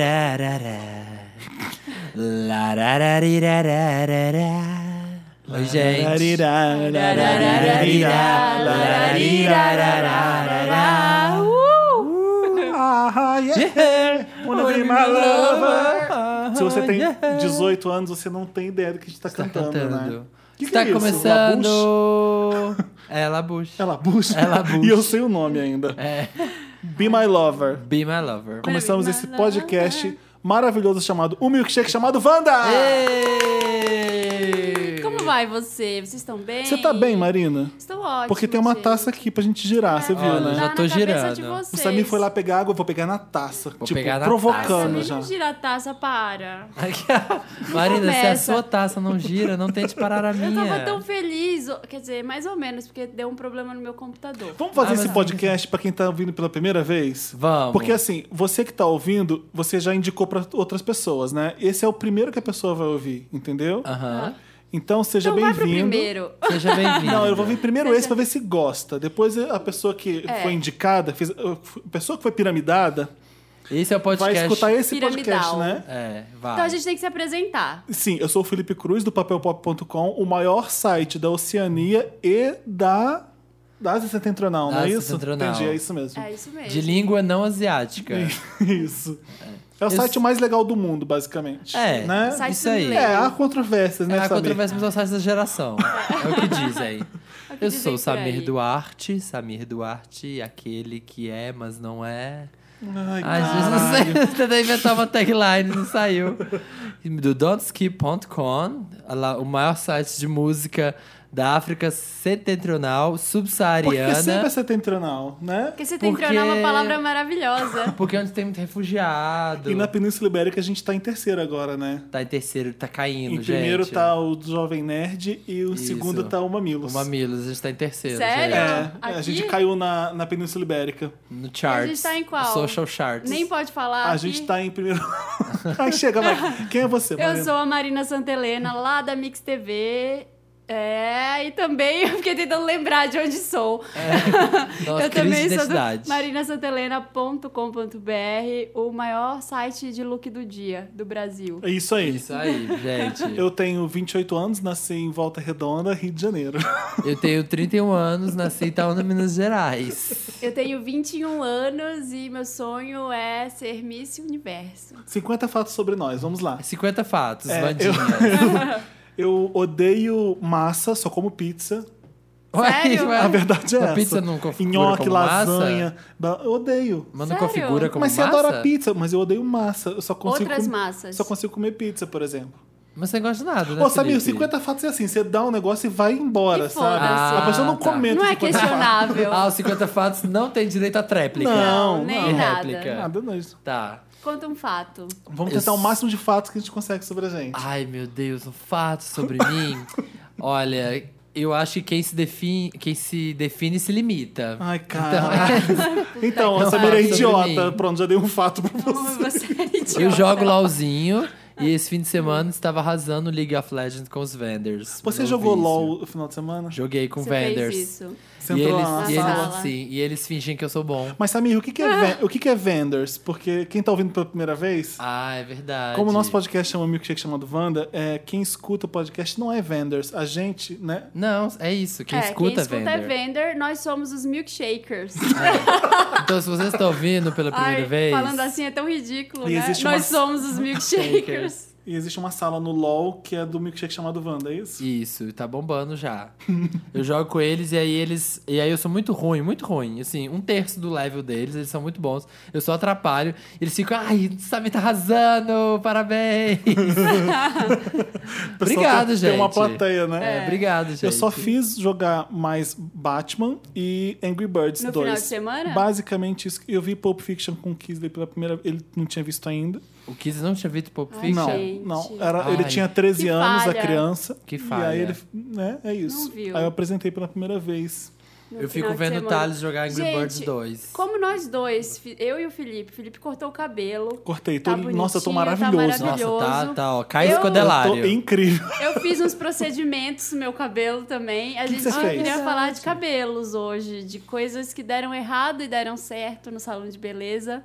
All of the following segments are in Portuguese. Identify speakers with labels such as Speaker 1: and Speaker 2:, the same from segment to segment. Speaker 1: Lararirararará. Larararirararará. Oi, gente. Lararirá, lararirararará.
Speaker 2: Wanna be my lover. Se você tem 18 anos, você não tem ideia do que a gente tá
Speaker 1: Está
Speaker 2: cantando,
Speaker 1: cantando.
Speaker 2: né? Que que
Speaker 1: Está
Speaker 2: é isso?
Speaker 1: começando. É Labush.
Speaker 2: Ela bucha.
Speaker 1: Ela bucha.
Speaker 2: E eu sei o nome ainda.
Speaker 1: É.
Speaker 2: Be My Lover.
Speaker 1: Be My Lover.
Speaker 2: Começamos esse podcast maravilhoso chamado Um Milkshake chamado Wanda!
Speaker 1: Ê!
Speaker 3: Como vai você? Vocês estão bem?
Speaker 2: Você tá bem, Marina?
Speaker 3: Estou ótimo.
Speaker 2: Porque tem uma
Speaker 3: gente.
Speaker 2: taça aqui pra gente girar, você viu,
Speaker 1: Olha,
Speaker 2: né?
Speaker 1: já
Speaker 3: Tá
Speaker 1: tô
Speaker 3: na
Speaker 1: girando.
Speaker 3: cabeça de
Speaker 1: O
Speaker 2: O
Speaker 3: vocês.
Speaker 2: Samir foi lá pegar água, eu vou pegar na taça. tipo,
Speaker 1: pegar na
Speaker 2: provocando
Speaker 3: Samir
Speaker 2: já.
Speaker 3: não gira a taça, para.
Speaker 1: Marina, se a
Speaker 3: Começa.
Speaker 1: sua taça não gira, não tente parar a minha.
Speaker 3: Eu tava tão feliz, o- quer dizer, mais ou menos, porque deu um problema no meu computador.
Speaker 2: Vamos fazer
Speaker 1: Ah,
Speaker 2: esse
Speaker 1: mas-
Speaker 2: podcast pra quem tá ouvindo pela primeira vez?
Speaker 1: Vamos.
Speaker 2: Porque assim, você que tá ouvindo, você já indicou pra outras pessoas, né? Esse é o primeiro que a pessoa vai ouvir, entendeu?
Speaker 1: Aham.
Speaker 2: Então seja
Speaker 3: Então vai pro
Speaker 2: bem-vindo.
Speaker 3: primeiro.
Speaker 1: Seja bem-vindo.
Speaker 2: Não, eu vou vir primeiro
Speaker 3: Seja-
Speaker 2: esse pra ver se gosta. Depois a pessoa que
Speaker 3: É.
Speaker 2: foi indicada, fez- a pessoa que foi piramidada,
Speaker 1: Esse é o
Speaker 2: vai
Speaker 1: podcast.
Speaker 2: escutar esse
Speaker 3: Piramidal.
Speaker 2: podcast, né?
Speaker 1: É, vai.
Speaker 3: Então a gente tem que se apresentar.
Speaker 2: Sim, eu sou o Felipe Cruz do papelpop.com, o maior site da Oceania e da da Ásia Setentrional, não
Speaker 1: Da
Speaker 2: é
Speaker 1: Ásia
Speaker 2: isso?
Speaker 1: Setentrional.
Speaker 2: Entendi, é isso mesmo.
Speaker 3: É isso mesmo.
Speaker 1: De língua não asiática.
Speaker 2: Isso. É o
Speaker 1: Esse-
Speaker 2: site mais legal do mundo, basicamente.
Speaker 1: É,
Speaker 2: Né?
Speaker 3: Site
Speaker 1: isso aí.
Speaker 3: do
Speaker 2: É,
Speaker 3: inglês.
Speaker 2: há controvérsias, né,
Speaker 1: É a
Speaker 2: Samir?
Speaker 1: controvérsia dos sociais da geração. É o que diz aí.
Speaker 3: É o que
Speaker 1: Eu
Speaker 3: dizem
Speaker 1: sou o
Speaker 3: por
Speaker 1: Samir
Speaker 3: aí.
Speaker 1: Duarte. Samir Duarte, aquele que é, mas não é.
Speaker 2: Ai,
Speaker 3: Ah.
Speaker 1: Ai,
Speaker 2: caralho.
Speaker 1: Jesus, não sei. Tentei inventar uma tagline, não saiu. Do don'tskip.com, lá, o maior site de música da África setentrional,
Speaker 2: Por que sempre é
Speaker 1: subsaariana.
Speaker 2: setentrional, né?
Speaker 3: Porque você tem
Speaker 1: Porque-
Speaker 3: que tornar uma palavra maravilhosa.
Speaker 1: Porque onde tem muito refugiado.
Speaker 2: E na Península Ibérica a gente tá em terceiro agora, né?
Speaker 1: Tá em terceiro, tá caindo,
Speaker 2: Em
Speaker 1: gente.
Speaker 2: primeiro tá o Jovem Nerd e o
Speaker 1: Isso.
Speaker 2: segundo tá o Mamilos.
Speaker 1: O Mamilos, a gente tá em terceiro.
Speaker 3: Sério?
Speaker 1: gente.
Speaker 2: É, a
Speaker 3: Aqui?
Speaker 2: gente caiu na, na Península Ibérica.
Speaker 1: No charts.
Speaker 3: A gente tá em qual?
Speaker 1: Social charts.
Speaker 3: Nem pode falar.
Speaker 2: A
Speaker 3: aqui.
Speaker 2: gente tá em primeiro. Ai, chega, vai. Quem é você, Marina?
Speaker 3: Eu sou a Marina Santelena, lá da Mix TV. É, e também eu fiquei tentando lembrar de onde sou.
Speaker 1: Nossa, crise
Speaker 3: eu também
Speaker 1: de
Speaker 3: sou do
Speaker 1: identidade.
Speaker 3: marinasantelena.com.br, o maior site de look do dia do Brasil.
Speaker 2: É isso aí.
Speaker 1: Isso aí, gente. eu...
Speaker 2: Eu tenho 28 anos, nasci em Volta Redonda, Rio de Janeiro.
Speaker 1: tenho 31 anos, nasci em Itaúna, Minas Gerais.
Speaker 3: Eu tenho 21 anos e meu sonho é ser Miss Universo.
Speaker 2: 50 fatos sobre nós, vamos lá.
Speaker 1: 50 fatos,
Speaker 2: É,
Speaker 1: bandinha.
Speaker 2: Eu odeio massa, só como pizza.
Speaker 3: Sério?
Speaker 2: A verdade é
Speaker 1: A
Speaker 2: essa.
Speaker 1: pizza não configura
Speaker 2: Nhoque,
Speaker 1: como massa?
Speaker 2: lasanha. ba- Eu odeio.
Speaker 1: Mas não
Speaker 3: Sério?
Speaker 1: configura como
Speaker 2: mas
Speaker 1: massa?
Speaker 2: você adora pizza, mas eu odeio massa. Eu só consigo
Speaker 3: Outras
Speaker 2: com-
Speaker 3: massas.
Speaker 2: Só consigo comer pizza, por exemplo.
Speaker 1: Mas você não gosta de nada, né,
Speaker 2: Ô, Samir,
Speaker 1: Felipe?
Speaker 2: 50 fatos é assim, você dá um negócio e vai embora,
Speaker 3: E
Speaker 2: sabe?
Speaker 3: foda-se.
Speaker 2: a pessoa não
Speaker 1: Ah, tá.
Speaker 2: comenta
Speaker 3: Não é
Speaker 2: 50 fatos.
Speaker 3: questionável.
Speaker 1: Ah, os 50 fatos não tem direito à tréplica.
Speaker 2: Não, não.
Speaker 3: nem nada.
Speaker 1: Réplica.
Speaker 2: Nada, nós.
Speaker 1: Tá.
Speaker 3: Conta um fato.
Speaker 2: Vamos
Speaker 1: Eu
Speaker 2: tentar o
Speaker 1: s-
Speaker 2: máximo de fatos que a gente consegue sobre a gente.
Speaker 1: Ai, meu Deus, um fato sobre mim. Olha, eu acho que quem se define, quem se, define se limita.
Speaker 2: Ai, cara. Então, a Samir
Speaker 1: Não,
Speaker 2: é
Speaker 1: é. sobre
Speaker 2: idiota.
Speaker 1: mim.
Speaker 2: Pronto, já dei um fato pra você.
Speaker 3: Como você é idiota.
Speaker 1: Eu jogo LOLzinho e esse fim de semana estava arrasando o League of Legends com os vendors.
Speaker 2: Você
Speaker 1: No
Speaker 2: jogou
Speaker 1: vício.
Speaker 2: LOL no final de semana?
Speaker 1: Joguei com
Speaker 3: Você
Speaker 1: vendors.
Speaker 3: fez isso.
Speaker 2: Você
Speaker 1: e
Speaker 2: entrou
Speaker 1: eles,
Speaker 2: lá na
Speaker 1: e eles-
Speaker 2: sala?
Speaker 3: sala.
Speaker 1: sim, e eles fingem que eu sou bom.
Speaker 2: Mas, Samir, o que, que, é,
Speaker 3: Ah.
Speaker 2: ven- o que, que é vendors? Porque quem tá ouvindo pela primeira vez,
Speaker 1: Ah, é verdade.
Speaker 2: como o nosso podcast chama Milkshake chamado Wanda, é, quem escuta o podcast não é vendors. A gente, né?
Speaker 1: Não, é isso. Quem
Speaker 3: é,
Speaker 1: escuta,
Speaker 3: quem escuta
Speaker 1: vendor.
Speaker 3: é vendor, nós somos os milkshakers.
Speaker 1: Então, se vocês estão ouvindo pela primeira
Speaker 3: Ai,
Speaker 1: vez.
Speaker 3: Falando assim é tão ridículo,
Speaker 2: E
Speaker 3: né?
Speaker 2: existe
Speaker 3: Nós
Speaker 2: uma-
Speaker 3: somos os milkshakers.
Speaker 2: E existe uma sala no LOL que é do Milkshake chamado Wanda, é isso?
Speaker 1: Isso, tá bombando já. eu jogo com eles e aí eles. E aí eu sou muito ruim, muito ruim. Assim, um terço do level deles, eles são muito bons. Eu só atrapalho. Eles ficam, ai, Samir tá arrasando, parabéns.
Speaker 2: O pessoal
Speaker 1: Obrigado,
Speaker 2: tem,
Speaker 1: gente.
Speaker 2: Tem uma plateia, né?
Speaker 1: É, obrigado, gente.
Speaker 2: Eu só fiz jogar mais Batman e Angry Birds
Speaker 3: No
Speaker 2: 2.
Speaker 3: final de semana?
Speaker 2: Basicamente isso. Eu vi Pulp Fiction com o Kisley pela primeira vez. Ele não tinha visto ainda.
Speaker 1: O Kiz não tinha visto Pop
Speaker 3: Ai,
Speaker 1: Fiction?
Speaker 2: Não,
Speaker 3: Gente.
Speaker 2: não. Era, ele
Speaker 1: Ai.
Speaker 2: tinha 13
Speaker 3: Que
Speaker 2: anos, a
Speaker 3: falha.
Speaker 2: criança.
Speaker 1: Que
Speaker 2: E
Speaker 1: falha.
Speaker 2: aí ele, né, é isso.
Speaker 3: Não viu.
Speaker 2: Aí eu apresentei pela primeira vez.
Speaker 3: no
Speaker 1: Eu fico
Speaker 3: final de
Speaker 1: vendo o
Speaker 3: semana.
Speaker 1: Thales jogar Angry
Speaker 3: Gente,
Speaker 1: Birds 2.
Speaker 3: Como nós dois, fi- eu e o Felipe, o Felipe cortou o cabelo.
Speaker 2: Cortei.
Speaker 3: Tá
Speaker 2: tô, nossa, eu tô
Speaker 3: bonitinho, tá
Speaker 2: maravilhoso.
Speaker 1: Nossa, tá,
Speaker 3: maravilhoso.
Speaker 1: tá, ó. Cai
Speaker 3: Eu-
Speaker 2: Tô
Speaker 1: escodelário.
Speaker 2: incrível.
Speaker 3: Eu fiz uns procedimentos no meu cabelo também. A
Speaker 2: Que
Speaker 3: gente
Speaker 2: que você
Speaker 3: eu
Speaker 2: fez?
Speaker 3: queria falar de cabelos hoje, de coisas que deram errado e deram certo no salão de beleza.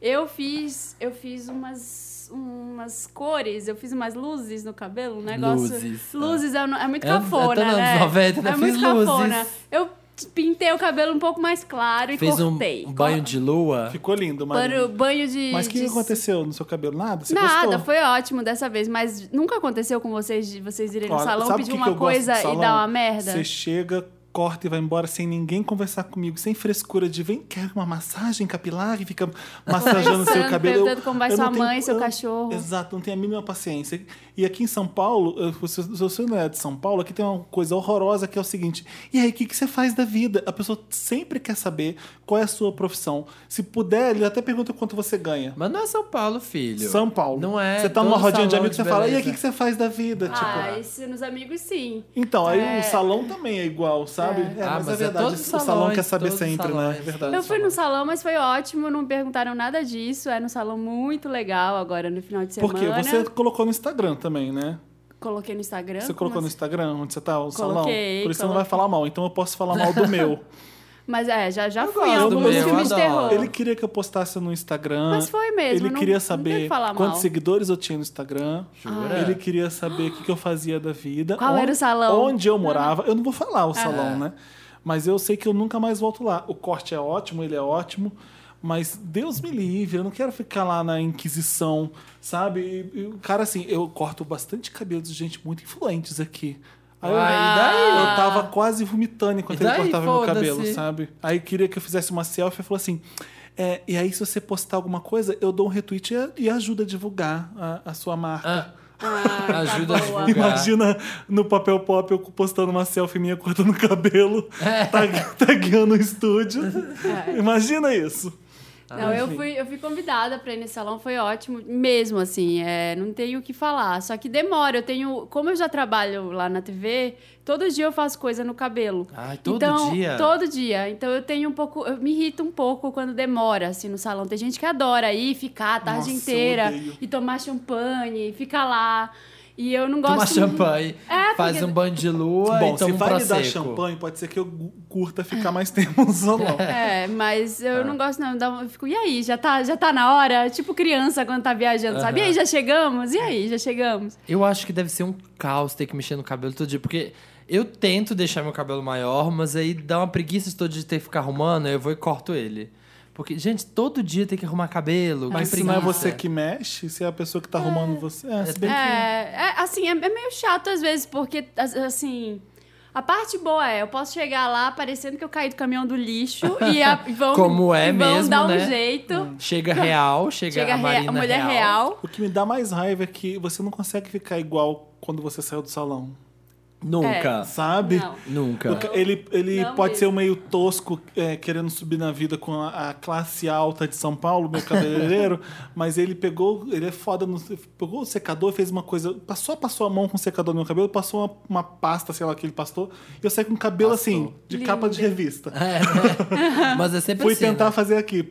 Speaker 3: Eu fiz, eu fiz umas, umas cores, eu fiz umas luzes no cabelo, um negócio.
Speaker 1: Luzes, tá.
Speaker 3: Luzes é, um- é muito
Speaker 1: É um-
Speaker 3: cafona,
Speaker 1: é todo anos
Speaker 3: né?
Speaker 1: 90, né?
Speaker 3: é
Speaker 1: Fiz
Speaker 3: muito
Speaker 1: luzes.
Speaker 3: cafona. Eu pintei o cabelo um pouco mais claro e
Speaker 1: Fez um,
Speaker 3: cortei.
Speaker 1: um banho de lua.
Speaker 2: Ficou lindo, mas.
Speaker 3: Para o banho de.
Speaker 2: Mas o que
Speaker 3: de-
Speaker 2: aconteceu no seu cabelo? Nada? Você
Speaker 3: Nada,
Speaker 2: gostou?
Speaker 3: foi ótimo dessa vez, mas nunca aconteceu com vocês de vocês irem no
Speaker 2: Olha,
Speaker 3: salão,
Speaker 2: sabe o
Speaker 3: pedir
Speaker 2: que que
Speaker 3: uma
Speaker 2: eu gosto
Speaker 3: coisa
Speaker 2: do
Speaker 3: e
Speaker 2: salão?
Speaker 3: dar uma merda?
Speaker 2: Você chega, corta e vai embora sem ninguém conversar comigo, sem frescura de vem, quer uma massagem capilar e fica massageando seu
Speaker 3: Conversando,
Speaker 2: cabelo.
Speaker 3: perguntando como vai
Speaker 2: não
Speaker 3: sua mãe, seu cachorro.
Speaker 2: Exato, não tenho a mínima paciência. E aqui em São Paulo, eu- se se você não é de São Paulo, aqui tem uma coisa horrorosa que é o seguinte: e aí, o que, que você faz da vida? A pessoa sempre quer saber qual é a sua profissão. Se puder, ele até pergunta quanto você ganha.
Speaker 1: Mas não é São Paulo, filho.
Speaker 2: São Paulo.
Speaker 1: Não é.
Speaker 2: Você tá numa
Speaker 1: todo
Speaker 2: rodinha de
Speaker 1: salão
Speaker 2: amigos, você fala, e aí, o
Speaker 1: beleza.
Speaker 2: que, que você faz da vida? tipo,
Speaker 3: Ah, isso nos amigos sim.
Speaker 2: Então, aí
Speaker 3: É.
Speaker 2: o salão também é igual, sabe? É,
Speaker 1: Ah,
Speaker 2: mas,
Speaker 1: mas é
Speaker 2: é verdade,
Speaker 1: todos os
Speaker 2: o salão
Speaker 1: salões,
Speaker 2: quer saber
Speaker 1: todos os
Speaker 2: sempre, né?
Speaker 1: salões.
Speaker 2: É verdade.
Speaker 3: Eu fui no salão, mas foi ótimo, não perguntaram nada disso. Era um salão muito legal agora no final de semana.
Speaker 2: Porque você colocou no Instagram também, né?
Speaker 3: Coloquei no Instagram.
Speaker 2: Você colocou no
Speaker 3: mas...
Speaker 2: Instagram onde você tá, o salão. Por
Speaker 3: Coloquei,
Speaker 2: isso você não vai
Speaker 3: coloquei.
Speaker 2: falar mal, então eu posso falar mal do meu.
Speaker 3: Mas é, já, já fui
Speaker 1: gosto
Speaker 3: a
Speaker 1: do
Speaker 3: alguns
Speaker 1: meu,
Speaker 3: filmes de
Speaker 1: adoro.
Speaker 3: terror.
Speaker 2: Ele queria que eu postasse no Instagram.
Speaker 3: Mas foi mesmo,
Speaker 2: Ele
Speaker 3: não-
Speaker 2: queria
Speaker 3: não tem
Speaker 2: saber
Speaker 3: que falar
Speaker 2: quantos
Speaker 3: mal.
Speaker 2: seguidores eu tinha no Instagram.
Speaker 1: Jura?
Speaker 2: Ele queria saber o que, que eu fazia da vida.
Speaker 3: Qual era o salão? Ah.
Speaker 2: Onde eu morava. Eu não vou falar o salão, né? Mas eu sei que eu nunca mais volto lá. O corte é ótimo, ele é ótimo. Mas Deus me livre, eu não quero ficar lá na Inquisição, sabe? E- e o cara, assim, eu corto bastante cabelo de gente muito influentes aqui. Aí eu-
Speaker 1: Ah, e daí?
Speaker 2: eu tava quase vomitando enquanto
Speaker 1: E daí?
Speaker 2: ele cortava meu cabelo,
Speaker 1: Foda-se.
Speaker 2: sabe? sabe? Aí queria que eu fizesse uma selfie e falou assim. é, e aí, se você postar alguma coisa, eu dou um retweet e, e ajuda a divulgar a, a sua marca.
Speaker 1: Ah,
Speaker 3: Ah, tá
Speaker 1: Ajuda a
Speaker 3: boa.
Speaker 1: divulgar.
Speaker 2: Imagina no papel pop eu postando uma selfie minha cortando o cabelo,
Speaker 1: É.
Speaker 2: tag- tagueando o estúdio.
Speaker 3: É.
Speaker 2: Imagina isso.
Speaker 3: Não, eu
Speaker 2: enfim.
Speaker 3: fui, eu fui convidada pra ir nesse salão, foi ótimo, mesmo assim, é, não tenho o que falar. Só que demora, eu tenho. Como eu já trabalho lá na TV, todo dia eu faço coisa no cabelo.
Speaker 1: Ai, todo
Speaker 3: Então,
Speaker 1: dia?
Speaker 3: Todo dia. Então eu tenho um pouco. Eu me irrito um pouco quando demora, assim, no salão. Tem gente que adora ir, ficar a
Speaker 2: Nossa,
Speaker 3: tarde
Speaker 2: eu
Speaker 3: inteira
Speaker 2: odeio.
Speaker 3: e tomar champanhe, ficar lá. E eu não gosto.
Speaker 1: toma
Speaker 3: muito-
Speaker 1: champanhe,
Speaker 3: É,
Speaker 1: faz
Speaker 3: porque-
Speaker 1: um banho de lua
Speaker 2: Bom,
Speaker 1: e
Speaker 2: se
Speaker 1: toma um
Speaker 2: vai me dar
Speaker 1: prosecco.
Speaker 2: champanhe, pode ser que eu gu- curta ficar mais tempo no salão.
Speaker 3: É, mas eu não gosto, não. Dá um- Eu fico, e aí, já tá, já tá na hora? Tipo criança quando tá viajando, sabe? E aí, já chegamos? E aí, já chegamos?
Speaker 1: Eu acho que deve ser um caos ter que mexer no cabelo todo dia, porque eu tento deixar meu cabelo maior, mas aí dá uma preguiça todo dia de ter que ficar arrumando, aí eu vou e corto ele. Porque, gente, todo dia tem que arrumar cabelo.
Speaker 2: Mas
Speaker 1: que
Speaker 2: se não é
Speaker 1: preguiça.
Speaker 2: você que mexe, se é a pessoa que tá arrumando você. É, se bem que.
Speaker 3: É, é, assim, é, é meio chato às vezes, porque, as- assim... A parte boa é, eu posso chegar lá parecendo que eu caí do caminhão do lixo e a- vão,
Speaker 1: Como é
Speaker 3: e vão
Speaker 1: mesmo,
Speaker 3: dar
Speaker 1: né?
Speaker 3: um jeito.
Speaker 1: Chega real, chega,
Speaker 3: Chega
Speaker 1: a
Speaker 3: a, rea-
Speaker 1: Marina
Speaker 3: a mulher real.
Speaker 2: O que me dá mais raiva é que você não consegue ficar igual quando você saiu do salão.
Speaker 1: Nunca.
Speaker 3: É.
Speaker 2: Sabe?
Speaker 3: Não.
Speaker 1: Nunca.
Speaker 2: Porque ele ele
Speaker 3: Não
Speaker 2: pode
Speaker 3: mesmo.
Speaker 2: ser um meio tosco, é, querendo subir na vida com a, a classe alta de São Paulo, meu cabeleireiro, mas ele pegou, ele é foda, no, pegou o secador, fez uma coisa, passou, passou a mão com o secador no meu cabelo, passou uma, uma pasta, sei lá, que ele pastou, e eu saí com o cabelo
Speaker 1: Pastou.
Speaker 2: assim, de
Speaker 3: Lindo.
Speaker 2: capa de revista.
Speaker 1: É, né? Mas é sempre
Speaker 2: Fui
Speaker 1: assim, né?
Speaker 2: tentar fazer aqui.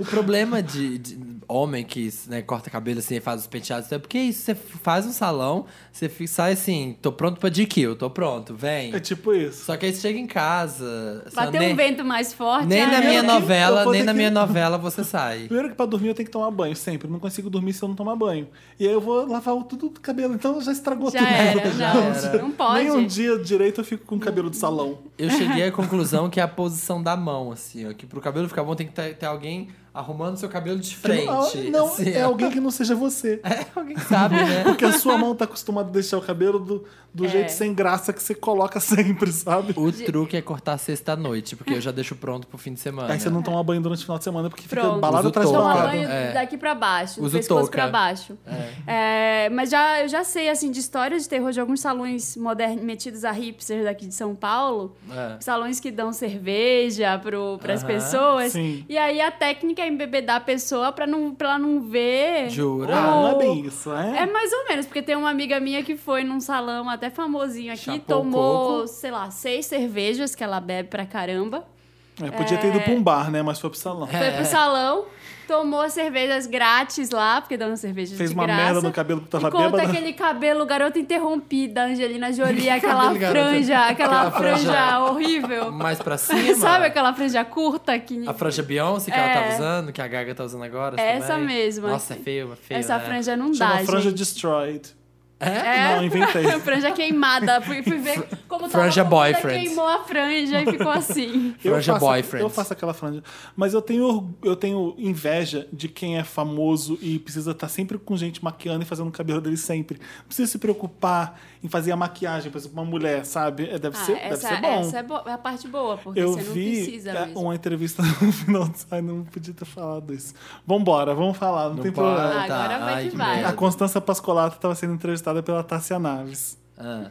Speaker 1: O problema de, de homem que né, corta cabelo assim e faz os penteados é porque isso, você faz um salão, você fi- sai assim, tô pronto pra DQ, tô pronto, vem.
Speaker 2: É tipo isso.
Speaker 1: Só que aí você chega em casa. assim,
Speaker 3: Bateu
Speaker 1: nem,
Speaker 3: um vento mais forte.
Speaker 1: nem
Speaker 3: ai,
Speaker 1: na
Speaker 3: meu
Speaker 1: minha
Speaker 2: Eu
Speaker 3: Deus.
Speaker 2: vou ter
Speaker 1: novela,
Speaker 2: que-
Speaker 1: nem na minha novela você sai.
Speaker 2: Primeiro que pra dormir eu tenho que tomar banho, sempre. Não consigo dormir se eu não tomar banho. E aí eu vou lavar o- tudo do cabelo, então já estragou
Speaker 3: Já
Speaker 2: tudo. Então,
Speaker 3: era, já
Speaker 1: Já
Speaker 3: era.
Speaker 1: era.
Speaker 3: Não pode.
Speaker 2: Nem um dia direito eu fico com o cabelo de salão.
Speaker 1: Eu cheguei à conclusão que é a posição da mão, assim, ó. Que pro cabelo ficar bom tem que ter, ter alguém arrumando seu cabelo de frente.
Speaker 2: não,
Speaker 1: assim,
Speaker 2: é
Speaker 1: ó.
Speaker 2: alguém que não seja você.
Speaker 1: É alguém que sabe, né?
Speaker 2: Porque a sua mão tá acostumada a deixar o cabelo do, do
Speaker 3: É.
Speaker 2: jeito sem graça que você coloca sempre, sabe?
Speaker 1: O truque é cortar sexta-noite, porque eu já deixo pronto pro fim de semana.
Speaker 2: Aí você não toma banho durante o final de semana porque fica
Speaker 3: Pronto.
Speaker 2: balada
Speaker 1: Usa o
Speaker 2: atrás de
Speaker 1: touca.
Speaker 3: Toma
Speaker 1: Tocado.
Speaker 2: balada.
Speaker 3: banho
Speaker 1: É.
Speaker 3: daqui pra baixo, do
Speaker 1: Usa o
Speaker 3: pescoço
Speaker 1: touca.
Speaker 3: pra baixo. É, mas já, eu já sei, assim, de histórias de terror de alguns salões modernos metidos a hipsters daqui de São Paulo.
Speaker 1: É.
Speaker 3: Salões que dão cerveja pro, pras
Speaker 1: Aham,
Speaker 3: pessoas.
Speaker 2: sim.
Speaker 3: E aí a técnica é embebedar a pessoa pra, não, pra ela não ver.
Speaker 1: Jura?
Speaker 2: Ah, não é
Speaker 3: o-
Speaker 2: bem isso, é?
Speaker 3: É mais ou menos, porque tem uma amiga minha que foi num salão até famosinho aqui,
Speaker 1: Chapou o
Speaker 3: tomou,
Speaker 1: coco.
Speaker 3: sei lá, seis cervejas que ela bebe pra caramba.
Speaker 2: É, podia ter ido pra um bar, né? Mas foi pro salão.
Speaker 3: Foi
Speaker 1: É.
Speaker 3: pro salão, tomou as cervejas grátis lá, porque dando cerveja
Speaker 2: Fez
Speaker 3: de
Speaker 2: uma
Speaker 3: graça.
Speaker 2: merda no cabelo porque tava
Speaker 3: e conta
Speaker 2: bêbada.
Speaker 3: aquele cabelo garota interrompida, Angelina Jolie, aquela
Speaker 1: Cabelo garota-
Speaker 3: franja,
Speaker 1: aquela
Speaker 3: aquela
Speaker 1: franja-
Speaker 3: franja horrível.
Speaker 1: Mais pra cima.
Speaker 3: Sabe aquela franja curta que
Speaker 1: A franja Beyoncé que ela
Speaker 3: É.
Speaker 1: tava usando, que a Gaga tá usando agora.
Speaker 3: Essa
Speaker 1: também.
Speaker 3: mesma.
Speaker 1: Nossa, é feio, é feio.
Speaker 3: essa
Speaker 1: né?
Speaker 3: franja não
Speaker 2: Chama
Speaker 3: dá,
Speaker 2: Franja
Speaker 3: gente.
Speaker 2: Destroyed.
Speaker 1: É?
Speaker 3: É,
Speaker 2: Não, inventei.
Speaker 3: franja queimada. Fui, fui ver como tava
Speaker 1: Franja
Speaker 3: toda,
Speaker 1: boyfriend.
Speaker 3: queimou a franja e ficou assim.
Speaker 1: Franja
Speaker 2: eu faço,
Speaker 1: boyfriend.
Speaker 2: Eu faço aquela franja. Mas eu tenho, org- eu tenho inveja de quem é famoso e precisa estar sempre com gente maquiando e fazendo o cabelo dele sempre. Não precisa se preocupar em fazer a maquiagem, por exemplo, uma mulher, sabe? É, Deve,
Speaker 3: Ah,
Speaker 2: ser, deve
Speaker 3: essa,
Speaker 2: ser bom.
Speaker 3: essa é, bo- é a parte boa, porque
Speaker 2: eu
Speaker 3: você não
Speaker 2: vi
Speaker 3: precisa
Speaker 2: é,
Speaker 3: mesmo.
Speaker 2: uma entrevista no final do site, não podia ter falado isso. Vambora, vamos falar, não, tem
Speaker 1: pode.
Speaker 2: problema.
Speaker 3: Ah, agora vai que vai.
Speaker 1: merda.
Speaker 2: A Constança Pascolato estava sendo entrevistada pela Tássia Naves.
Speaker 1: Ah.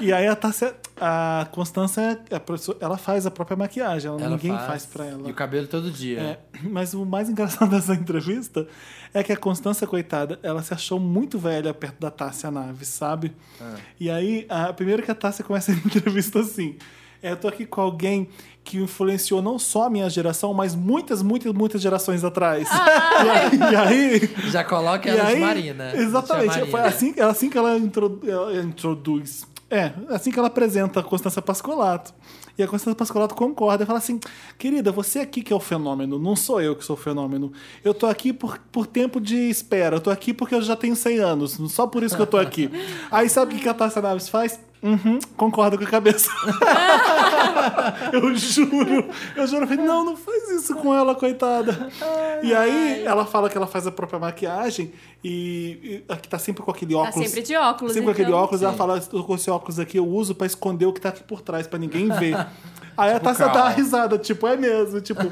Speaker 2: E aí a Tássia, a Constança, é a professora- ela faz a própria maquiagem, ela-
Speaker 1: Ela
Speaker 2: É, ninguém faz, pra ela.
Speaker 1: E o cabelo todo dia.
Speaker 2: É, mas o mais engraçado dessa entrevista é que a Constança, coitada, ela se achou muito velha perto da Tássia Naves, sabe? E aí, a, primeiro que a Tássia começa a entrevista assim. é, Eu tô aqui com alguém que influenciou não só a minha geração, mas muitas, muitas, muitas gerações atrás. E aí- e aí,
Speaker 1: Já coloca
Speaker 2: e
Speaker 1: ela
Speaker 2: aí,
Speaker 1: de Marina.
Speaker 2: Exatamente.
Speaker 1: Tia Marina.
Speaker 2: Foi assim, é assim que ela, intro- ela introduz. É, assim que ela apresenta a Constança Pascolato. E a Constança Pascolato concorda e fala assim: querida, você aqui que é o fenômeno, não sou eu que sou o fenômeno. Eu tô aqui por, por tempo de espera, eu tô aqui porque eu já tenho 100 anos, só por isso que eu tô aqui. Aí sabe o que que a Tássia Naves faz? Uhum, concorda com a cabeça. Eu juro. Eu juro. Eu falei, não, não faz isso com ela, coitada. E aí, ela fala que ela faz a própria maquiagem e, e a que tá sempre com aquele
Speaker 3: Tá
Speaker 2: óculos.
Speaker 3: sempre de óculos,
Speaker 2: Sempre com aquele
Speaker 3: então.
Speaker 2: óculos. Ela
Speaker 1: Sim.
Speaker 2: fala, "Eu tô com esse óculos aqui eu uso pra esconder o que tá aqui por trás, pra ninguém ver. Aí a
Speaker 1: Tipo,
Speaker 2: Tássia dá uma
Speaker 1: calma.
Speaker 2: risada, tipo, é mesmo. Tipo,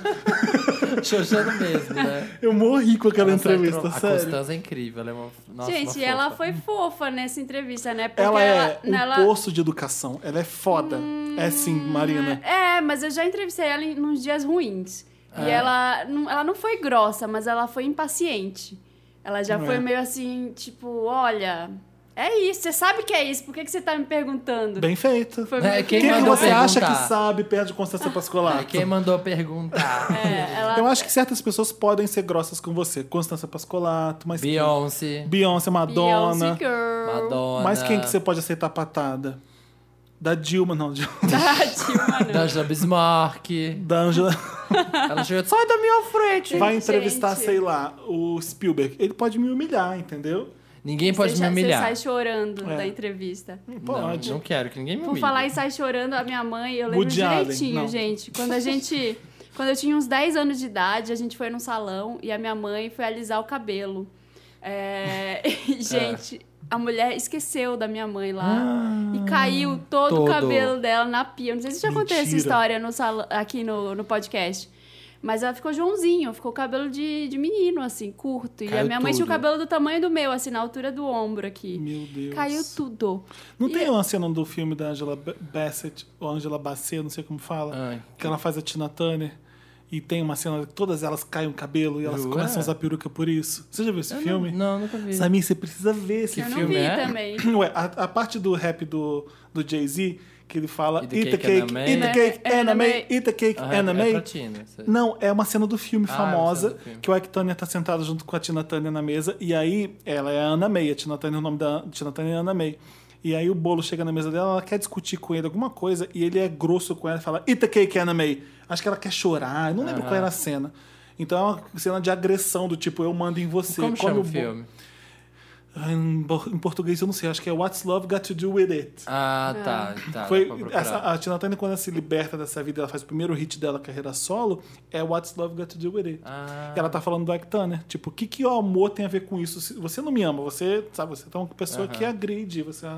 Speaker 1: Xoxando mesmo, né?
Speaker 2: eu morri com aquela
Speaker 1: Ela sai
Speaker 2: entrevista,
Speaker 1: tro- A
Speaker 2: sério.
Speaker 1: Constança é incrível. Ela é uma. Nossa, uma
Speaker 3: Gente,
Speaker 1: fofa.
Speaker 3: ela foi fofa nessa entrevista, né? Porque
Speaker 2: Ela é um
Speaker 3: nela- Hum,
Speaker 2: poço de educação. Ela é foda. é sim, Marina.
Speaker 3: É, mas eu já entrevistei ela em, nos dias ruins.
Speaker 2: É.
Speaker 3: E ela não, ela não foi grossa, mas ela foi impaciente. Ela já
Speaker 2: É.
Speaker 3: foi meio assim, tipo, olha, é isso, você sabe que é isso, por que, que você tá me perguntando?
Speaker 2: Bem feita.
Speaker 3: Foi
Speaker 1: É,
Speaker 3: meio
Speaker 1: quem
Speaker 2: Quem, que
Speaker 1: mandou
Speaker 2: você acha
Speaker 1: perguntar?
Speaker 2: que sabe perde Constância Pascolato?
Speaker 1: É, Quem mandou perguntar?
Speaker 3: É, ela-
Speaker 2: Eu acho que certas pessoas podem ser grossas com você. Constância Pascolato, mas quem?
Speaker 1: Beyoncé,
Speaker 2: Beyoncé, Madonna.
Speaker 3: Beyoncé Girl.
Speaker 1: Madonna.
Speaker 2: Mas quem que você pode aceitar patada? Da Dilma, não, Dilma.
Speaker 3: Da Dilma, não.
Speaker 1: Angela Bismarck.
Speaker 2: da Angela.
Speaker 1: Ela chegou, sai da minha frente.
Speaker 2: Vai
Speaker 3: Gente.
Speaker 2: entrevistar, sei lá, o Spielberg. Ele pode me humilhar, entendeu?
Speaker 1: Ninguém
Speaker 3: Você
Speaker 1: pode
Speaker 3: já-
Speaker 1: me humilhar.
Speaker 3: Você sai chorando
Speaker 2: É.
Speaker 3: da entrevista.
Speaker 2: Pode.
Speaker 1: Não, não quero que ninguém me
Speaker 3: Por
Speaker 1: humilhe.
Speaker 3: falar e sai chorando, a minha mãe, eu lembro
Speaker 2: Woody Allen,
Speaker 3: direitinho,
Speaker 2: não.
Speaker 3: gente. Quando a gente. Quando eu tinha uns 10 anos de idade, a gente foi num salão e a minha mãe foi alisar o cabelo. É, e, gente, a mulher esqueceu da minha mãe
Speaker 1: Ah,
Speaker 3: lá.
Speaker 2: Ah.
Speaker 3: E caiu todo,
Speaker 1: Hum, todo.
Speaker 3: o cabelo dela na pia. Não sei se eu já contei essa
Speaker 2: Mentira.
Speaker 3: história no salão, aqui no, no podcast. Mas ela ficou Joãozinho, ficou cabelo de, de menino, assim, curto. e a
Speaker 1: Caiu
Speaker 3: minha mãe tinha o
Speaker 1: tudo.
Speaker 3: cabelo do tamanho do meu, assim, na altura do ombro aqui.
Speaker 2: Meu Deus.
Speaker 3: Caiu tudo.
Speaker 2: Não
Speaker 3: E-
Speaker 2: tem uma cena do filme da Angela B- Bassett, ou Angela Bassett, não sei como fala,
Speaker 1: Ai.
Speaker 2: que ela faz a Tina Turner. E tem uma cena que todas elas caem o cabelo e elas
Speaker 1: Ué?
Speaker 2: começam a usar peruca por isso. Você já viu esse
Speaker 1: Eu
Speaker 2: filme?
Speaker 1: Não, não, nunca vi.
Speaker 2: Samir, você precisa ver esse
Speaker 3: eu
Speaker 2: filme.
Speaker 3: não
Speaker 1: filme
Speaker 3: vi
Speaker 1: é?
Speaker 3: também.
Speaker 2: Ué, a, a parte do rap do, do Jay-Z, que ele fala
Speaker 1: Eat the
Speaker 2: Eat the
Speaker 1: cake,
Speaker 2: cake,
Speaker 1: anime."
Speaker 2: eat the cake,
Speaker 3: Anime.
Speaker 2: anime, eat the cake,
Speaker 1: Ah, é- É pra
Speaker 2: anime.
Speaker 1: ti, né? Sei.
Speaker 2: Não, é uma cena do filme
Speaker 1: Ah, é uma
Speaker 2: famosa,
Speaker 1: cena do filme.
Speaker 2: que o Ike Turner tá sentado junto com a Tina Turner na mesa, e aí ela é a Ana May, a Tina Turner, o nome da Tina Turner é Ana May. E aí o bolo chega na mesa dela, ela quer discutir com ele alguma coisa, e ele é grosso com ela e fala, Eat the cake, Anna May. Acho que ela quer chorar, eu não lembro qual
Speaker 1: Ah.
Speaker 2: era a cena. Então é uma cena de agressão, do tipo, eu mando em você.
Speaker 1: Como
Speaker 2: come
Speaker 1: chama
Speaker 2: o
Speaker 1: o
Speaker 2: bolo.
Speaker 1: filme?
Speaker 2: Ah, Em bo- em português eu não sei, acho que é What's Love Got to Do With It.
Speaker 1: Ah, tá, tá. dá
Speaker 2: Foi
Speaker 1: pra procurar.
Speaker 2: essa, a Tina Turner, quando ela se liberta dessa vida, ela faz o primeiro hit dela, carreira solo, é What's Love Got to Do With It.
Speaker 1: Ah,
Speaker 2: E Ela tá falando do Ike Turner. Tipo, o que, que o amor tem a ver com isso? Se Você não me ama, você, sabe, você tá uma pessoa que agride, você... é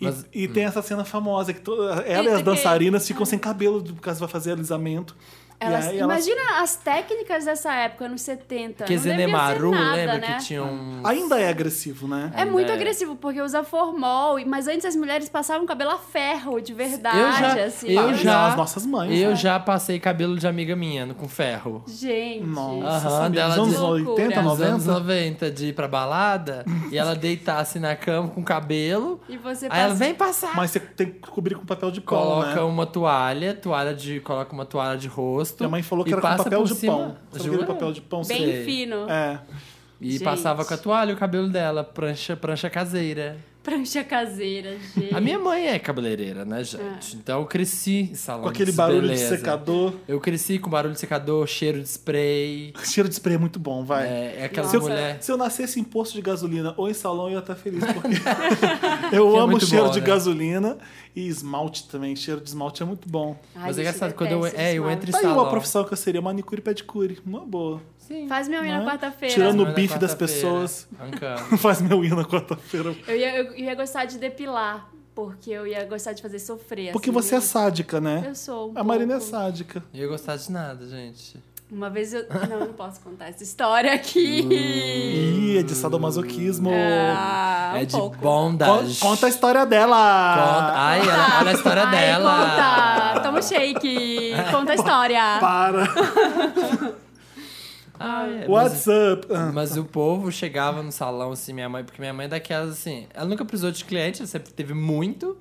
Speaker 2: E,
Speaker 1: Mas- hum.
Speaker 2: e tem essa cena famosa que toda, ela
Speaker 3: Eita,
Speaker 2: e as
Speaker 3: que- é.
Speaker 2: dançarinas ficam sem cabelo por causa vai fazer alisamento.
Speaker 3: Elas-
Speaker 2: aí elas-
Speaker 3: imagina as técnicas dessa época, nos 70.
Speaker 1: Que
Speaker 3: não devia ser
Speaker 1: Zenemaru,
Speaker 3: nada,
Speaker 1: lembra
Speaker 3: né?
Speaker 1: que tinha um.
Speaker 2: Ainda é agressivo, né?
Speaker 3: É muito
Speaker 1: É.
Speaker 3: agressivo, porque usa formol, e- mas antes as mulheres passavam cabelo a ferro, de verdade,
Speaker 1: Eu já-
Speaker 3: assim.
Speaker 1: eu
Speaker 2: Ah,
Speaker 1: já-
Speaker 2: As nossas mães.
Speaker 1: Eu
Speaker 2: né?
Speaker 1: já passei cabelo de amiga minha no- com ferro.
Speaker 3: Gente.
Speaker 2: Nossa,
Speaker 1: Aham,
Speaker 2: sabia?
Speaker 1: dela
Speaker 2: Nos anos
Speaker 1: de-
Speaker 2: 80,
Speaker 3: Loucura.
Speaker 1: Nos anos
Speaker 2: 90.
Speaker 1: 90 de ir pra balada e ela deitasse na cama com cabelo.
Speaker 3: E você
Speaker 1: Aí ela
Speaker 3: passa-
Speaker 1: vem passar.
Speaker 2: Mas você tem que cobrir com papel de pão,
Speaker 1: Coloca um
Speaker 2: né?
Speaker 1: uma toalha, toalha de. Coloca uma toalha de rosto.
Speaker 2: Minha mãe falou que
Speaker 1: e
Speaker 2: era com
Speaker 1: passa
Speaker 2: papel
Speaker 1: por
Speaker 2: de
Speaker 1: cima-
Speaker 2: pão. Sabe
Speaker 1: Jura?
Speaker 2: aquele papel de pão?
Speaker 3: bem
Speaker 1: sei.
Speaker 3: fino.
Speaker 2: É.
Speaker 1: E
Speaker 3: Gente.
Speaker 1: passava com a toalha o cabelo dela, prancha, prancha caseira.
Speaker 3: Prancha caseira, gente.
Speaker 1: A minha mãe é cabeleireira, né, gente?
Speaker 3: É.
Speaker 1: Então eu cresci em salão
Speaker 2: Com aquele
Speaker 1: de
Speaker 2: barulho
Speaker 1: beleza.
Speaker 2: de secador.
Speaker 1: Eu cresci com barulho de secador, cheiro de spray.
Speaker 2: Cheiro de spray é muito bom, vai.
Speaker 1: É, é aquela
Speaker 2: Se eu,
Speaker 1: mulher.
Speaker 2: se eu nascesse em posto de gasolina ou em salão, eu ia estar feliz. Porque eu
Speaker 1: é
Speaker 2: amo o
Speaker 1: muito
Speaker 2: cheiro
Speaker 1: bom,
Speaker 2: de
Speaker 1: né?
Speaker 2: gasolina e esmalte também. Cheiro de esmalte é muito bom.
Speaker 3: Ai,
Speaker 1: Mas é
Speaker 3: gente,
Speaker 1: engraçado, quando eu,
Speaker 3: detesto
Speaker 1: é, eu
Speaker 3: esmalte.
Speaker 1: entro em
Speaker 2: Tá aí uma
Speaker 1: salão.
Speaker 2: profissão que eu seria manicure e pedicure. Uma boa.
Speaker 1: Sim.
Speaker 3: Faz minha unha
Speaker 2: Não
Speaker 3: na
Speaker 2: é?
Speaker 3: quarta-feira.
Speaker 2: Tirando- no
Speaker 1: Mas na
Speaker 2: bife das
Speaker 1: quarta-feira,
Speaker 2: pessoas.
Speaker 1: arrancando.
Speaker 2: Não faz meu hino na quarta-feira.
Speaker 3: Eu ia, eu ia gostar de depilar, porque eu ia gostar de fazer sofrer.
Speaker 2: Porque
Speaker 3: assim,
Speaker 2: você é
Speaker 3: eu-
Speaker 2: sádica, né?
Speaker 3: Eu sou. um
Speaker 2: A Marina é
Speaker 3: pouco.
Speaker 2: sádica.
Speaker 1: Eu ia gostar de nada, gente.
Speaker 3: Uma vez eu. Não, não posso contar essa história aqui.
Speaker 2: Ih, é de sadomasoquismo.
Speaker 3: Ah, um
Speaker 1: é de
Speaker 3: pouco.
Speaker 1: bondage.
Speaker 2: Con- Conta a história dela.
Speaker 1: Conta- Ah, Ai, ela, olha a história
Speaker 3: Ai,
Speaker 1: dela.
Speaker 3: Conta. Toma um shake. Conta a história.
Speaker 1: é?
Speaker 2: Para.
Speaker 1: Ai, é, mas-
Speaker 2: What's up? Ah,
Speaker 1: Mas o povo chegava no salão, assim, minha mãe, porque minha mãe é daquelas assim, ela nunca precisou de cliente, ela sempre teve muito.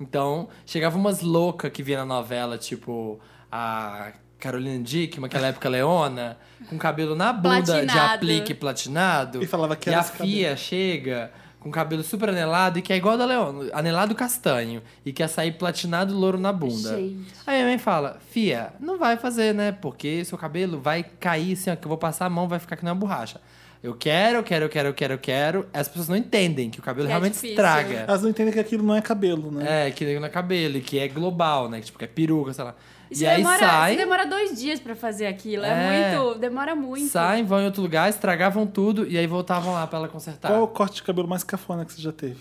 Speaker 1: Então, chegava umas loucas que via na novela, tipo a Carolina Dickman, naquela é época Leona, com cabelo na bunda de
Speaker 3: Platinado.
Speaker 1: aplique platinado.
Speaker 2: E falava que
Speaker 1: E
Speaker 2: era
Speaker 1: a
Speaker 2: esse cabelo.
Speaker 1: Fia chega com cabelo super anelado e que é igual a da Leona, anelado castanho, e quer sair platinado louro na bunda.
Speaker 3: Gente.
Speaker 1: Aí minha mãe fala, Fia, não vai fazer, né? Porque seu cabelo vai cair assim, ó, que eu vou passar a mão, vai ficar aqui na borracha. Eu quero, eu quero, eu quero, eu quero, eu quero. As pessoas não entendem que o cabelo
Speaker 3: Que é
Speaker 1: realmente
Speaker 3: difícil.
Speaker 1: estraga.
Speaker 2: Elas não entendem que aquilo não é cabelo, né?
Speaker 1: É, que liga no cabelo, e que é global, né? Que, tipo, que é peruca, sei lá.
Speaker 3: Isso
Speaker 1: e aí
Speaker 3: demora,
Speaker 1: sai,
Speaker 3: Isso demora dois dias pra fazer aquilo. É,
Speaker 1: É.
Speaker 3: muito. Demora muito.
Speaker 1: saem, vão em outro lugar, estragavam tudo e aí voltavam lá pra ela consertar.
Speaker 2: Qual é o corte de cabelo mais cafona que você já teve?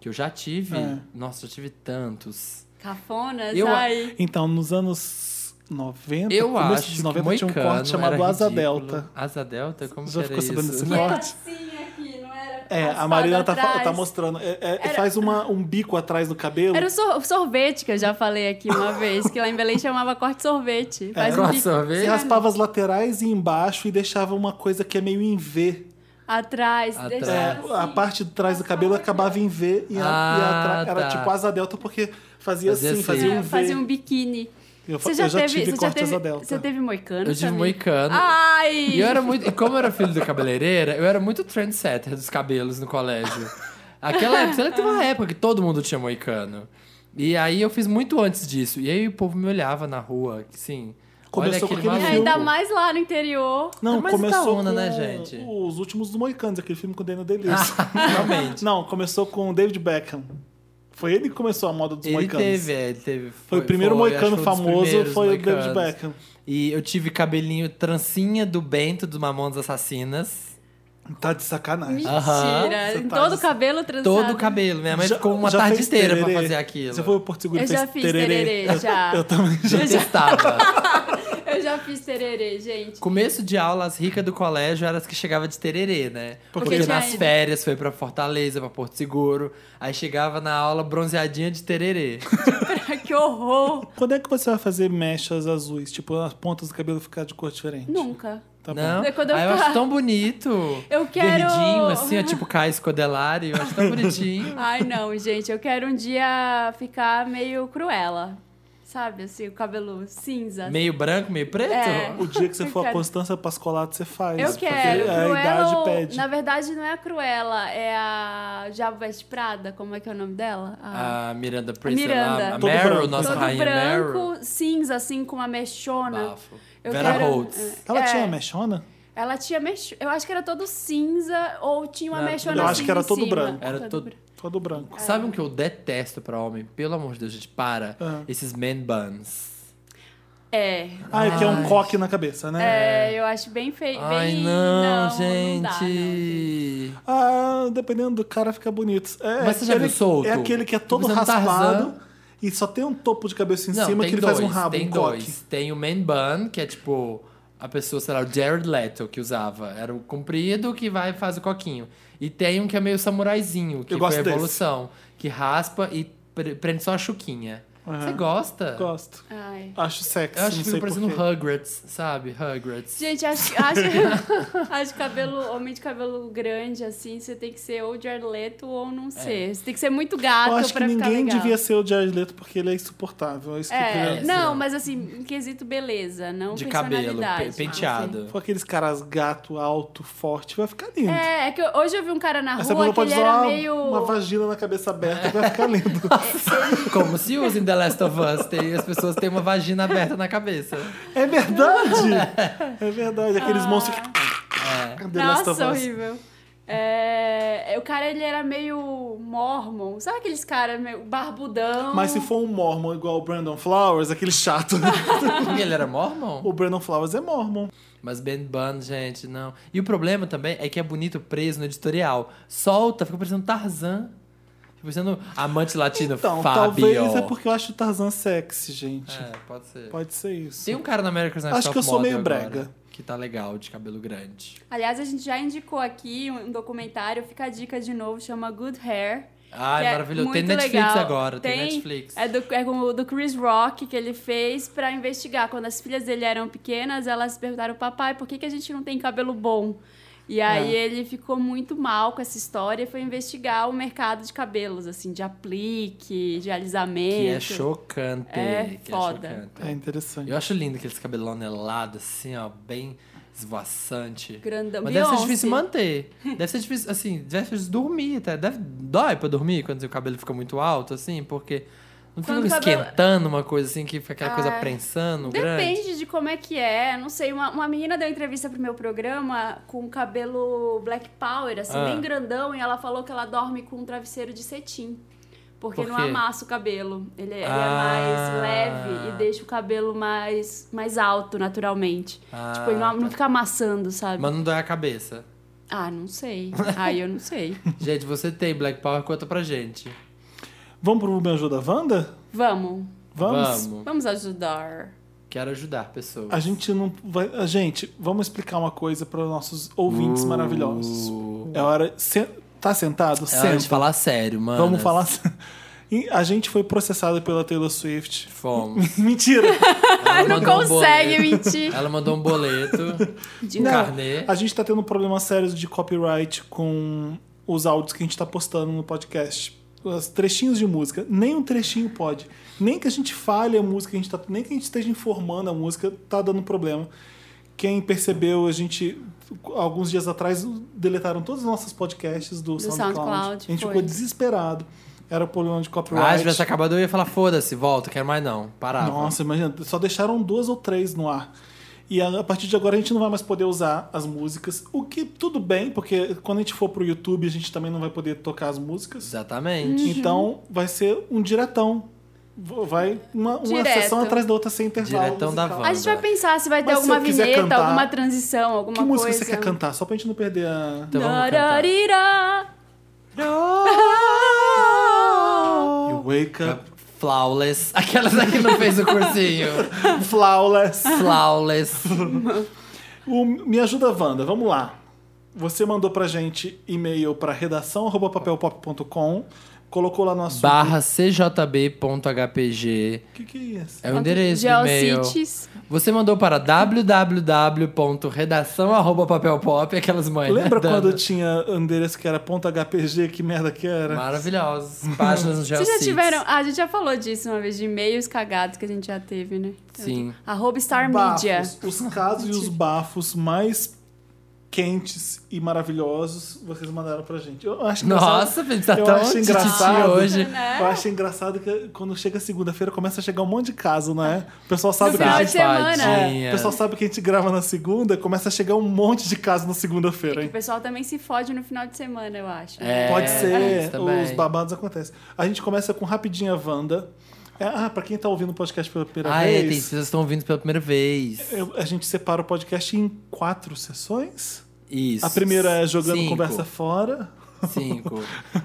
Speaker 1: Que eu já tive.
Speaker 2: É.
Speaker 1: Nossa, eu tive tantos.
Speaker 3: Cafonas,
Speaker 1: Eu-
Speaker 3: ai.
Speaker 2: Então, nos anos 90,
Speaker 1: Eu
Speaker 2: começo
Speaker 1: acho
Speaker 2: dos
Speaker 1: que
Speaker 2: 90 tinha um
Speaker 1: moicano
Speaker 2: corte chamado
Speaker 1: era
Speaker 2: Asa
Speaker 1: ridículo.
Speaker 2: Delta.
Speaker 1: Asa Delta? Como
Speaker 2: Já
Speaker 1: que era
Speaker 2: ficou sabendo
Speaker 1: isso?
Speaker 2: desse corte?
Speaker 3: Assim aqui, não era
Speaker 2: É, a
Speaker 3: passado
Speaker 2: Marina tá, fa-
Speaker 3: atrás.
Speaker 2: tá mostrando. É, é, Faz uma- um bico atrás no cabelo.
Speaker 3: Era o sor- sorvete que eu já falei aqui uma vez, que lá em Belém chamava corte
Speaker 2: É.
Speaker 3: sorvete. Faz um
Speaker 1: Corte
Speaker 3: bico
Speaker 1: sorvete?
Speaker 2: Você raspava as laterais e embaixo e deixava uma coisa que é meio em V.
Speaker 1: Atrás.
Speaker 3: atrás,
Speaker 2: É,
Speaker 3: deixava assim.
Speaker 2: a parte de trás do cabelo acabava em V e, a, e a
Speaker 1: Ah,
Speaker 2: atra- era
Speaker 1: tá.
Speaker 2: tipo asa delta porque fazia,
Speaker 1: Fazia
Speaker 2: assim,
Speaker 1: assim.
Speaker 2: fazia um
Speaker 3: É,
Speaker 2: V.
Speaker 3: fazia um biquíni.
Speaker 2: Eu, fa-
Speaker 3: Você já,
Speaker 2: eu já
Speaker 3: teve,
Speaker 2: tive
Speaker 3: você
Speaker 2: corte tá?
Speaker 3: já teve,
Speaker 2: asa delta.
Speaker 3: Você teve moicano?
Speaker 1: Eu tive
Speaker 3: também?
Speaker 1: moicano.
Speaker 3: Ai!
Speaker 1: E eu era muito. E como eu era filho do cabeleireira, eu era muito trendsetter dos cabelos no colégio. Aquela época, você lembra que teve uma época que todo mundo tinha moicano. E aí eu fiz muito antes disso. E aí o povo me olhava na rua, assim.
Speaker 2: Começou com
Speaker 1: olha aquele
Speaker 2: aquele
Speaker 1: maluco.
Speaker 2: filme.
Speaker 3: É, Ainda mais lá no interior.
Speaker 2: Não,
Speaker 1: Mas
Speaker 2: começou
Speaker 1: Itaúna,
Speaker 2: com
Speaker 1: né, gente?
Speaker 2: então,
Speaker 1: Ah,
Speaker 2: os últimos dos Moicanos, aquele filme com o Daniel Day-Lewis.
Speaker 1: Realmente.
Speaker 2: Não, começou com o David Beckham. Foi ele que começou a moda dos
Speaker 1: Ele
Speaker 2: moicanos.
Speaker 1: teve, é, ele teve.
Speaker 2: Foi, o primeiro
Speaker 1: foi,
Speaker 2: moicano
Speaker 1: acho que um dos
Speaker 2: famoso,
Speaker 1: primeiros
Speaker 2: foi o David
Speaker 1: moicanos.
Speaker 2: Beckham.
Speaker 1: E eu tive cabelinho trancinha do Bento dos Mamonas Assassinas.
Speaker 2: Tá de sacanagem.
Speaker 1: Aham.
Speaker 3: Mentira.
Speaker 2: Você
Speaker 3: Em
Speaker 2: tá
Speaker 3: todo o
Speaker 2: des-
Speaker 3: cabelo trançado.
Speaker 1: Todo o cabelo. Minha mãe ficou uma tarde
Speaker 2: fez
Speaker 1: inteira pra
Speaker 2: tererê?
Speaker 1: fazer aquilo.
Speaker 2: Você foi um o Porto Seguro e
Speaker 3: Eu
Speaker 2: fez
Speaker 3: já fiz tererê, já.
Speaker 2: Eu também já.
Speaker 1: Detestava.
Speaker 3: Eu já fiz tererê, gente.
Speaker 1: Começo de aula, as ricas do colégio eram as que chegavam de tererê, né?
Speaker 3: Porque
Speaker 1: Porque,
Speaker 3: tinha
Speaker 1: nas
Speaker 3: ido.
Speaker 1: férias foi pra Fortaleza, pra Porto Seguro. Aí chegava na aula bronzeadinha de tererê.
Speaker 3: que horror.
Speaker 2: Quando é que você vai fazer mechas azuis? Tipo, as pontas do cabelo ficar de cor diferente?
Speaker 3: Nunca.
Speaker 2: Tá bom.
Speaker 1: Não?
Speaker 3: É quando eu
Speaker 1: Aí eu
Speaker 3: ficar-
Speaker 1: acho tão bonito.
Speaker 3: Eu quero-
Speaker 1: Verdinho, assim, ó, tipo Caio Escodelário. Eu acho tão bonitinho.
Speaker 3: Ai, não, gente. Eu quero um dia ficar meio cruela. Sabe, assim, o cabelo cinza.
Speaker 1: meio branco, meio preto.
Speaker 3: É.
Speaker 2: O dia que você
Speaker 3: Eu
Speaker 2: for a
Speaker 3: quero.
Speaker 2: Constança Pascolato, você faz.
Speaker 3: Eu
Speaker 2: porque
Speaker 3: quero.
Speaker 2: A
Speaker 3: Cruella.
Speaker 2: idade
Speaker 3: ou-
Speaker 2: pede.
Speaker 3: Na verdade, não é a Cruella, é a Diabo Veste Prada. Como é que é o nome dela? A-
Speaker 1: A Miranda Princess,
Speaker 3: Miranda.
Speaker 1: a, a
Speaker 2: Todo branco.
Speaker 1: Meryl, nossa
Speaker 3: Todo
Speaker 1: rainha
Speaker 3: branco,
Speaker 1: Meryl.
Speaker 3: cinza, assim, com uma mechona.
Speaker 1: Bafo.
Speaker 3: Eu
Speaker 1: Vera
Speaker 3: quero-
Speaker 1: Holtz.
Speaker 2: Ela
Speaker 3: É.
Speaker 2: tinha mechona?
Speaker 3: Ela tinha mex... Eu acho que era todo cinza ou tinha uma
Speaker 1: Não,
Speaker 3: mexona
Speaker 1: eu
Speaker 3: cinza.
Speaker 1: acho
Speaker 2: que era
Speaker 3: em
Speaker 2: todo
Speaker 3: cima.
Speaker 2: branco.
Speaker 1: Era todo-
Speaker 3: branco.
Speaker 2: Todo branco.
Speaker 3: Ah.
Speaker 1: Sabe um que eu detesto pra homem? Pelo amor de Deus, gente, para.
Speaker 2: Ah.
Speaker 1: Esses man buns.
Speaker 3: É.
Speaker 2: Ah, é que é um
Speaker 1: Ai.
Speaker 2: coque na cabeça, né?
Speaker 3: É, eu acho bem feio.
Speaker 1: Ai,
Speaker 3: bem...
Speaker 1: não,
Speaker 3: não
Speaker 1: gente.
Speaker 3: dá, não.
Speaker 2: Ah, dependendo do cara, fica bonito. É,
Speaker 1: Mas você já
Speaker 2: aquele-
Speaker 1: viu solto?
Speaker 2: É aquele que é todo
Speaker 1: Você não tá
Speaker 2: raspado.
Speaker 1: arrasando?
Speaker 2: e só tem um topo de cabeça em
Speaker 1: Não,
Speaker 2: cima
Speaker 1: tem
Speaker 2: que ele
Speaker 1: dois,
Speaker 2: faz um rabo,
Speaker 1: tem
Speaker 2: um
Speaker 1: dois.
Speaker 2: coque.
Speaker 1: Tem o man bun, que é tipo a pessoa, sei lá, o Jared Leto que usava. Era o comprido que vai e faz o coquinho. E tem um que é meio samuraizinho, que
Speaker 2: Eu
Speaker 1: foi
Speaker 2: gosto
Speaker 1: a
Speaker 2: desse.
Speaker 1: evolução, que raspa e pre- prende só a chuquinha.
Speaker 2: Aham.
Speaker 1: Você gosta?
Speaker 2: Gosto.
Speaker 3: Ai.
Speaker 2: Acho sexy,
Speaker 1: Eu acho
Speaker 2: não
Speaker 1: que
Speaker 2: sei
Speaker 1: fica parecendo
Speaker 2: porquê.
Speaker 1: Rugrats, sabe? Rugrats.
Speaker 3: Gente, acho, acho, acho que cabelo, homem de cabelo grande, assim, você tem que ser ou de arleto ou
Speaker 1: É.
Speaker 3: não ser. Você tem que ser muito gato
Speaker 2: Eu acho que
Speaker 3: pra ficar
Speaker 2: ninguém
Speaker 3: legal.
Speaker 2: devia ser o Jared Leto porque ele é insuportável. É isso que eu
Speaker 3: É,
Speaker 2: queria-
Speaker 3: não, mas assim, em quesito beleza, não
Speaker 1: de cabelo,
Speaker 3: personalidade. assim.
Speaker 1: pe- penteado.
Speaker 2: Com aqueles caras gato, alto, forte, vai ficar lindo.
Speaker 3: É, é que eu- hoje eu vi um cara na
Speaker 2: Essa
Speaker 3: rua
Speaker 2: pessoa
Speaker 3: que
Speaker 2: pode
Speaker 3: ele
Speaker 2: usar
Speaker 3: era
Speaker 2: uma,
Speaker 3: meio.
Speaker 2: uma vagina na cabeça aberta que vai ficar lindo.
Speaker 1: Como se usa em The Last of Us. Tem, as pessoas têm uma vagina aberta na cabeça.
Speaker 2: É verdade! É verdade. Aqueles monstros que.
Speaker 1: É.
Speaker 2: The Last of
Speaker 3: Nossa,
Speaker 2: Us.
Speaker 3: horrível. É, é, o cara, ele era meio mormon. Sabe aqueles caras meio barbudão?
Speaker 2: Mas se for um mormon igual o Brandon Flowers, aquele chato. né?
Speaker 1: Porque ele era mormon?
Speaker 2: o Brandon Flowers é mormon.
Speaker 1: Mas Ben Bun, gente, não. E o problema também é que é bonito preso no editorial. Solta, fica parecendo Tarzan. Fica parecendo amante latino
Speaker 2: Então,
Speaker 1: Fábio.
Speaker 2: talvez é porque eu acho o Tarzan sexy, gente.
Speaker 1: É, pode ser.
Speaker 2: Pode ser isso.
Speaker 1: Tem um cara na America's Next
Speaker 2: Acho
Speaker 1: Top
Speaker 2: que eu sou
Speaker 1: Model
Speaker 2: meio
Speaker 1: agora,
Speaker 2: brega.
Speaker 1: Que tá legal, de cabelo grande.
Speaker 3: Aliás, a gente já indicou aqui um documentário, fica a dica de novo, chama Good Hair.
Speaker 1: Ai,
Speaker 3: que é
Speaker 1: maravilhoso. Tem
Speaker 3: muito
Speaker 1: Netflix
Speaker 3: legal.
Speaker 1: agora, tem, Netflix.
Speaker 3: É, do, é com o do Chris Rock que ele fez pra investigar. Quando as filhas dele eram pequenas, elas perguntaram, papai, por que, que a gente não tem cabelo bom? E
Speaker 1: É.
Speaker 3: aí ele ficou muito mal com essa história e foi investigar o mercado de cabelos, assim, de aplique, de alisamento.
Speaker 1: Que é chocante.
Speaker 3: É
Speaker 1: que
Speaker 3: foda.
Speaker 1: É chocante.
Speaker 2: É interessante.
Speaker 1: Eu acho lindo aqueles cabelão anelado, assim, ó, bem esvoaçante.
Speaker 3: Grandão.
Speaker 1: Mas deve ser
Speaker 3: Beyoncé.
Speaker 1: difícil manter. Deve ser difícil, assim, deve ser difícil dormir até. Deve, dói pra dormir quando o cabelo fica muito alto, assim, porque não fica
Speaker 3: Quando o cabelo-
Speaker 1: esquentando uma coisa assim, que fica aquela coisa
Speaker 3: Ah,
Speaker 1: prensando grande.
Speaker 3: Depende de como é que é. Não sei, uma, uma menina deu entrevista pro meu programa com cabelo black power, assim,
Speaker 1: Ah.
Speaker 3: bem grandão, e ela falou que ela dorme com um travesseiro de cetim. Porque
Speaker 1: Por
Speaker 3: não
Speaker 1: quê?
Speaker 3: amassa o cabelo. Ele, ele
Speaker 1: Ah.
Speaker 3: é mais leve e deixa o cabelo mais, mais alto, naturalmente.
Speaker 1: Ah,
Speaker 3: tipo, ele não, não
Speaker 1: tá.
Speaker 3: fica amassando, sabe?
Speaker 1: Mas não dói a cabeça.
Speaker 3: Ah, não sei. Aí eu não sei.
Speaker 1: Gente, você tem Black Power, conta pra gente.
Speaker 2: Vamos pro Me Ajuda Wanda?
Speaker 3: Vamos.
Speaker 2: Vamos?
Speaker 3: Vamos ajudar.
Speaker 1: Quero ajudar pessoas.
Speaker 2: A gente não vai. A gente, vamos explicar uma coisa para nossos
Speaker 1: Uh.
Speaker 2: ouvintes maravilhosos. É hora. se- tá sentado?
Speaker 1: É hora de
Speaker 2: Senta.
Speaker 1: falar sério, mano.
Speaker 2: Vamos falar. E a gente foi processado pela Taylor Swift.
Speaker 1: Fomos.
Speaker 2: Mentira!
Speaker 1: Ela
Speaker 3: Não
Speaker 1: mandou um
Speaker 3: consegue
Speaker 1: boleto.
Speaker 3: mentir.
Speaker 1: Ela mandou um boleto.
Speaker 3: De
Speaker 1: um
Speaker 2: Não,
Speaker 1: carnê.
Speaker 2: A gente tá tendo problemas sérios de copyright com os áudios que a gente tá postando no podcast. Os trechinhos de música. Nem um trechinho pode. Nem que a gente fale a música, que a gente tá, nem que a gente esteja informando a música, tá dando problema. Quem percebeu, a gente, alguns dias atrás, deletaram todos os nossos podcasts do, SoundCloud.
Speaker 3: SoundCloud,
Speaker 2: A gente
Speaker 3: foi.
Speaker 2: ficou desesperado. Era problema de
Speaker 1: Ah, se
Speaker 2: copyright.
Speaker 1: tivesse acabado, eu ia falar, foda-se, volta, quero mais não. Parava.
Speaker 2: Nossa, imagina, só deixaram duas ou três no ar. E a, a partir de agora a gente não vai mais poder usar as músicas, o que tudo bem, porque quando a gente for pro YouTube a gente também não vai poder tocar as músicas.
Speaker 1: Exatamente.
Speaker 2: Então vai ser um diretão. V- Vai uma, uma
Speaker 3: Direto.
Speaker 2: sessão atrás da outra sem intervalo.
Speaker 1: Diretão da
Speaker 2: musical.
Speaker 1: van.
Speaker 3: A gente vai pensar se vai ter
Speaker 2: Mas se
Speaker 3: alguma
Speaker 2: eu quiser
Speaker 3: vinheta,
Speaker 2: cantar-
Speaker 3: alguma transição, alguma
Speaker 2: Que música
Speaker 3: coisa.
Speaker 2: você quer cantar? Só pra gente não perder a.
Speaker 1: Então vamos cantar. É
Speaker 3: Tararira.
Speaker 2: You wake up,
Speaker 1: Flawless. Aquelas que não fez o cursinho.
Speaker 2: flawless.
Speaker 1: Flawless.
Speaker 2: O Me ajuda, Wanda. Vamos lá. Você mandou pra gente e-mail pra redação@papelpop.com, colocou lá no assunto.
Speaker 1: Barra cjb.hpg.
Speaker 2: O que, que é isso?
Speaker 1: É o endereço do e-mail.
Speaker 3: Geocities.
Speaker 1: Você mandou para www.redação.papelpop. Aquelas mães.
Speaker 2: Lembra
Speaker 1: né,
Speaker 2: quando
Speaker 1: dando-
Speaker 2: tinha endereço que era ponto HPG? Que merda que era?
Speaker 1: Maravilhosas. Páginas no
Speaker 3: Vocês já
Speaker 1: Geocities.
Speaker 3: tiveram. Ah, a gente já falou disso uma vez, de e-mails cagados que a gente já teve, né?
Speaker 1: Sim.
Speaker 3: Arroba Star
Speaker 2: Bafos,
Speaker 3: Media.
Speaker 2: os casos e os bafos mais quentes e maravilhosos vocês mandaram pra gente. Eu acho engraçado-
Speaker 1: Nossa, Felipe, tá
Speaker 2: eu
Speaker 1: tão
Speaker 2: acho
Speaker 1: tititi
Speaker 2: engraçado.
Speaker 1: hoje.
Speaker 3: Né?
Speaker 2: Eu acho engraçado que quando chega segunda-feira começa a chegar um monte de caso, né? O pessoal sabe
Speaker 3: No
Speaker 2: que a
Speaker 3: final
Speaker 2: gente
Speaker 3: de semana.
Speaker 1: Safadinha.
Speaker 2: É, o pessoal sabe que a gente grava na segunda, começa a chegar um monte de casos na segunda-feira.
Speaker 3: É O
Speaker 2: hein?
Speaker 3: pessoal também se fode no final de semana, eu acho.
Speaker 1: É.
Speaker 2: Pode
Speaker 1: isso
Speaker 2: ser,
Speaker 1: também.
Speaker 2: os babados acontecem. A gente começa com Rapidinha Wanda. É, ah, pra quem tá ouvindo o podcast pela primeira
Speaker 1: Ah, é, tem,
Speaker 2: vez,
Speaker 1: vocês estão ouvindo pela primeira vez.
Speaker 2: eu- a gente separa o podcast em quatro sessões.
Speaker 1: Isso.
Speaker 2: A primeira é Jogando
Speaker 1: Cinco.
Speaker 2: Conversa Fora.
Speaker 1: Cinco.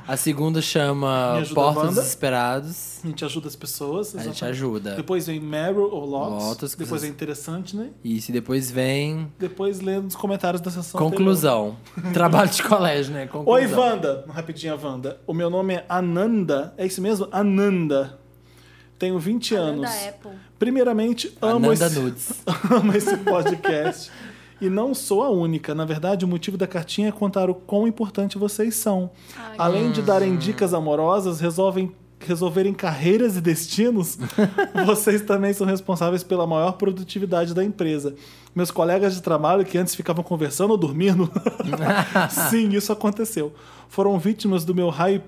Speaker 1: A segunda chama
Speaker 2: Me ajuda,
Speaker 1: Porta dos
Speaker 2: Wanda.
Speaker 1: Desesperados.
Speaker 2: A gente ajuda as pessoas.
Speaker 1: A gente
Speaker 2: exatamente.
Speaker 1: ajuda.
Speaker 2: Depois vem Meryl ou Lotus.
Speaker 1: Lotus, que
Speaker 2: Depois
Speaker 1: vocês-
Speaker 2: é interessante, né?
Speaker 1: Isso, e depois vem
Speaker 2: Depois lendo os comentários da sessão. anterior.
Speaker 1: conclusão. Trabalho de colégio, né? Conclusão.
Speaker 2: Oi, Wanda. Rapidinho, Wanda. O meu nome é Ananda. É isso mesmo? Ananda. Tenho 20
Speaker 3: Ananda é-
Speaker 2: anos.
Speaker 3: Apple.
Speaker 2: Primeiramente, amo
Speaker 1: Ananda
Speaker 2: esse...
Speaker 1: Nudes.
Speaker 2: amo esse podcast. E não sou a única. Na verdade, o motivo da cartinha é contar o quão importante vocês são.
Speaker 3: Ai,
Speaker 2: Além de darem dicas amorosas, resolvem resolverem carreiras e destinos, vocês também são responsáveis pela maior produtividade da empresa. Meus colegas de trabalho que antes ficavam conversando ou dormindo, sim, isso aconteceu. Foram vítimas do meu raio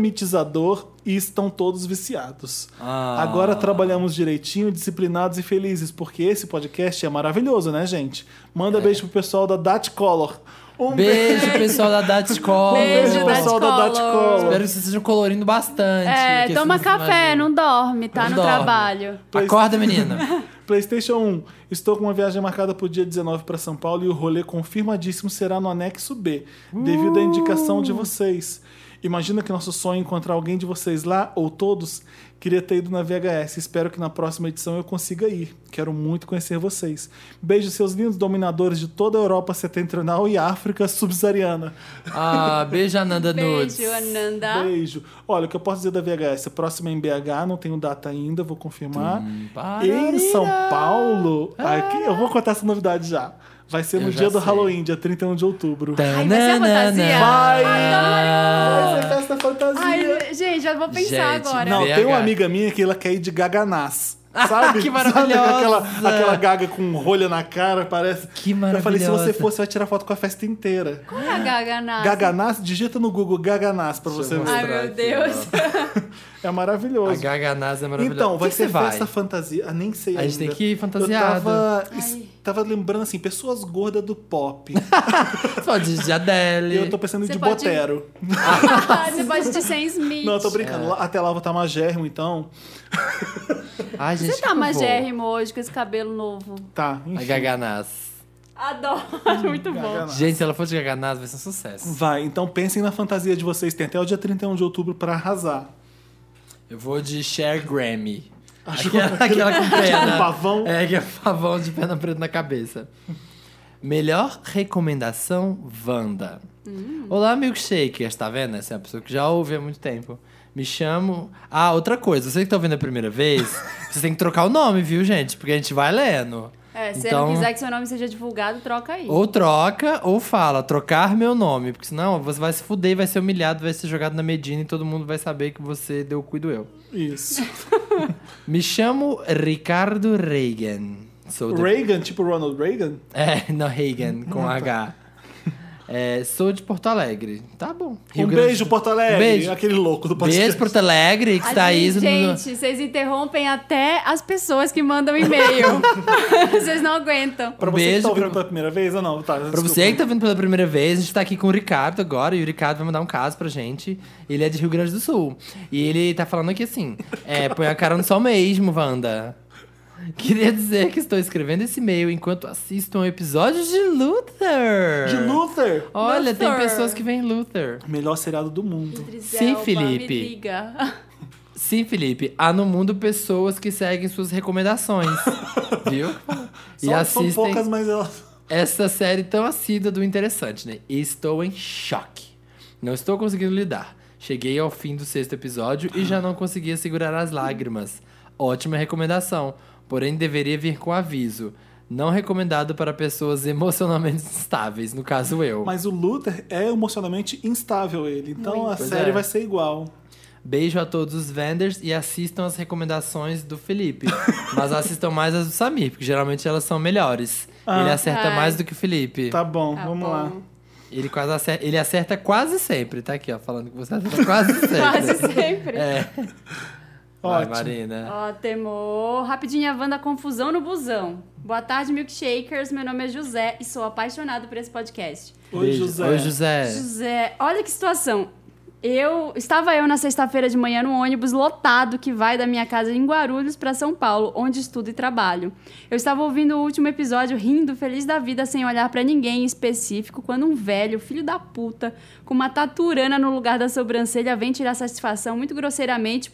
Speaker 2: piramidizador e estão todos viciados.
Speaker 1: Ah.
Speaker 2: Agora trabalhamos direitinho, disciplinados e felizes, porque esse podcast é maravilhoso, né, gente? Manda beijo pro pessoal da Dat Color. Um
Speaker 1: Beijo, pessoal da Data Escola.
Speaker 3: Beijo,
Speaker 2: beijo, pessoal da
Speaker 3: Dati
Speaker 2: Dat Color.
Speaker 1: Espero que vocês estejam colorindo bastante.
Speaker 3: É,
Speaker 1: que
Speaker 3: toma
Speaker 1: vocês
Speaker 3: café,
Speaker 1: imaginam.
Speaker 3: não dorme, tá?
Speaker 1: Não
Speaker 3: no
Speaker 1: dorme.
Speaker 3: trabalho.
Speaker 1: Acorda, menina.
Speaker 2: PlayStation 1. Estou com uma viagem marcada para o dia 19 para São Paulo e o rolê confirmadíssimo será no anexo B, devido à indicação de vocês. Imagina que nosso sonho é encontrar alguém de vocês lá, ou todos. Queria ter ido na VHS. Espero que na próxima edição eu consiga ir. Quero muito conhecer vocês. Beijo, seus lindos dominadores de toda a Europa Setentrional e África Subsaariana.
Speaker 1: Ah, beijo, Ananda Nudes.
Speaker 3: Beijo, Ananda.
Speaker 2: Beijo. Olha, o que eu posso dizer da VHS? A próxima é em BH, não tenho data ainda, vou confirmar.
Speaker 1: para,
Speaker 2: em São
Speaker 1: Nina.
Speaker 2: Paulo,
Speaker 1: Ah!
Speaker 2: aqui, eu vou contar essa novidade já. Vai ser
Speaker 1: Eu
Speaker 2: no
Speaker 1: já
Speaker 2: dia do
Speaker 1: sei. Tá.
Speaker 2: Halloween, dia 31 de outubro.
Speaker 3: Ai, vai ser a fantasia?
Speaker 2: Vai! Vai ser
Speaker 1: Vai!
Speaker 2: é festa fantasia.
Speaker 3: Ai, gente, já vou pensar
Speaker 1: Gente,
Speaker 3: agora.
Speaker 2: não,
Speaker 1: BH.
Speaker 2: tem uma amiga minha que ela quer ir de gaganás. Sabe?
Speaker 1: Ah, Que
Speaker 2: Sabe aquela,
Speaker 1: maravilhosa!
Speaker 2: aquela gaga com rolha na cara, parece.
Speaker 1: Que
Speaker 2: Eu falei, se
Speaker 1: maravilhosa.
Speaker 2: você fosse, vai tirar foto com a festa inteira.
Speaker 3: Qual é a Gaga Nazi?
Speaker 2: Gaganás, digita no Google gaganás pra
Speaker 1: Deixa
Speaker 2: você
Speaker 1: eu
Speaker 2: ver.
Speaker 1: mostrar
Speaker 3: Ai, meu
Speaker 1: aqui,
Speaker 3: Deus.
Speaker 1: ó.
Speaker 2: É
Speaker 1: A
Speaker 2: maravilhoso.
Speaker 1: Gaganás é maravilhosa.
Speaker 2: Então, vai
Speaker 1: que
Speaker 2: ser
Speaker 1: você vai?
Speaker 2: festa fantasia. Ah, nem sei
Speaker 1: A gente tem
Speaker 2: ainda.
Speaker 1: que ir
Speaker 2: Eu
Speaker 1: fantasiado.
Speaker 2: tava,
Speaker 3: Ai.
Speaker 2: tava lembrando assim, pessoas gordas do pop.
Speaker 1: Pode de Adele.
Speaker 2: eu tô pensando
Speaker 3: Você
Speaker 2: de
Speaker 3: pode-
Speaker 2: Botero.
Speaker 3: Você pode de sem Smith.
Speaker 2: Não, eu tô
Speaker 1: É.
Speaker 2: brincando. Lá- Até lá eu vou estar magérrimo, então.
Speaker 1: Ai, gente,
Speaker 3: Você
Speaker 1: que
Speaker 3: tá
Speaker 1: eu vou?
Speaker 3: magérrimo hoje com esse cabelo novo.
Speaker 2: Tá,
Speaker 1: A
Speaker 2: enfim.
Speaker 1: Gaganás.
Speaker 3: Adoro,
Speaker 1: Hum,
Speaker 3: muito bom.
Speaker 2: Gaganás.
Speaker 1: Gente, se ela for de Gaganás, vai ser um sucesso.
Speaker 2: Vai, então pensem na fantasia de vocês. Tem até o dia 31 de outubro pra arrasar.
Speaker 1: Eu vou de Cher Grammy.
Speaker 2: Acho
Speaker 1: Aquela, aquela com
Speaker 2: um
Speaker 3: Ah.
Speaker 1: pena.
Speaker 2: pavão.
Speaker 1: É, que é pavão de pena preta na cabeça. Melhor recomendação, Wanda.
Speaker 3: Hum.
Speaker 1: Olá, milkshakers, tá vendo? Essa é uma pessoa que já ouve há muito tempo. Me chamo. Ah, outra coisa, você que tá ouvindo a primeira vez, você tem que trocar o nome, viu, gente? Porque a gente vai lendo.
Speaker 3: É, se
Speaker 1: Então-
Speaker 3: não quiser que seu nome seja divulgado, troca aí.
Speaker 1: Ou troca, ou fala, trocar meu nome. Porque senão você vai se fuder, vai ser humilhado, vai ser jogado na Medina e todo mundo vai saber que você deu o cu e doeu.
Speaker 2: Isso.
Speaker 1: Me chamo Ricardo Reagan. Sou do
Speaker 2: Reagan, tipo Ronald Reagan?
Speaker 1: É, não, Reagan, com
Speaker 2: tá.
Speaker 1: H. É, sou de Porto Alegre. Tá bom. Rio
Speaker 2: um
Speaker 1: Grande
Speaker 2: beijo,
Speaker 1: do-
Speaker 2: Porto Alegre.
Speaker 1: Beijo. Um
Speaker 2: Aquele louco do podcast.
Speaker 1: Beijo, Porto Alegre, que
Speaker 3: Ai,
Speaker 1: está aí.
Speaker 3: gente, vocês interrompem até as pessoas que mandam e-mail. vocês não aguentam.
Speaker 2: Pra você que
Speaker 1: um Beijo
Speaker 2: tá ouvindo
Speaker 1: pra-
Speaker 2: pela primeira vez ou não? Tá,
Speaker 1: Pra você que tá vindo pela primeira vez, a gente tá aqui com o Ricardo agora, e o Ricardo vai mandar um caso pra gente. Ele é de Rio Grande do Sul. E ele tá falando aqui assim: é, põe a cara no sol mesmo, Wanda. Queria dizer que estou escrevendo esse e-mail enquanto assisto um episódio de Luther.
Speaker 2: De Luther.
Speaker 1: Olha, tem
Speaker 3: Luther.
Speaker 1: pessoas que veem Luther.
Speaker 2: Melhor seriado do mundo.
Speaker 1: Sim, Felipe.
Speaker 3: Me liga.
Speaker 1: Sim, Felipe, há no mundo pessoas que seguem suas recomendações, viu? E
Speaker 2: São, são
Speaker 1: assistem
Speaker 2: poucas, mas elas...
Speaker 1: essa série tão assídua do interessante, né? Estou em choque. Não estou conseguindo lidar. Cheguei ao fim do sexto episódio e já não conseguia segurar as lágrimas. Ótima recomendação, porém deveria vir com aviso. Não recomendado para pessoas emocionalmente instáveis, no caso eu.
Speaker 2: Mas o Luther é emocionalmente instável ele, então a
Speaker 1: Pois
Speaker 2: série
Speaker 1: é.
Speaker 2: vai ser igual.
Speaker 1: Beijo a todos os vendors e assistam as recomendações do Felipe. Mas assistam mais as do Samir, porque geralmente elas são melhores.
Speaker 2: Ah.
Speaker 1: Ele acerta
Speaker 3: Ai.
Speaker 1: mais do que o Felipe.
Speaker 2: Tá bom,
Speaker 3: Tá
Speaker 2: vamos
Speaker 3: bom.
Speaker 2: lá.
Speaker 1: Ele, quase acerta, ele acerta quase sempre. Tá aqui, ó, falando que você acerta quase sempre.
Speaker 3: Quase sempre.
Speaker 1: É. Vai,
Speaker 2: Ótimo.
Speaker 1: Marina.
Speaker 3: Ótimo. Rapidinho, a Wanda Confusão no Busão. Boa tarde, Milkshakers. Meu nome é José e sou apaixonado por esse podcast.
Speaker 2: Oi,
Speaker 1: Beijo.
Speaker 2: José.
Speaker 1: Oi, José.
Speaker 3: José, olha que situação. Eu estava eu na sexta-feira de manhã no ônibus lotado que vai da minha casa em Guarulhos para São Paulo, onde estudo e trabalho. Eu estava ouvindo o último episódio rindo feliz da vida sem olhar para ninguém em específico, quando um velho filho da puta com uma taturana no lugar da sobrancelha vem tirar satisfação muito grosseiramente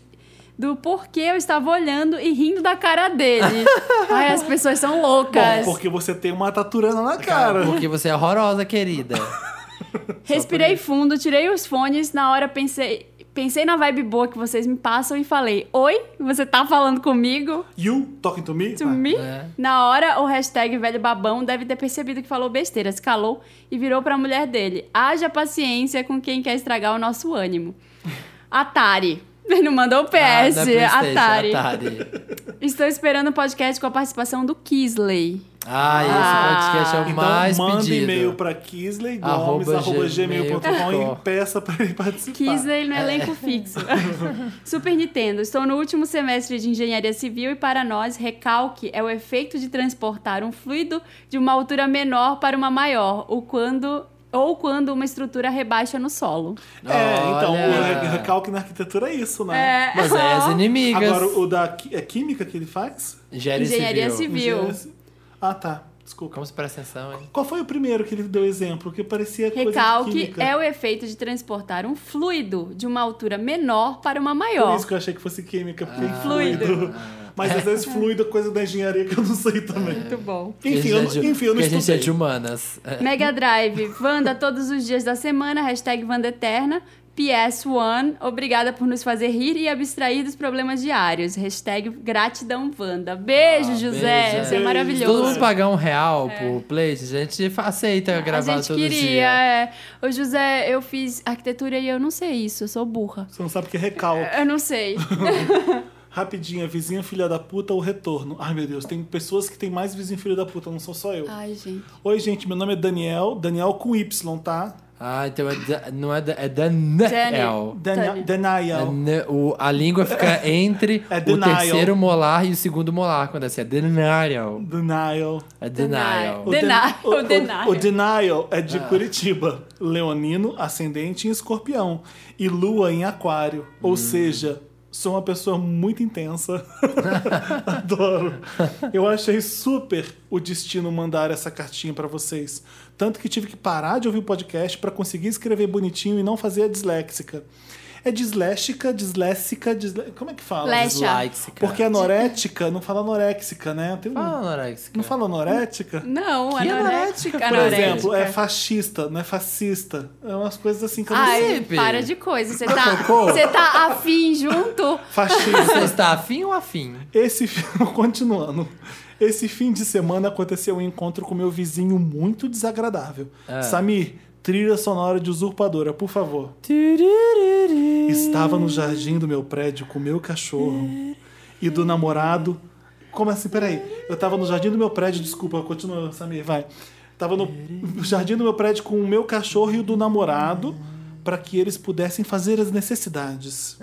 Speaker 3: do porquê eu estava olhando e rindo da cara dele. Ai, as pessoas são loucas.
Speaker 2: Bom, porque você tem uma taturana na cara.
Speaker 1: Porque você é horrorosa, querida.
Speaker 3: Respirei fundo, tirei os fones, na hora pensei, pensei na vibe boa que vocês me passam e falei: "Oi, você tá falando comigo?"
Speaker 2: You talking to me?
Speaker 3: To
Speaker 2: Ah.
Speaker 3: me?
Speaker 1: É.
Speaker 3: Na hora, o hashtag velho babão deve ter percebido que falou besteira, se calou e virou pra mulher dele. Haja paciência com quem quer estragar o nosso ânimo. Atari. Ele não mandou o
Speaker 1: Ah,
Speaker 3: PS.
Speaker 1: da PlayStation,
Speaker 3: Atari.
Speaker 1: Atari.
Speaker 3: Estou esperando o podcast com a participação do Kisley.
Speaker 1: Ah, esse
Speaker 3: Ah.
Speaker 1: podcast é o
Speaker 2: Então
Speaker 1: mais
Speaker 2: manda
Speaker 1: pedido.
Speaker 2: e-mail pra kisleygomes,
Speaker 1: Arroba
Speaker 2: arroba
Speaker 1: gmail.com.
Speaker 2: gmail.com e peça pra ele participar.
Speaker 3: Kisley no elenco fixo. Super Nintendo, estou no último semestre de engenharia civil e para nós, recalque é o efeito de transportar um fluido de uma altura menor para uma maior, ou quando, ou quando uma estrutura rebaixa no solo.
Speaker 2: É, então,
Speaker 1: Olha.
Speaker 2: o recalque na arquitetura é isso, né?
Speaker 1: Mas é as inimigas.
Speaker 2: Agora, o da qui- é química que ele faz?
Speaker 1: Engenharia,
Speaker 3: Engenharia
Speaker 1: civil.
Speaker 3: Civil.
Speaker 2: Engenharia- Ah, tá. Desculpa.
Speaker 1: Vamos prestar atenção, hein?
Speaker 2: Qual foi o primeiro que ele deu exemplo? Que parecia coisa de
Speaker 3: Recalque
Speaker 2: química.
Speaker 3: é o efeito de transportar um fluido de uma altura menor para uma
Speaker 2: Por
Speaker 3: maior.
Speaker 2: isso que eu achei que fosse química, porque é
Speaker 3: Ah. Fluido.
Speaker 2: fluido. Mas às vezes fluido é coisa da engenharia que é eu não sei também.
Speaker 3: Muito bom.
Speaker 2: Enfim,
Speaker 1: Porque a
Speaker 2: eu,
Speaker 1: gente é de-
Speaker 2: enfim, eu não
Speaker 1: porque a gente é
Speaker 2: estudei.
Speaker 1: de humanas. É.
Speaker 3: Mega Drive, Wanda todos os dias da semana, hashtag Wanda Eterna. PS1, obrigada por nos fazer rir e abstrair dos problemas diários. Hashtag gratidão Wanda. Beijo,
Speaker 1: Ah,
Speaker 3: José.
Speaker 1: beijo,
Speaker 3: Você é
Speaker 1: é.
Speaker 3: maravilhoso.
Speaker 1: Todo mundo pagar um real por play, a gente fa- aceita
Speaker 3: É. A
Speaker 1: gravar
Speaker 3: gente
Speaker 1: todo
Speaker 3: queria.
Speaker 1: dia.
Speaker 3: É. Ô, José, eu fiz arquitetura e eu não sei isso, eu sou burra.
Speaker 2: Você não sabe o que é recalque.
Speaker 3: Eu não sei.
Speaker 2: Rapidinho, é vizinha filha da puta ou retorno? Ai, meu Deus, tem pessoas que têm mais vizinho filha da puta, não sou só eu.
Speaker 3: Ai, gente.
Speaker 2: Oi, gente, meu nome é Daniel. Daniel com Y, tá?
Speaker 1: Ah, então é da, não é da, é Daniel.
Speaker 2: Daniel.
Speaker 3: Tânia.
Speaker 1: É
Speaker 2: Daniel.
Speaker 1: ne- o- a língua fica entre
Speaker 2: É
Speaker 1: o
Speaker 2: denial.
Speaker 1: terceiro molar e o segundo molar, quando é assim, é denial.
Speaker 2: Denial.
Speaker 1: É denial.
Speaker 2: O
Speaker 3: Denial,
Speaker 2: den- o- o-
Speaker 3: denial.
Speaker 2: O Denial é de Curitiba. Leonino, ascendente em escorpião. E lua em aquário. Ou seja, sou uma pessoa muito intensa. Adoro. Eu achei super o destino mandar essa cartinha pra vocês. Tanto que tive que parar de ouvir o podcast pra conseguir escrever bonitinho e não fazer a disléxica. É disléxica, disléxica, disle... Como é que fala?
Speaker 3: Lexa.
Speaker 1: Disléxica.
Speaker 2: Porque anorética, não fala anoréxica, né? Tem um-
Speaker 1: é Fala, anoréxica.
Speaker 2: Não fala anorética?
Speaker 3: Não,
Speaker 1: Que
Speaker 3: anorética.
Speaker 1: anorética,
Speaker 2: Por
Speaker 1: Anorética.
Speaker 2: exemplo, é fascista, não é fascista. É umas coisas assim que eu não sei.
Speaker 3: Ai,
Speaker 1: Felipe.
Speaker 3: para de coisa. Você tá,
Speaker 1: cocô?
Speaker 3: você tá afim junto?
Speaker 1: Você
Speaker 2: Fascista.
Speaker 1: está afim ou afim?
Speaker 2: Esse fi- continuando. Esse fim de semana aconteceu um encontro com meu vizinho muito desagradável.
Speaker 1: Ah.
Speaker 2: Samir, trilha sonora de usurpadora, por favor. Estava no jardim do meu prédio com meu cachorro e do namorado. Como assim? Peraí. Eu tava no jardim do meu prédio, desculpa, continua, Samir, vai. Tava no jardim do meu prédio com o meu cachorro e o do namorado para que eles pudessem fazer as necessidades.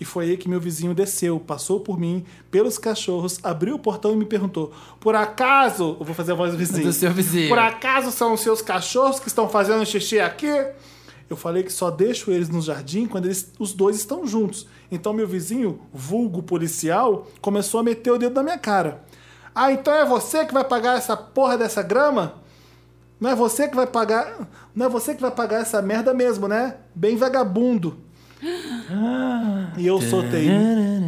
Speaker 2: E foi aí que meu vizinho desceu, passou por mim, pelos cachorros, abriu o portão e me perguntou: Por acaso. Eu vou fazer a voz do vizinho.
Speaker 1: Do seu vizinho.
Speaker 2: Por acaso são os seus cachorros que estão fazendo xixi aqui? Eu falei que só deixo eles no jardim quando eles, os dois estão juntos. Então meu vizinho, vulgo policial, começou a meter o dedo na minha cara. Ah, então é você que vai pagar essa porra dessa grama? Não é você que vai pagar. Não é você que vai pagar essa merda mesmo, né? Bem vagabundo. E eu soltei.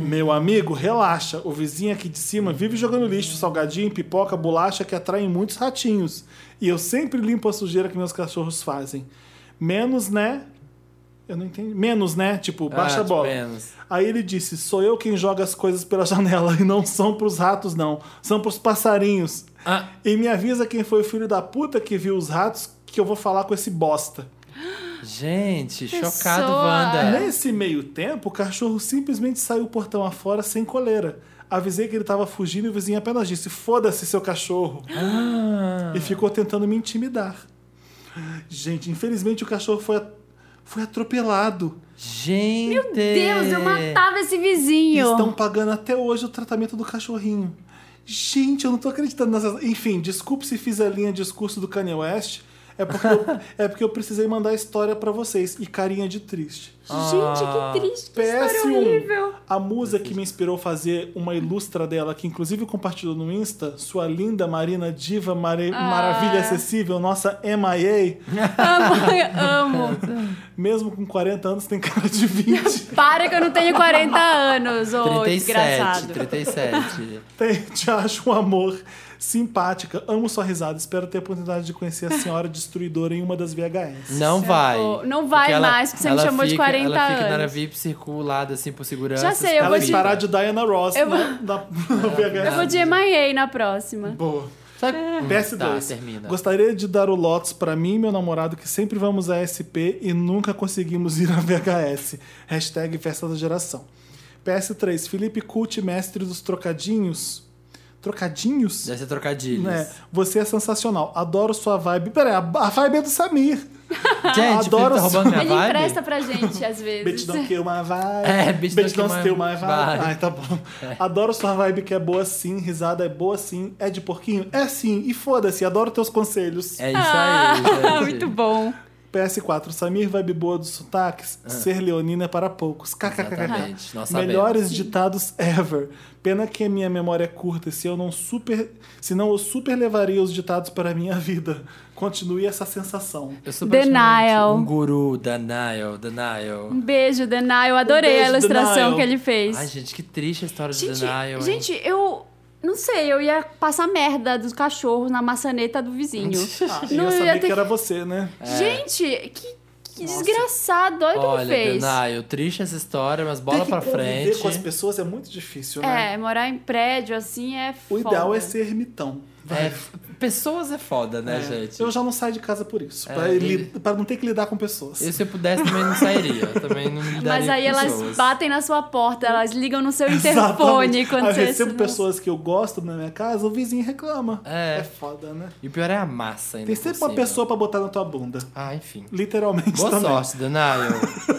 Speaker 2: Meu amigo, relaxa. O vizinho aqui de cima vive jogando lixo, salgadinho, pipoca, bolacha que atraem muitos ratinhos. E eu sempre limpo a sujeira que meus cachorros fazem. Menos, né? Eu não entendi. Menos, né? Tipo, baixa
Speaker 1: Ah,
Speaker 2: a bola.
Speaker 1: menos.
Speaker 2: Aí ele disse: sou eu quem joga as coisas pela janela e não são pros ratos, não. São pros passarinhos.
Speaker 1: Ah.
Speaker 2: E me avisa quem foi o filho da puta que viu os ratos que eu vou falar com esse bosta.
Speaker 1: Gente, chocado,
Speaker 3: Pessoa.
Speaker 1: Wanda.
Speaker 2: Nesse meio tempo, o cachorro simplesmente saiu o portão afora sem coleira. Avisei que ele tava fugindo e o vizinho apenas disse: Foda-se, seu cachorro. E ficou tentando me intimidar. Gente, infelizmente o cachorro foi, a- foi atropelado.
Speaker 1: Gente.
Speaker 3: Meu Deus, eu matava esse vizinho.
Speaker 2: Estão pagando até hoje o tratamento do cachorrinho. Gente, eu não tô acreditando nessas. Enfim, desculpe se fiz a linha de discurso do Kanye West. É porque eu, é porque eu precisei mandar a história pra vocês. E carinha de triste.
Speaker 1: Ah.
Speaker 3: Gente, que triste, que história horrível.
Speaker 2: PS1, a musa que me inspirou a fazer uma ilustra dela, que inclusive compartilhou no Insta, sua linda Marina Diva Mare-
Speaker 3: Ah.
Speaker 2: Maravilha Acessível, nossa MIA,
Speaker 3: Amo, amo.
Speaker 2: mesmo com 40 anos, tem cara de 20.
Speaker 3: Para que eu não tenho 40 anos, ô
Speaker 1: 37,
Speaker 3: desgraçado.
Speaker 1: 37.
Speaker 2: Tem- te acho um amor simpática, amo sua risada, espero ter a oportunidade de conhecer a senhora destruidora em uma das VHS.
Speaker 1: Não vai.
Speaker 3: Não vai
Speaker 1: Porque ela-
Speaker 3: mais, porque você me
Speaker 1: ela
Speaker 3: chamou de
Speaker 1: fica-
Speaker 3: 40
Speaker 1: Ela fica na
Speaker 3: anos.
Speaker 1: área VIP circulada, assim, por segurança.
Speaker 3: Já sei, eu
Speaker 2: Ela
Speaker 3: vou
Speaker 2: é
Speaker 3: te-
Speaker 2: parar de Diana Ross né,
Speaker 3: Eu vou-
Speaker 2: na, na- na VHS.
Speaker 3: Eu vou de MIA na próxima.
Speaker 2: Boa.
Speaker 1: Sabe...
Speaker 3: É.
Speaker 2: PS2.
Speaker 1: Tá, termina.
Speaker 2: Gostaria de dar o Lotus pra mim e meu namorado que sempre vamos a SP e nunca conseguimos ir a VHS. Hashtag festa da geração. PS3. Felipe Cult, mestre dos trocadinhos. Trocadinhos?
Speaker 1: Deve ser trocadilhos.
Speaker 2: Né? Você é sensacional. Adoro sua vibe. Peraí, a, a vibe é do Samir.
Speaker 1: Gente,
Speaker 2: Adoro
Speaker 1: Adoro tá roubando minha
Speaker 3: Ele
Speaker 1: vibe?
Speaker 3: empresta pra gente, às
Speaker 2: Bitch
Speaker 3: vezes.
Speaker 2: don't kill my vibe.
Speaker 1: É, bitch don't kill my
Speaker 2: kill my vibe.
Speaker 1: vibe.
Speaker 2: Ai, tá bom. Adoro sua vibe que é boa sim, risada é boa sim. É de porquinho? É sim. E foda-se, adoro teus conselhos.
Speaker 1: É isso aí, gente.
Speaker 3: Ah, Muito bom.
Speaker 2: PS4, Samir vibe boa dos sotaques, ser leonina é para poucos. KKKK.
Speaker 1: Ah. Exatamente, nós sabemos.
Speaker 2: Melhores ditados ever. Pena que a minha memória é curta, se eu não super, senão eu super levaria os ditados para a minha vida. Continue essa sensação.
Speaker 1: Eu sou
Speaker 3: Denial.
Speaker 1: praticamente Um guru, Denial, Denial.
Speaker 3: Um beijo, Denial. Adorei
Speaker 2: Um beijo,
Speaker 3: a ilustração
Speaker 2: Denial.
Speaker 3: que ele fez.
Speaker 1: Ai, gente, que triste a história do
Speaker 3: Gente,
Speaker 1: Denial. hein?
Speaker 3: gente, eu não sei, eu ia passar merda dos cachorros na maçaneta do vizinho.
Speaker 2: Ah,
Speaker 3: Não,
Speaker 2: eu ia
Speaker 3: eu
Speaker 2: saber
Speaker 3: ia
Speaker 2: que
Speaker 3: ter
Speaker 2: era você, né?
Speaker 1: É.
Speaker 3: Gente, que, que desgraçado, olha o que ele
Speaker 1: Olha,
Speaker 3: fez.
Speaker 1: Denial, triste essa história, mas
Speaker 2: Ter
Speaker 1: bola
Speaker 2: que
Speaker 1: pra
Speaker 2: conviver
Speaker 1: frente.
Speaker 2: com as pessoas é muito difícil, né?
Speaker 3: É, morar em prédio assim é
Speaker 2: O
Speaker 3: foda.
Speaker 2: ideal é ser ermitão.
Speaker 1: É, f- pessoas é foda, né,
Speaker 2: É,
Speaker 1: gente?
Speaker 2: Eu já não saio de casa por isso.
Speaker 1: É,
Speaker 2: pra,
Speaker 1: ele-
Speaker 2: li- pra não ter que lidar com pessoas.
Speaker 1: Eu, se eu pudesse, também não sairia. também não me daria
Speaker 3: Mas aí elas
Speaker 1: pessoas.
Speaker 3: batem na sua porta, elas ligam no seu interfone
Speaker 2: Exatamente.
Speaker 3: quando
Speaker 2: Aí Eu
Speaker 3: você.
Speaker 2: recebo pessoas que eu gosto na minha casa, o vizinho reclama.
Speaker 1: É.
Speaker 2: foda, né?
Speaker 1: E o pior é a massa ainda.
Speaker 2: Tem
Speaker 1: por
Speaker 2: sempre uma
Speaker 1: cima.
Speaker 2: pessoa pra botar na tua bunda.
Speaker 1: Ah, enfim.
Speaker 2: Literalmente
Speaker 1: Boa
Speaker 2: também.
Speaker 1: sorte, Denial.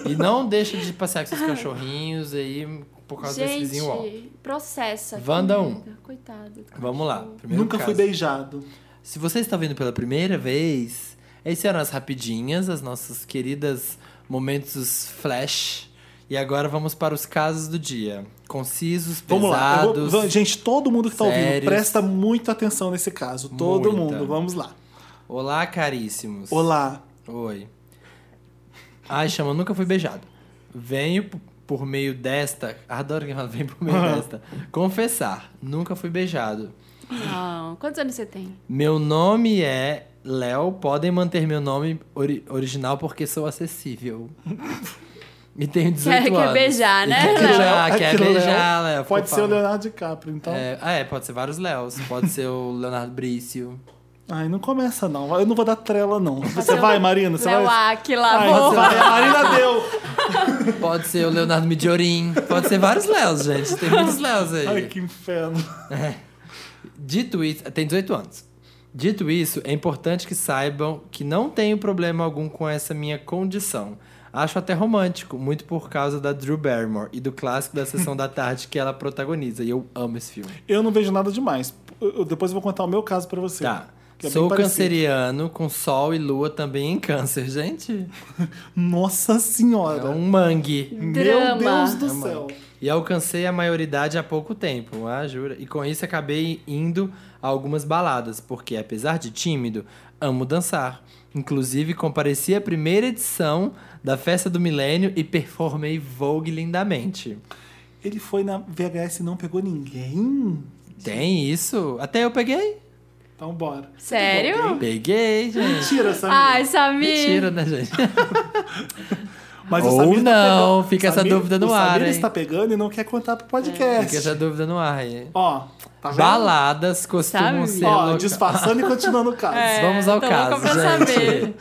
Speaker 1: e não deixa de passear com seus cachorrinhos aí por causa desse
Speaker 3: Gente,
Speaker 1: vizinho. Ó.
Speaker 3: processa. que
Speaker 1: Wanda um.
Speaker 3: merda, Coitado. do
Speaker 1: Vamos lá.
Speaker 3: cachorro.
Speaker 1: Primeiro
Speaker 2: Nunca
Speaker 1: caso.
Speaker 2: fui beijado.
Speaker 1: Se você está vendo pela primeira vez, essas eram as rapidinhas, as nossas queridas momentos flash. E agora vamos para os casos do dia. Concisos,
Speaker 2: Vamos lá. eu vou-
Speaker 1: pesados.
Speaker 2: va- gente, todo mundo que tá ouvindo,
Speaker 1: sérios.
Speaker 2: presta muita atenção nesse caso. Todo
Speaker 1: Muita.
Speaker 2: mundo. Vamos lá.
Speaker 1: Olá, caríssimos.
Speaker 2: Olá.
Speaker 1: Oi. Ai, chama, nunca fui beijado. Venho p- por meio desta. Adoro quem fala, vem por meio desta. Confessar, nunca fui beijado.
Speaker 3: Não. Quantos anos você tem?
Speaker 1: Meu nome é Léo, podem manter meu nome ori- original porque sou acessível. E tenho 18
Speaker 3: Quer- quer
Speaker 1: anos.
Speaker 3: beijar,
Speaker 1: E
Speaker 3: né,
Speaker 1: Quer
Speaker 3: Léo?
Speaker 1: beijar, quer
Speaker 2: Aquilo, Léo.
Speaker 1: beijar, Léo. por
Speaker 2: Pode ser o
Speaker 1: favor.
Speaker 2: Leonardo DiCaprio, então.
Speaker 1: É, ah, é, pode ser vários Léos. Pode ser o Leonardo Brício.
Speaker 2: Ai, não começa, não. Eu não vou dar trela, não. Você
Speaker 3: ser o
Speaker 2: vai, Marina? Você
Speaker 3: Léo
Speaker 2: vai?
Speaker 3: Aquila,
Speaker 2: Ai,
Speaker 3: amor.
Speaker 2: você vai. A Marina deu.
Speaker 1: Pode ser o Leonardo Midiorim. Pode ser vários Léos, gente. Tem muitos Léos aí.
Speaker 2: Ai, que inferno.
Speaker 1: Dito isso, tem 18 anos. Dito isso, é importante que saibam que não tenho problema algum com essa minha condição. Acho até romântico, muito por causa da Drew Barrymore e do clássico da Sessão da Tarde que ela protagoniza. E eu amo esse filme.
Speaker 2: Eu não vejo nada demais. Eu- eu- depois eu vou contar o meu caso pra você.
Speaker 1: Tá.
Speaker 2: Que é bem
Speaker 1: Sou
Speaker 2: parecido.
Speaker 1: canceriano, com sol e lua também em câncer, gente.
Speaker 2: Nossa
Speaker 1: É
Speaker 2: senhora.
Speaker 1: um mangue.
Speaker 2: Meu
Speaker 3: Drama.
Speaker 2: Deus do
Speaker 1: É uma-
Speaker 2: céu.
Speaker 1: E alcancei a maioridade há pouco tempo, ah, jura? E com isso acabei indo a algumas baladas, porque apesar de tímido, amo dançar. Inclusive, compareci à primeira edição da Festa do Milênio e performei Vogue lindamente.
Speaker 2: Ele foi na VHS e não pegou ninguém?
Speaker 1: Tem isso? Até eu peguei?
Speaker 2: Então bora.
Speaker 3: Sério? Ah,
Speaker 1: Peguei, gente.
Speaker 2: Mentira, Samir.
Speaker 3: Ai, Samir.
Speaker 1: Mentira, né, gente?
Speaker 2: Mas
Speaker 1: Ou não, fica essa dúvida no
Speaker 2: o
Speaker 1: ar,
Speaker 2: Samir
Speaker 1: hein?
Speaker 2: está pegando e não quer contar
Speaker 3: É.
Speaker 2: pro podcast.
Speaker 1: Fica essa dúvida no ar aí.
Speaker 2: Ó, tá vendo?
Speaker 1: Baladas costumam
Speaker 3: Sabe?
Speaker 1: ser.
Speaker 2: Ó,
Speaker 1: loca-
Speaker 2: disfarçando e continuando o caso.
Speaker 3: É,
Speaker 1: Vamos ao
Speaker 3: tô
Speaker 1: caso,
Speaker 3: louca pra
Speaker 1: gente.
Speaker 3: saber.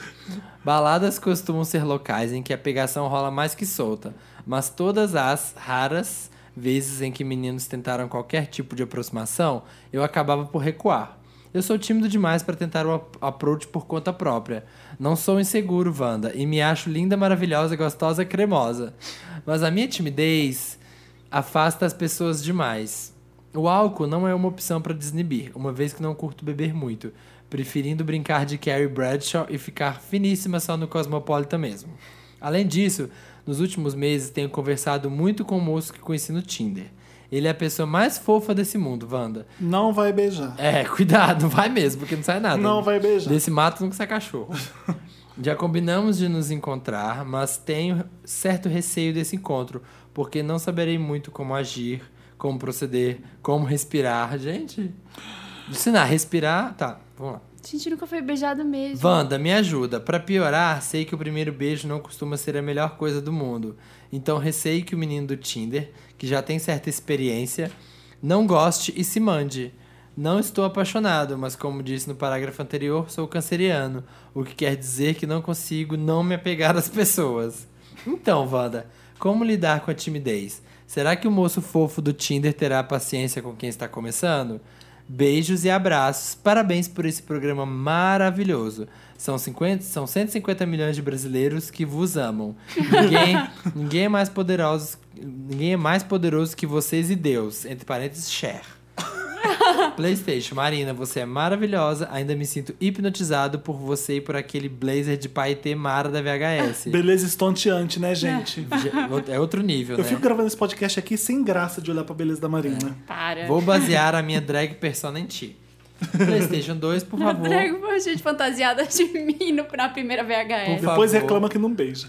Speaker 1: Baladas costumam ser locais em que a pegação rola mais que solta, mas todas as raras vezes em que meninos tentaram qualquer tipo de aproximação, eu acabava por recuar. Eu sou tímido demais para tentar o ap- approach por conta própria. Não sou inseguro, Wanda, e me acho linda, maravilhosa, gostosa, cremosa. Mas a minha timidez afasta as pessoas demais. O álcool não é uma opção para desnibir, uma vez que não curto beber muito, preferindo brincar de Carrie Bradshaw e ficar finíssima só no Cosmopolitan mesmo. Além disso, Nos últimos meses, tenho conversado muito com um moço que conheci no Tinder. Ele é a pessoa mais fofa desse mundo, Wanda.
Speaker 2: Não vai beijar.
Speaker 1: É, cuidado, vai mesmo, porque não sai nada.
Speaker 2: Não vai beijar.
Speaker 1: É. Desse mato nunca sai cachorro. Já combinamos de nos encontrar, mas tenho certo receio desse encontro, porque não saberei muito como agir, como proceder, como respirar. Gente, ensinar, respirar. Tá, vamos lá.
Speaker 3: Gente, nunca foi beijado mesmo.
Speaker 1: Wanda, me ajuda. Pra piorar, sei que o primeiro beijo não costuma ser a melhor coisa do mundo. Então receio que o menino do Tinder, que já tem certa experiência, não goste e se mande. Não estou apaixonado, mas como disse no parágrafo anterior, sou canceriano, o que quer dizer que não consigo não me apegar às pessoas. Então, Wanda, como lidar com a timidez? Será que o moço fofo do Tinder terá paciência com quem está começando? Beijos e abraços. Parabéns por esse programa maravilhoso. São 50, são 150 milhões de brasileiros que vos amam. Ninguém, ninguém é mais poderoso, ninguém é mais poderoso que vocês e Deus. Entre parênteses, Cher. PlayStation, Marina, você é maravilhosa. Ainda me sinto hipnotizado por você e por aquele blazer de paetê mara da VHS.
Speaker 2: Beleza estonteante,
Speaker 3: É.
Speaker 2: né, gente?
Speaker 1: Je- É outro nível,
Speaker 2: Eu
Speaker 1: né?
Speaker 2: fico gravando esse podcast aqui sem graça de olhar pra beleza da Marina.
Speaker 3: Para.
Speaker 1: Vou basear a minha drag persona em ti. PlayStation 2, por favor.
Speaker 3: Trago uma gente fantasiada de mim no- na primeira
Speaker 1: É. Por
Speaker 3: VHS.
Speaker 1: favor.
Speaker 2: Depois reclama que não beija.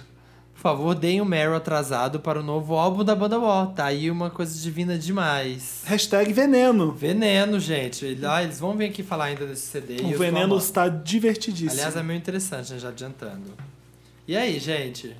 Speaker 1: Por favor, deem um Meryl atrasado para o novo álbum da banda War. Tá aí uma coisa divina demais.
Speaker 2: Hashtag veneno.
Speaker 1: Veneno, gente. Ah, eles vão vir aqui falar ainda desse CD. e eu
Speaker 2: O
Speaker 1: tô
Speaker 2: veneno
Speaker 1: amando.
Speaker 2: está divertidíssimo.
Speaker 1: Aliás, é meio interessante, né? Já adiantando. E aí, gente?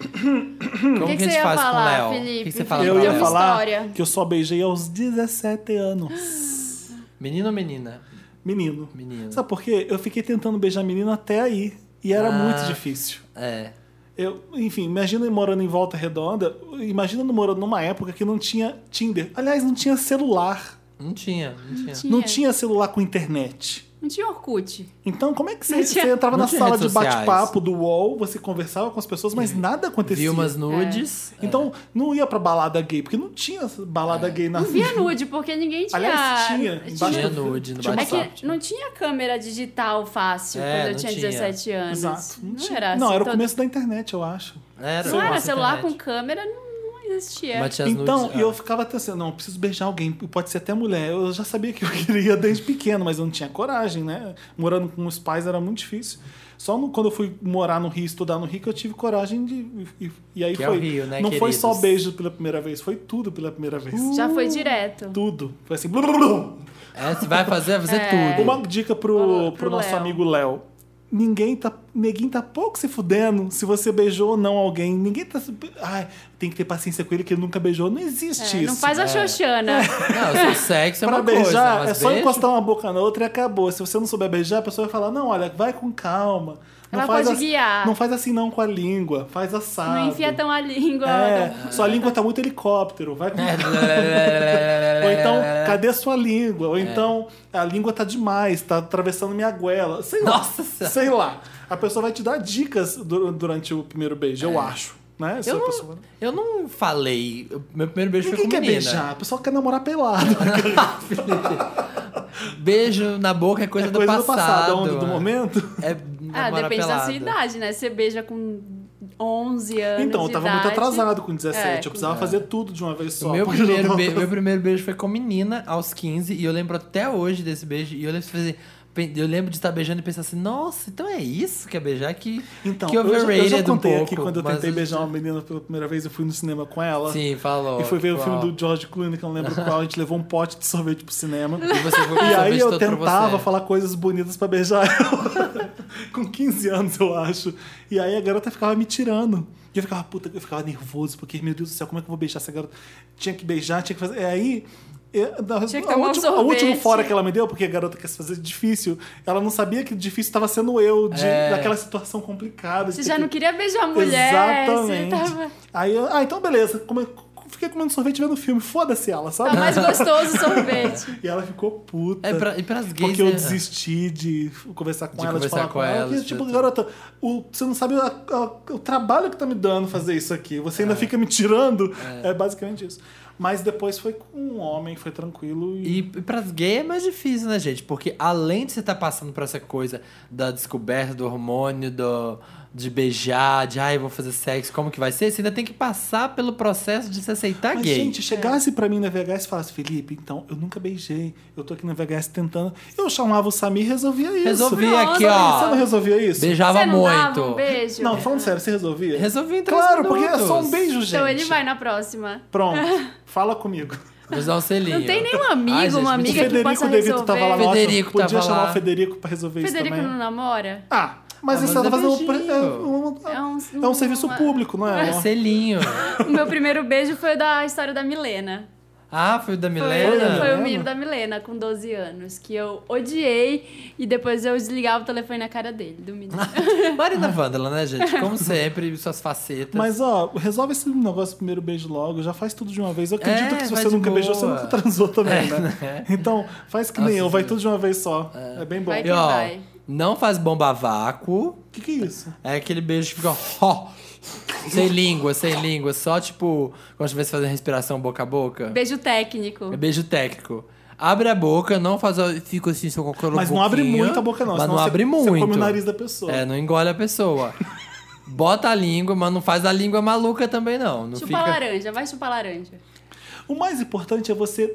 Speaker 3: O
Speaker 1: Como
Speaker 3: que,
Speaker 1: a
Speaker 3: que
Speaker 1: gente
Speaker 3: você ia
Speaker 1: faz com o
Speaker 3: falar,
Speaker 1: Léo?
Speaker 3: Felipe?
Speaker 1: O que que você fala
Speaker 2: eu
Speaker 1: com o
Speaker 2: ia
Speaker 3: Tem uma
Speaker 1: Léo?
Speaker 2: falar
Speaker 3: história.
Speaker 2: que eu só beijei aos 17 anos.
Speaker 1: Menino ou menina?
Speaker 2: Menino.
Speaker 1: Menino.
Speaker 2: Sabe por quê? Eu fiquei tentando beijar menino até aí. E era
Speaker 1: Ah.
Speaker 2: muito difícil.
Speaker 1: É.
Speaker 2: Eu, enfim, imagina eu morando em Volta Redonda. Imagina eu morando numa época que não tinha Tinder. Aliás, não tinha celular.
Speaker 1: Não tinha, não tinha.
Speaker 3: Tinha.
Speaker 2: Não tinha celular com internet.
Speaker 3: Não tinha Orkut.
Speaker 2: Então, como é que você,
Speaker 3: Não tinha-
Speaker 2: você entrava
Speaker 1: não
Speaker 2: na
Speaker 1: tinha
Speaker 2: sala de
Speaker 1: redes sociais.
Speaker 2: bate-papo do UOL, você conversava com as pessoas, mas nada acontecia.
Speaker 1: Vi umas nudes.
Speaker 3: É.
Speaker 1: É.
Speaker 2: Então, não ia pra balada gay, porque não tinha balada gay na
Speaker 3: Não via nude, porque ninguém tinha.
Speaker 2: Aliás, tinha.
Speaker 1: é.
Speaker 2: Basta-
Speaker 1: Tinha nude no
Speaker 2: Tinha
Speaker 3: É
Speaker 1: WhatsApp.
Speaker 3: que não tinha câmera digital fácil
Speaker 1: É,
Speaker 3: quando eu
Speaker 1: não
Speaker 3: tinha
Speaker 1: tinha.
Speaker 3: 17 anos.
Speaker 2: Exato.
Speaker 3: Não,
Speaker 2: tinha.
Speaker 3: era assim.
Speaker 2: Não, era o
Speaker 3: todo-
Speaker 2: começo da internet, eu acho.
Speaker 1: Era,
Speaker 3: Não era
Speaker 1: nossa,
Speaker 3: celular
Speaker 1: internet.
Speaker 3: com câmera, não, não existia.
Speaker 1: Mas tinha as
Speaker 2: Então,
Speaker 1: nudes.
Speaker 2: e eu
Speaker 1: ah.
Speaker 2: ficava até assim, não, eu preciso beijar alguém, pode ser até mulher. Eu já sabia que eu queria desde pequeno, mas eu não tinha coragem, né? Morando com os pais era muito difícil. Só no- quando eu fui morar no Rio, estudar no Rio, que eu tive coragem de. E, e aí
Speaker 1: Que é
Speaker 2: foi.
Speaker 1: o Rio, né,
Speaker 2: não foi
Speaker 1: queridos?
Speaker 2: só beijo pela primeira vez, foi tudo pela primeira vez.
Speaker 3: Já foi direto.
Speaker 2: Tudo. Foi assim. blu, blu, blu.
Speaker 1: É, se vai fazer, vai fazer
Speaker 3: É.
Speaker 1: tudo.
Speaker 2: Uma dica pro,
Speaker 3: Pro-
Speaker 2: pro,
Speaker 3: pro
Speaker 2: nosso
Speaker 3: Léo.
Speaker 2: amigo Léo. Ninguém tá. Ninguém tá pouco se fudendo se você beijou ou não alguém. Ninguém tá. se- Ai, tem que ter paciência com ele que ele nunca beijou. Não existe
Speaker 3: É,
Speaker 2: isso.
Speaker 3: não faz a Xoxana.
Speaker 1: Não, o sexo é
Speaker 2: pra
Speaker 1: uma
Speaker 2: beijar,
Speaker 1: coisa. mas
Speaker 2: é só
Speaker 1: beijo?
Speaker 2: encostar uma boca na outra e acabou. Se você não souber beijar, a pessoa vai falar: não, olha, vai com calma. Não
Speaker 3: Ela
Speaker 2: faz
Speaker 3: pode
Speaker 2: assim,
Speaker 3: guiar.
Speaker 2: Não faz assim não com a língua, faz assado.
Speaker 3: Não enfia tão a língua.
Speaker 2: É, sua língua tá muito helicóptero, vai com
Speaker 1: É,
Speaker 2: Ou
Speaker 1: Ou
Speaker 2: então, cadê sua língua?
Speaker 1: É.
Speaker 2: Ou então, a língua tá demais, tá atravessando minha goela. Sei lá.
Speaker 1: Nossa Senhora.
Speaker 2: Sei lá. A pessoa vai te dar dicas du- durante o primeiro beijo,
Speaker 1: É.
Speaker 2: eu acho. Né? Se a
Speaker 1: Eu
Speaker 2: pessoa-
Speaker 1: não, eu não falei. Eu- Meu primeiro beijo
Speaker 2: Ninguém
Speaker 1: foi com
Speaker 2: quer
Speaker 1: menina.
Speaker 2: é beijar, a pessoa quer namorar pelado.
Speaker 1: Beijo na boca é coisa,
Speaker 2: É coisa
Speaker 1: do
Speaker 2: do
Speaker 1: passado.
Speaker 2: passado, a onda do
Speaker 1: né?
Speaker 2: momento.
Speaker 1: É
Speaker 3: Ah,
Speaker 1: namorar
Speaker 3: depende da
Speaker 1: pelada.
Speaker 3: sua idade, né? Você beija com 11 anos.
Speaker 2: Então, eu
Speaker 3: de
Speaker 2: tava
Speaker 3: idade.
Speaker 2: muito atrasado com 17.
Speaker 3: É,
Speaker 2: eu precisava fazer tudo de uma vez
Speaker 1: O
Speaker 2: só.
Speaker 1: meu
Speaker 2: porque eu
Speaker 1: primeiro,
Speaker 2: não-
Speaker 1: be- meu primeiro beijo foi com menina aos 15 e eu lembro até hoje desse beijo. E eu lembro, de fazer- eu lembro de estar beijando e pensar assim: nossa, então é isso que é beijar? Que,
Speaker 2: Então,
Speaker 1: que
Speaker 2: eu já,
Speaker 1: overrated
Speaker 2: eu já
Speaker 1: um
Speaker 2: contei
Speaker 1: pouco.
Speaker 2: aqui quando eu
Speaker 1: mas
Speaker 2: tentei
Speaker 1: hoje-
Speaker 2: beijar uma menina pela primeira vez, eu fui no cinema com ela.
Speaker 1: Sim, falou.
Speaker 2: E foi ver o
Speaker 1: qual.
Speaker 2: filme do George Clooney, que eu não lembro qual. A gente levou um pote de sorvete pro cinema.
Speaker 1: E você foi com
Speaker 2: E
Speaker 1: o
Speaker 2: aí
Speaker 1: sorvete
Speaker 2: eu
Speaker 1: todo pra
Speaker 2: tentava
Speaker 1: você.
Speaker 2: falar coisas bonitas pra beijar ela. Com 15 anos, eu acho. E aí a garota ficava me tirando. E eu ficava, puta, eu ficava nervoso, porque, meu Deus do céu, como é que eu vou beijar essa garota? Tinha que beijar, tinha que fazer. E aí. Eu, da-
Speaker 3: Tinha que
Speaker 2: a
Speaker 3: tomar um
Speaker 2: última- a
Speaker 3: sorvete.
Speaker 2: última fora que ela me deu, porque a garota quer se fazer difícil, ela não sabia que difícil estava sendo eu, de,
Speaker 1: É.
Speaker 2: daquela situação complicada. de
Speaker 3: Você
Speaker 2: ter
Speaker 3: já
Speaker 2: que-
Speaker 3: não queria beijar a mulher.
Speaker 2: Exatamente.
Speaker 3: Você tava...
Speaker 2: Aí eu, ah, então beleza. Come- Fiquei comendo sorvete vendo filme, foda-se ela,
Speaker 3: Tá
Speaker 2: sabe?
Speaker 3: mais gostoso o sorvete.
Speaker 2: E ela ficou puta.
Speaker 1: É pra, e pras gays.
Speaker 2: Porque eu
Speaker 1: né?
Speaker 2: desisti de conversar com
Speaker 1: De
Speaker 2: ela,
Speaker 1: conversar
Speaker 2: de falar
Speaker 1: com
Speaker 2: com, ela.
Speaker 1: ela,
Speaker 2: porque,
Speaker 1: de
Speaker 2: tipo,
Speaker 1: tudo.
Speaker 2: garota, o- você não sabe a- a- o trabalho que tá me dando fazer isso aqui. Você
Speaker 1: É.
Speaker 2: ainda fica me tirando. É. basicamente isso. Mas depois foi com um homem, foi tranquilo. E,
Speaker 1: E e pras gays é mais difícil, tá né, gente? Porque além de você estar passando por essa coisa da descoberta do hormônio, do, de beijar, de ai, vou fazer sexo, como que vai ser? Você ainda tem que passar pelo processo de se aceitar
Speaker 2: Mas,
Speaker 1: é gay.
Speaker 2: gente, chegasse pra mim na VHS e falasse, Felipe, então, eu nunca beijei, eu tô aqui na VHS tentando. Eu chamava o Samir e resolvia isso.
Speaker 1: Resolvi
Speaker 3: Nossa,
Speaker 1: aqui,
Speaker 2: Você não
Speaker 1: ó.
Speaker 2: resolvia isso?
Speaker 1: Beijava
Speaker 3: Você não dava um
Speaker 1: muito.
Speaker 3: beijo?
Speaker 2: Não, falando sério, você resolvia?
Speaker 1: Resolvi em três
Speaker 2: Claro, porque é
Speaker 1: minutos.
Speaker 2: só um beijo, gente.
Speaker 3: Então ele vai na próxima.
Speaker 2: Pronto, fala comigo.
Speaker 1: Vou dar um selinho.
Speaker 3: Não tem nenhum amigo,
Speaker 1: Ai, gente, me
Speaker 2: o
Speaker 3: uma amiga que
Speaker 2: Federico
Speaker 3: possa
Speaker 2: De Vito
Speaker 3: resolver.
Speaker 2: tava lá. nossa,
Speaker 1: Federico
Speaker 2: podia
Speaker 1: tava
Speaker 2: chamar
Speaker 1: lá.
Speaker 2: o Federico pra resolver
Speaker 3: Federico
Speaker 2: isso também.
Speaker 3: não namora?
Speaker 2: Ah, mas
Speaker 1: Ah,
Speaker 2: isso
Speaker 1: mas
Speaker 2: ela
Speaker 1: é
Speaker 2: tá fazendo...
Speaker 1: beijinho.
Speaker 2: É, um-
Speaker 3: É um-
Speaker 2: é um serviço
Speaker 3: uma-
Speaker 2: público, não é?
Speaker 1: É selinho.
Speaker 3: O meu primeiro beijo foi o da história da Milena.
Speaker 1: Ah, foi o da
Speaker 3: Foi,
Speaker 1: Milena?
Speaker 3: foi o menino da Milena, com 12 anos, que eu odiei e depois eu desligava o telefone na cara dele, do menino.
Speaker 1: Marina Vandala, né, gente? Como sempre, suas facetas.
Speaker 2: Mas, ó, resolve esse negócio do primeiro beijo logo, já faz tudo de uma vez. Eu acredito
Speaker 1: É,
Speaker 2: que se
Speaker 1: vai
Speaker 2: você
Speaker 1: de
Speaker 2: nunca beijou, você
Speaker 1: boa.
Speaker 2: nunca transou também,
Speaker 1: É,
Speaker 2: né?
Speaker 1: né?
Speaker 2: Então, faz que nem
Speaker 1: Nossa,
Speaker 2: eu, vai
Speaker 1: gente.
Speaker 2: tudo de uma vez só. É, bem bom.
Speaker 3: Vai
Speaker 1: E,
Speaker 3: que
Speaker 1: ó,
Speaker 3: vai.
Speaker 1: não faz bomba vácuo.
Speaker 2: O que, que é isso?
Speaker 1: É aquele beijo que fica, ó, sem língua, sem língua. Só, tipo, quando você vai fazer respiração boca a boca.
Speaker 3: Beijo técnico.
Speaker 1: É beijo técnico. Abre a boca, não faz. a- Fica assim, só com aquela
Speaker 2: Mas não abre
Speaker 1: boquinha,
Speaker 2: muito a boca, não.
Speaker 1: Mas
Speaker 2: senão
Speaker 1: não
Speaker 2: você-
Speaker 1: abre muito.
Speaker 2: Você come o nariz da pessoa.
Speaker 1: É, não engole a pessoa. Bota a língua, mas não faz a língua maluca também, não. Não
Speaker 3: Chupa
Speaker 1: fica.
Speaker 3: laranja, vai chupar laranja.
Speaker 2: O mais importante é você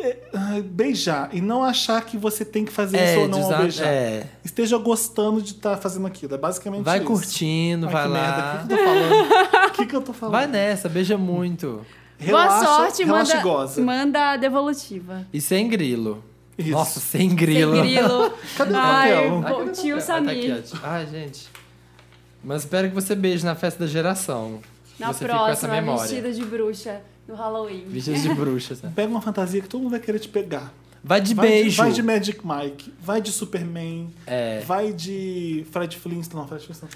Speaker 2: é, ah, beijar e não achar que você tem que fazer
Speaker 1: É,
Speaker 2: isso ou não
Speaker 1: desa-
Speaker 2: ao beijar.
Speaker 1: é.
Speaker 2: Esteja gostando de estar fazendo aquilo. É basicamente
Speaker 1: Vai
Speaker 2: isso.
Speaker 1: curtindo,
Speaker 2: Ai,
Speaker 1: vai
Speaker 2: que
Speaker 1: lá.
Speaker 2: merda, o que, que eu tô falando? O que, que eu tô falando?
Speaker 1: Vai né? nessa, beija muito.
Speaker 2: Relaxa,
Speaker 3: Boa sorte,
Speaker 2: relaxa
Speaker 3: manda,
Speaker 2: e goza.
Speaker 3: manda a devolutiva.
Speaker 1: E sem grilo.
Speaker 2: Isso.
Speaker 1: Nossa, sem
Speaker 3: Sem
Speaker 1: grilo.
Speaker 3: grilo.
Speaker 2: Cadê o
Speaker 3: Ai,
Speaker 2: papel?
Speaker 1: Ai, cadê
Speaker 3: bom,
Speaker 1: meu
Speaker 3: tio
Speaker 1: papel? Ah, tá aqui,
Speaker 3: Samir.
Speaker 1: ó. Ai, gente. Mas espero que você beije na festa da geração.
Speaker 3: Na
Speaker 1: você fique com essa
Speaker 3: próxima,
Speaker 1: memória.
Speaker 3: vestida de bruxa no Halloween.
Speaker 1: Vestidas de bruxas. né?
Speaker 2: Pega uma fantasia que todo mundo vai querer te pegar.
Speaker 1: Vai de
Speaker 2: Vai
Speaker 1: beijo.
Speaker 2: vai de Magic Mike, vai de Superman,
Speaker 1: É.
Speaker 2: vai de Fred Flintstone, não, Fred Flintstone.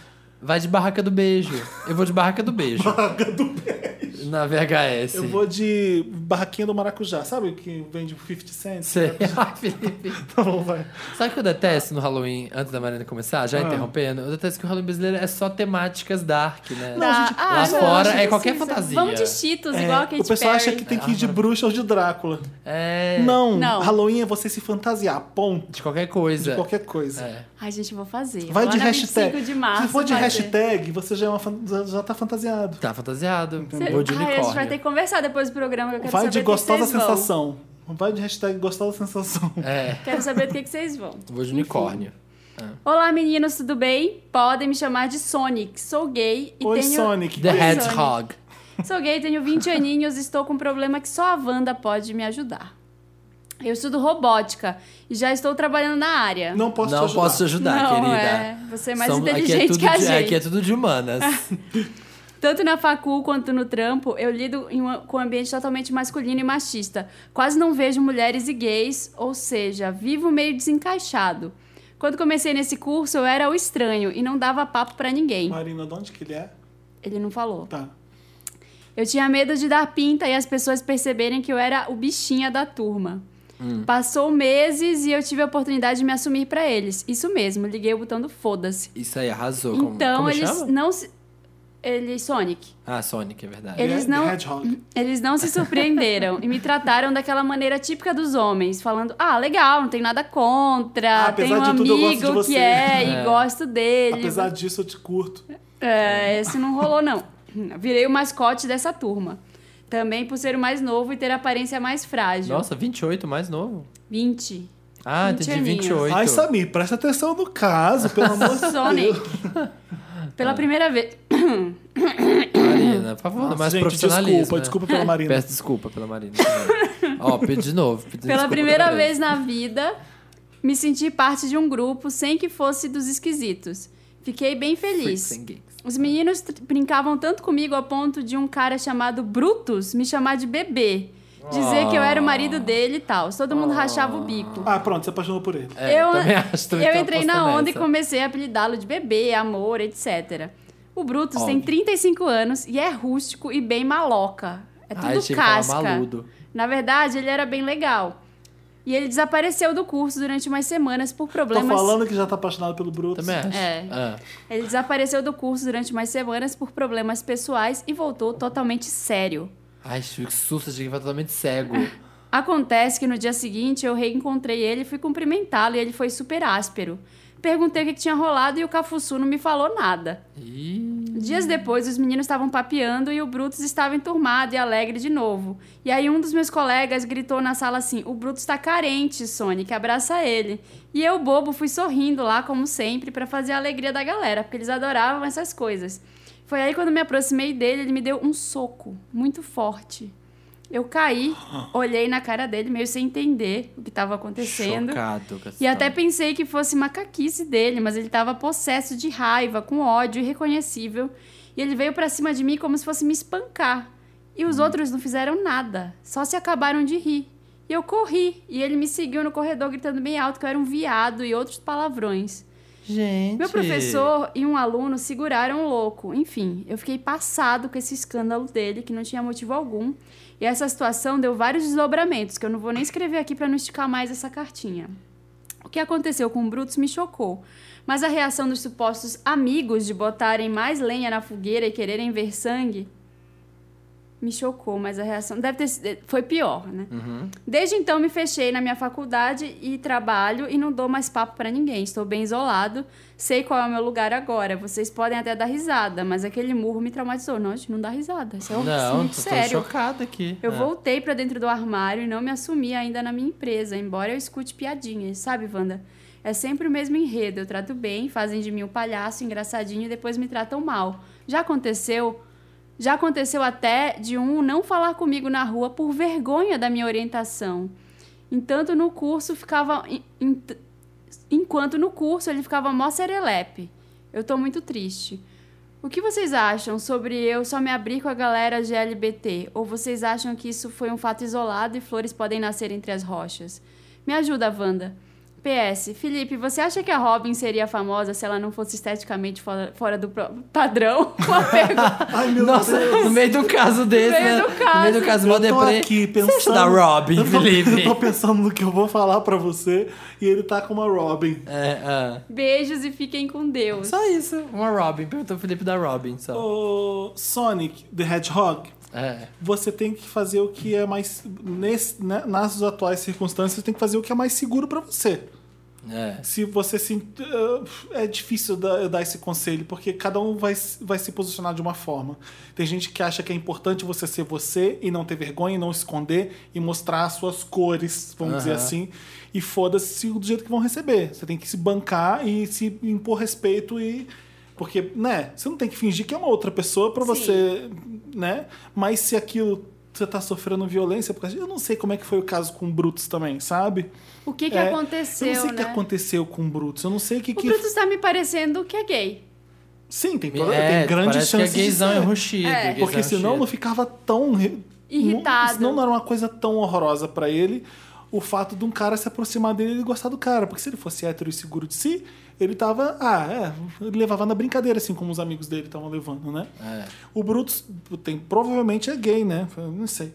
Speaker 1: Vai de barraca do beijo. Eu vou de barraca do beijo. barraca do beijo. Na VHS.
Speaker 2: Eu vou de Barraquinha do Maracujá, sabe o que vende por 50 cents?
Speaker 1: Sei. Ai, Ah, Felipe.
Speaker 2: Tá bom, vai.
Speaker 1: Sabe o que eu detesto no Halloween, antes da Marina começar,
Speaker 2: Ah.
Speaker 1: já interrompendo? Eu detesto que o Halloween brasileiro é só temáticas dark, né?
Speaker 2: Não, gente,
Speaker 3: ah,
Speaker 1: lá
Speaker 3: não,
Speaker 1: fora
Speaker 3: não
Speaker 1: é qualquer
Speaker 3: precisa.
Speaker 1: fantasia.
Speaker 3: Vamos de Cheetos,
Speaker 2: É,
Speaker 3: igual a Katy
Speaker 2: o pessoal
Speaker 3: Perry.
Speaker 2: acha que tem que ir de bruxa ou de Drácula.
Speaker 1: Ah. É.
Speaker 2: Não,
Speaker 3: Não.
Speaker 2: Halloween é você se fantasiar, ponto.
Speaker 1: De qualquer coisa.
Speaker 2: De qualquer coisa.
Speaker 1: É.
Speaker 3: Ai, gente, eu vou fazer.
Speaker 2: Vai
Speaker 3: Lá
Speaker 2: de
Speaker 3: na 25
Speaker 2: hashtag.
Speaker 3: de março,
Speaker 2: Se for de
Speaker 3: fazer.
Speaker 2: hashtag, você já, é uma fan- já- já tá fantasiado.
Speaker 1: Tá fantasiado.
Speaker 3: Cê-
Speaker 1: Vou de
Speaker 3: Ai, Ah, é, a gente vai ter
Speaker 1: unicórnio.
Speaker 3: que conversar depois do programa, que eu quero
Speaker 2: Vai
Speaker 3: saber
Speaker 2: de
Speaker 3: do que
Speaker 2: gostosa
Speaker 3: vocês vão.
Speaker 2: sensação. Vai de hashtag gostosa sensação.
Speaker 1: É.
Speaker 3: Quero saber do que, que vocês vão.
Speaker 1: Vou de unicórnio.
Speaker 3: Olá, meninos, tudo bem? Podem me chamar de Sonic. Sou gay e
Speaker 2: Oi,
Speaker 3: tenho...
Speaker 2: Sonic.
Speaker 1: The
Speaker 3: é.
Speaker 2: beijo.
Speaker 1: Hedgehog.
Speaker 3: Sou gay, tenho 20 aninhos e estou com um problema que só a Wanda pode me ajudar. Eu estudo robótica e já estou trabalhando na área.
Speaker 2: Não posso te
Speaker 1: Não
Speaker 2: ajudar.
Speaker 1: posso te ajudar,
Speaker 3: Não,
Speaker 1: querida.
Speaker 3: é. Você é mais
Speaker 1: São- aqui é
Speaker 3: inteligente
Speaker 1: tudo
Speaker 3: que a
Speaker 1: de,
Speaker 3: gente.
Speaker 1: Aqui é tudo de humanas.
Speaker 3: Tanto na facul quanto no trampo, eu lido em uma- com um ambiente totalmente masculino e machista. Quase não vejo mulheres e gays, ou seja, vivo meio desencaixado. Quando comecei nesse curso, eu era o estranho e não dava papo pra ninguém.
Speaker 2: Marina, de onde que ele é?
Speaker 3: Ele não falou.
Speaker 2: Tá.
Speaker 3: Eu tinha medo de dar pinta e as pessoas perceberem que eu era o bichinha da turma.
Speaker 1: Hum.
Speaker 3: Passou meses e eu tive a oportunidade de me assumir pra eles. Isso mesmo, liguei o botão do foda-se.
Speaker 1: Isso aí, arrasou. Como-
Speaker 3: Então
Speaker 1: como,
Speaker 3: eles
Speaker 1: chama?
Speaker 3: não se. Ele, Sonic.
Speaker 1: Ah, Sonic, é verdade.
Speaker 3: Ele- Eles
Speaker 2: The-
Speaker 3: não- Hum,
Speaker 2: The Hedgehog.
Speaker 3: Eles não se surpreenderam e me trataram daquela maneira típica dos homens, falando: ah, legal, não tem nada
Speaker 2: Ah,
Speaker 3: contra,
Speaker 2: apesar
Speaker 3: tem um
Speaker 2: de tudo, eu gosto de
Speaker 3: amigo
Speaker 2: você."
Speaker 3: que é, e
Speaker 1: É.
Speaker 3: gosto dele.
Speaker 2: Apesar disso, eu te curto.
Speaker 3: É, esse não rolou, não. Virei o mascote dessa turma. Também por ser o mais novo e ter a aparência mais frágil.
Speaker 1: Nossa, 28, mais novo.
Speaker 3: 20.
Speaker 1: Ah,
Speaker 3: 20
Speaker 1: entendi,
Speaker 3: aninhos.
Speaker 1: 28.
Speaker 2: Ai, Samir, presta atenção no caso, pelo amor de Deus.
Speaker 3: Sonic. Pela primeira vez.
Speaker 1: Marina, por favor,
Speaker 2: Nossa,
Speaker 1: mais
Speaker 2: gente,
Speaker 1: profissionalismo.
Speaker 2: desculpa,
Speaker 1: né?
Speaker 2: desculpa pela Marina.
Speaker 1: Peço desculpa pela Marina. Ó, pedi de novo. pedi
Speaker 3: Pela
Speaker 1: desculpa
Speaker 3: primeira
Speaker 1: outra
Speaker 3: vez na vida, me senti parte de um grupo sem que fosse dos esquisitos. Fiquei bem feliz.
Speaker 1: Freaks and geeks.
Speaker 3: Os meninos tr- brincavam tanto comigo a ponto de um cara chamado Brutus me chamar de bebê. Dizer que eu era o
Speaker 1: Ah.
Speaker 3: marido dele e tal. Todo mundo rachava o bico.
Speaker 2: Ah, pronto, você apaixonou por ele.
Speaker 1: É, eu,
Speaker 3: Eu-
Speaker 1: também acho, também
Speaker 3: Eu
Speaker 1: tô
Speaker 3: entrei na
Speaker 1: apostando
Speaker 3: onda e
Speaker 1: nessa.
Speaker 3: comecei a apelidá-lo de bebê, amor, etc. O Brutus tem
Speaker 1: Óbvio.
Speaker 3: 35 anos e é rústico e bem maloca. É tudo
Speaker 1: Ai, achei que
Speaker 3: casca.
Speaker 1: falar maludo.
Speaker 3: Na verdade, ele era bem legal. E ele desapareceu do curso durante umas semanas por
Speaker 2: Tô
Speaker 3: problemas.
Speaker 2: falando que já tá apaixonado pelo Brutus.
Speaker 1: Também acho.
Speaker 3: É.
Speaker 1: Ah,
Speaker 3: Ele desapareceu do curso durante umas semanas por problemas pessoais e voltou totalmente sério.
Speaker 1: Ai, Chico, que susto, achei que foi totalmente cego.
Speaker 3: Acontece que no dia seguinte eu reencontrei ele, fui cumprimentá-lo e ele foi super áspero. Perguntei o que que tinha rolado e o Cafuçu não me falou nada.
Speaker 1: Ih,
Speaker 3: Dias depois, os meninos estavam papeando e o Brutus estava enturmado e alegre de novo. E aí, um dos meus colegas gritou na sala assim: O Brutus tá carente, Sonic, abraça ele. E eu, bobo, fui sorrindo lá, como sempre, pra fazer a alegria da galera, porque eles adoravam essas coisas. Foi aí quando me aproximei dele, ele me deu um soco, muito forte. Eu caí, olhei na cara dele, meio sem entender o que estava acontecendo.
Speaker 1: chocado. com essa
Speaker 3: E até
Speaker 1: história.
Speaker 3: pensei que fosse macaquice dele, mas ele tava possesso de raiva, com ódio irreconhecível. E ele veio pra cima de mim como se fosse me espancar. E os outros não fizeram nada, só se acabaram de rir. E eu corri, e ele me seguiu no corredor gritando bem alto que eu era um viado e outros palavrões.
Speaker 1: Gente.
Speaker 3: Meu professor e um aluno seguraram o louco. Enfim, eu fiquei passado com esse escândalo dele, que não tinha motivo algum. E essa situação deu vários desdobramentos, que eu não vou nem escrever aqui para não esticar mais essa cartinha. O que aconteceu com o Brutus me chocou, mas a reação dos supostos amigos de botarem mais lenha na fogueira e quererem ver sangue me chocou, mas a reação deve ter sido- foi pior, né?
Speaker 1: Uhum.
Speaker 3: Desde então me fechei na minha faculdade e trabalho e não dou mais papo pra ninguém. Estou bem isolado, sei qual é o meu lugar agora. Vocês podem até dar risada, mas aquele murro me traumatizou. Não, a gente não dá risada. Isso é um
Speaker 1: Não,
Speaker 3: muito
Speaker 1: tô, tô
Speaker 3: sério.
Speaker 1: chocada aqui.
Speaker 3: Eu
Speaker 1: É.
Speaker 3: voltei pra dentro do armário e não me assumi ainda na minha empresa, embora eu escute piadinhas, sabe, Wanda? É sempre o mesmo enredo. Eu trato bem, fazem de mim um palhaço engraçadinho e depois me tratam mal. Já aconteceu? Já aconteceu até de um não falar comigo na rua por vergonha da minha orientação. Entanto, no curso ficava. en- ent- Enquanto no curso ele ficava mó serelepe. Eu tô muito triste. O que vocês acham sobre eu só me abrir com a galera GLBT? Ou vocês acham que isso foi um fato isolado e flores podem nascer entre as rochas? Me ajuda, Wanda. PS, Felipe, você acha que a Robin seria famosa se ela não fosse esteticamente fora, fora do pro- padrão? Uma pergunta.
Speaker 2: Ai, meu
Speaker 1: Nossa,
Speaker 2: Deus.
Speaker 1: no meio do caso desse,
Speaker 3: meio
Speaker 1: né?
Speaker 3: do caso.
Speaker 1: No meio do caso, mó
Speaker 2: Eu tô
Speaker 1: deprê.
Speaker 2: aqui
Speaker 1: Você acha
Speaker 2: pensando.
Speaker 1: da Robin,
Speaker 2: eu tô,
Speaker 1: Felipe.
Speaker 2: Eu tô pensando no que eu vou falar pra você e ele tá com uma Robin.
Speaker 1: É, ah.
Speaker 3: Beijos e fiquem com Deus.
Speaker 1: Só isso, uma Robin. Perguntou o Felipe da Robin só.
Speaker 2: Ô, Sonic the Hedgehog,
Speaker 1: É.
Speaker 2: você tem que fazer o que é mais. nesse- né, nas atuais circunstâncias, você tem que fazer o que é mais seguro pra você.
Speaker 1: É.
Speaker 2: Se você se. É difícil da- eu dar esse conselho, porque cada um vai, se- vai se posicionar de uma forma. Tem gente que acha que é importante você ser você e não ter vergonha, e não esconder e mostrar as suas cores, vamos dizer
Speaker 1: Aham.
Speaker 2: assim. E foda-se do jeito que vão receber. Você tem que se bancar e se impor respeito e. Porque, né, você não tem que fingir que é uma outra pessoa pra
Speaker 3: Sim.
Speaker 2: você, né? Mas se aquilo você tá sofrendo violência, porque eu não sei como é que foi o caso com o Brutus também, sabe?
Speaker 3: O que, que
Speaker 2: É,
Speaker 3: aconteceu,
Speaker 2: Eu não sei o que
Speaker 3: né?
Speaker 2: aconteceu com o Brutus. Eu não sei o que.
Speaker 3: O
Speaker 2: que...
Speaker 3: Brutus tá me parecendo que é gay.
Speaker 2: Sim, tem, toda,
Speaker 1: é,
Speaker 2: tem grande
Speaker 1: parece
Speaker 2: chance.
Speaker 1: que é gaysão
Speaker 2: de
Speaker 1: é
Speaker 2: ser.
Speaker 1: ruxido.
Speaker 3: É.
Speaker 1: gaysão
Speaker 2: Porque senão não
Speaker 1: ruxido.
Speaker 2: ficava tão. re-
Speaker 3: Irritado.
Speaker 2: Não, senão não era uma coisa tão horrorosa pra ele o fato de um cara se aproximar dele e ele gostar do cara. Porque se ele fosse hétero e seguro de si, ele tava. Ah, é. Ele levava na brincadeira, assim como os amigos dele estavam levando, né?
Speaker 1: É.
Speaker 2: O Brutus tem, provavelmente é gay, né? Eu Não sei.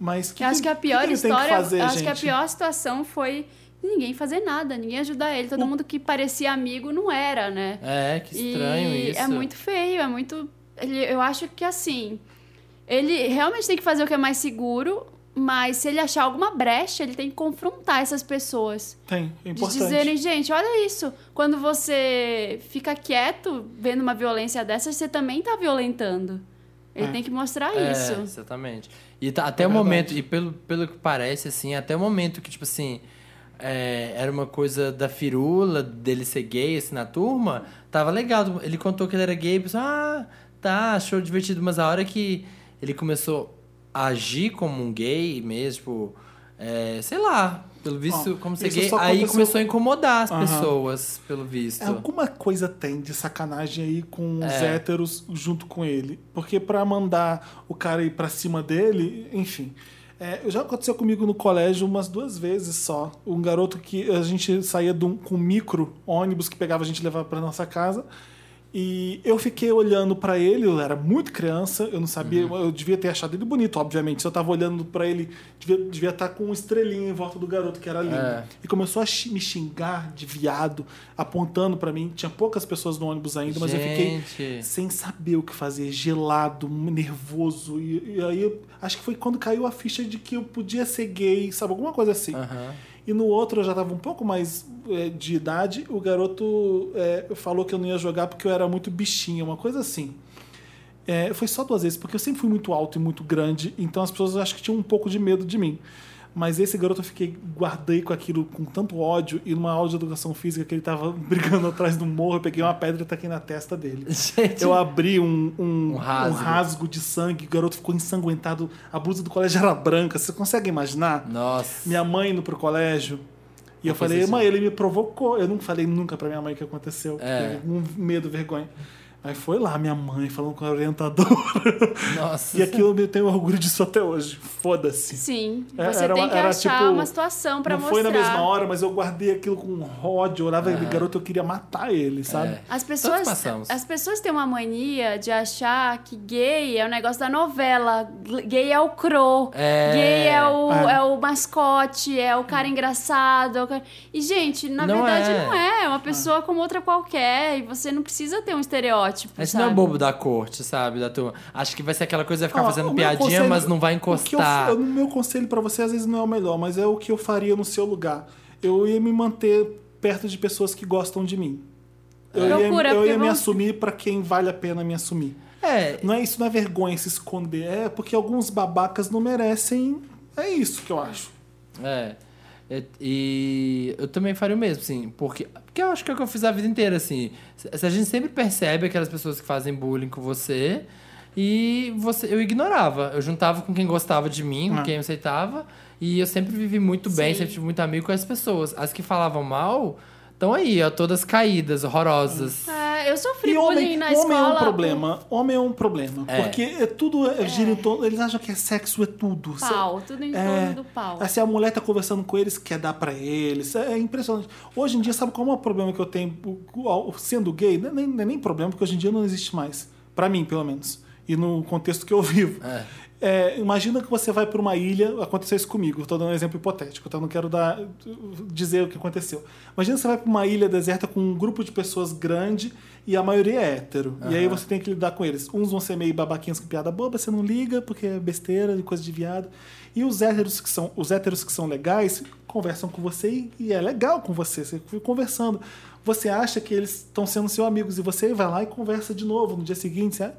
Speaker 2: Mas que
Speaker 3: Eu acho que a pior
Speaker 2: que ele tem que
Speaker 3: história, é-
Speaker 2: fazer,
Speaker 3: eu acho que a
Speaker 2: gente?
Speaker 3: pior situação foi ninguém fazer nada, ninguém ajudar ele. Todo
Speaker 2: O-
Speaker 3: mundo que parecia amigo não era, né?
Speaker 1: É, que estranho
Speaker 3: e
Speaker 1: isso.
Speaker 3: é muito feio, é muito. ele- eu acho que assim. Ele realmente tem que fazer o que é mais seguro, mas se ele achar alguma brecha, ele tem que confrontar essas pessoas.
Speaker 2: Tem, é
Speaker 3: De
Speaker 2: importante.
Speaker 3: dizerem, gente, olha isso. Quando você fica quieto vendo uma violência dessa, você também tá violentando. Ele
Speaker 2: É.
Speaker 3: tem que mostrar
Speaker 1: É,
Speaker 3: isso.
Speaker 1: Exatamente. E tá- até
Speaker 2: É
Speaker 1: o
Speaker 2: verdade.
Speaker 1: momento, e pelo, pelo que parece, assim, até o momento que, tipo assim, é, era uma coisa da firula dele ser gay, assim, na turma, tava legal. Ele contou que ele era gay, pessoal, ah, tá, achou divertido, mas a hora que ele começou a agir como um gay mesmo, tipo, é, sei lá, pelo visto,
Speaker 2: Ó,
Speaker 1: como ser
Speaker 2: isso
Speaker 1: gay,
Speaker 2: só
Speaker 1: aí
Speaker 2: aconteceu-
Speaker 1: começou a incomodar as
Speaker 2: Aham. É um
Speaker 1: pessoas, pelo visto.
Speaker 2: Alguma coisa tem de sacanagem aí com os héteros junto com ele. Porque pra mandar o cara ir pra cima dele, enfim. É, já aconteceu comigo no colégio umas duas vezes só. Um garoto que a gente saía de um, com um micro ônibus que pegava a gente e levava pra nossa casa. E eu fiquei olhando pra ele, eu era muito criança, eu não sabia, eu devia ter achado ele bonito, obviamente. Se eu tava olhando pra ele, devia, devia estar com uma estrelinha em volta do garoto, que era lindo.
Speaker 1: É.
Speaker 2: E começou a chi- me xingar de viado, apontando pra mim. Tinha poucas pessoas no ônibus ainda, mas eu fiquei
Speaker 1: Gente.
Speaker 2: sem saber o que fazer, gelado, nervoso. E, e aí, eu- acho que foi quando caiu a ficha de que eu podia ser gay, sabe? Alguma coisa assim.
Speaker 1: Aham.
Speaker 2: E no outro eu já tava um pouco mais é, de idade, o garoto é, falou que eu não ia jogar porque eu era muito bichinho, uma coisa assim. É, foi só duas vezes, porque eu sempre fui muito alto e muito grande, então as pessoas acho que tinham um pouco de medo de mim. Mas esse garoto eu fiquei, guardei com aquilo com tanto ódio, e numa aula de educação física que ele tava brigando atrás do morro, eu peguei uma pedra e taquei na testa dele.
Speaker 1: Gente.
Speaker 2: Eu abri um, um,
Speaker 1: Um
Speaker 2: um
Speaker 1: rasgo.
Speaker 2: rasgo. de sangue, o garoto ficou ensanguentado, a blusa do colégio era branca. Você consegue imaginar?
Speaker 1: Nossa.
Speaker 2: minha mãe indo pro colégio. E eu
Speaker 1: Vou fazer
Speaker 2: falei,
Speaker 1: isso. né?"
Speaker 2: mãe, ele me provocou. Eu não falei nunca pra minha mãe o que aconteceu.
Speaker 1: É.
Speaker 2: porque Um medo, vergonha. Aí foi lá minha mãe falando com a orientadora.
Speaker 1: Nossa.
Speaker 2: e aqui eu me tenho orgulho disso até hoje. Foda-se.
Speaker 3: Sim,
Speaker 2: É,
Speaker 3: você
Speaker 2: era
Speaker 3: tem
Speaker 2: uma-
Speaker 3: que
Speaker 2: era
Speaker 3: achar
Speaker 2: tipo-
Speaker 3: uma situação pra
Speaker 2: não
Speaker 3: mostrar.
Speaker 2: foi na mesma hora, mas eu guardei aquilo com ódio. Eu olhava aquele
Speaker 1: Aham.
Speaker 2: garoto, eu queria matar ele, sabe?
Speaker 1: É.
Speaker 3: As
Speaker 1: Todos
Speaker 3: pessoas,
Speaker 1: passamos.
Speaker 3: as pessoas têm uma mania de achar que gay é o negócio da novela, gay é o cro,
Speaker 1: É.
Speaker 3: gay é o,
Speaker 2: É.
Speaker 3: é o mascote, é o cara engraçado. é o cara- E, gente, na
Speaker 1: Não
Speaker 3: verdade
Speaker 1: é.
Speaker 3: não é. É uma pessoa como outra qualquer e você não precisa ter um estereótipo,
Speaker 1: A gente
Speaker 3: sabe?
Speaker 1: não é bobo da corte, sabe? Da turma. Acho que vai ser aquela coisa vai ficar
Speaker 2: Ó,
Speaker 1: fazendo
Speaker 2: o meu
Speaker 1: piadinha,
Speaker 2: conselho-
Speaker 1: mas não vai
Speaker 2: o que eu-
Speaker 1: encostar.
Speaker 2: eu- O meu conselho pra você às vezes não é o melhor, mas é o que eu faria no seu lugar. Eu ia me manter perto de pessoas que gostam de mim. Eu
Speaker 3: Procura,
Speaker 2: ia, eu
Speaker 3: porque
Speaker 2: ia me
Speaker 3: vão-
Speaker 2: assumir pra quem vale a pena me assumir.
Speaker 1: É,
Speaker 2: Não é isso, não é vergonha se esconder. É porque alguns babacas não merecem. É isso que eu acho.
Speaker 1: É. É, E eu também faria o mesmo, assim, porque, porque eu acho que é o que eu fiz a vida inteira, assim. Se se a gente sempre percebe aquelas pessoas que fazem bullying com você, e você eu ignorava. Eu juntava com quem gostava de mim, com
Speaker 2: Ah.
Speaker 1: quem aceitava, e eu sempre vivi muito bem,
Speaker 3: Sim.
Speaker 1: sempre tive muito amigo com as pessoas. As que falavam mal estão aí, ó, todas caídas, horrorosas.
Speaker 3: É, eu sofri
Speaker 2: e
Speaker 3: bullying
Speaker 2: homem,
Speaker 3: na
Speaker 2: homem
Speaker 3: escola. hum.
Speaker 2: é um problema. Homem é um problema.
Speaker 1: É.
Speaker 2: Porque é tudo é, gira em torno. Eles acham que é sexo, é tudo.
Speaker 3: por Pau, tudo em
Speaker 2: É.
Speaker 3: torno do pau.
Speaker 2: Assim, a mulher tá conversando com eles, quer dar pra eles. É é impressionante. Hoje em dia, sabe qual é o problema que eu tenho o- o- sendo gay? Não é nem, não é nem problema, porque hoje em dia não existe mais. Pra mim, pelo menos. E no contexto que eu vivo.
Speaker 1: É.
Speaker 2: É, imagina que você vai pra uma ilha, aconteceu isso comigo, eu tô dando um exemplo hipotético, então eu não quero dar, dizer o que aconteceu. Imagina que você vai pra uma ilha deserta com um grupo de pessoas grande e a maioria é hétero. E aí você tem que lidar com eles. Uns vão ser meio babaquinhos com piada boba, você não liga porque é besteira, coisa de viado. E os héteros que são, os héteros que são legais conversam com você e, e é legal com você, você fica conversando. Você acha que eles estão sendo seus amigos e você vai lá e conversa de novo no dia seguinte, você-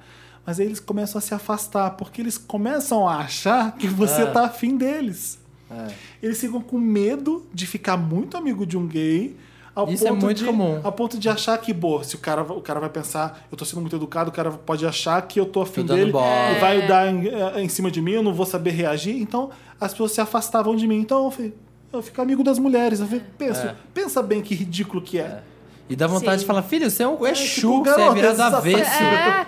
Speaker 2: mas aí eles começam a se afastar, porque eles começam a achar que você
Speaker 1: Ah.
Speaker 2: tá afim deles.
Speaker 1: É.
Speaker 2: Eles ficam com medo de ficar muito amigo de um gay. Ao
Speaker 1: Isso é
Speaker 2: ponto
Speaker 1: muito
Speaker 2: de,
Speaker 1: comum.
Speaker 2: A ponto de achar que, boa, se o cara, o cara vai pensar, eu tô sendo muito educado, o cara pode achar que eu tô afim
Speaker 1: dando
Speaker 2: dele
Speaker 1: bola.
Speaker 2: e vai dar em, eh, em cima de mim, eu não vou saber reagir. Então, as pessoas se afastavam de mim. Então, eu, fui, eu fico amigo das mulheres. Eu fico, penso,
Speaker 1: É.
Speaker 2: pensa bem que ridículo que é.
Speaker 1: E dá vontade
Speaker 3: Sim.
Speaker 1: de falar, filho, você é um é
Speaker 2: tipo,
Speaker 1: chu, você é
Speaker 2: garoto,
Speaker 1: virado
Speaker 2: essa-
Speaker 1: avesso.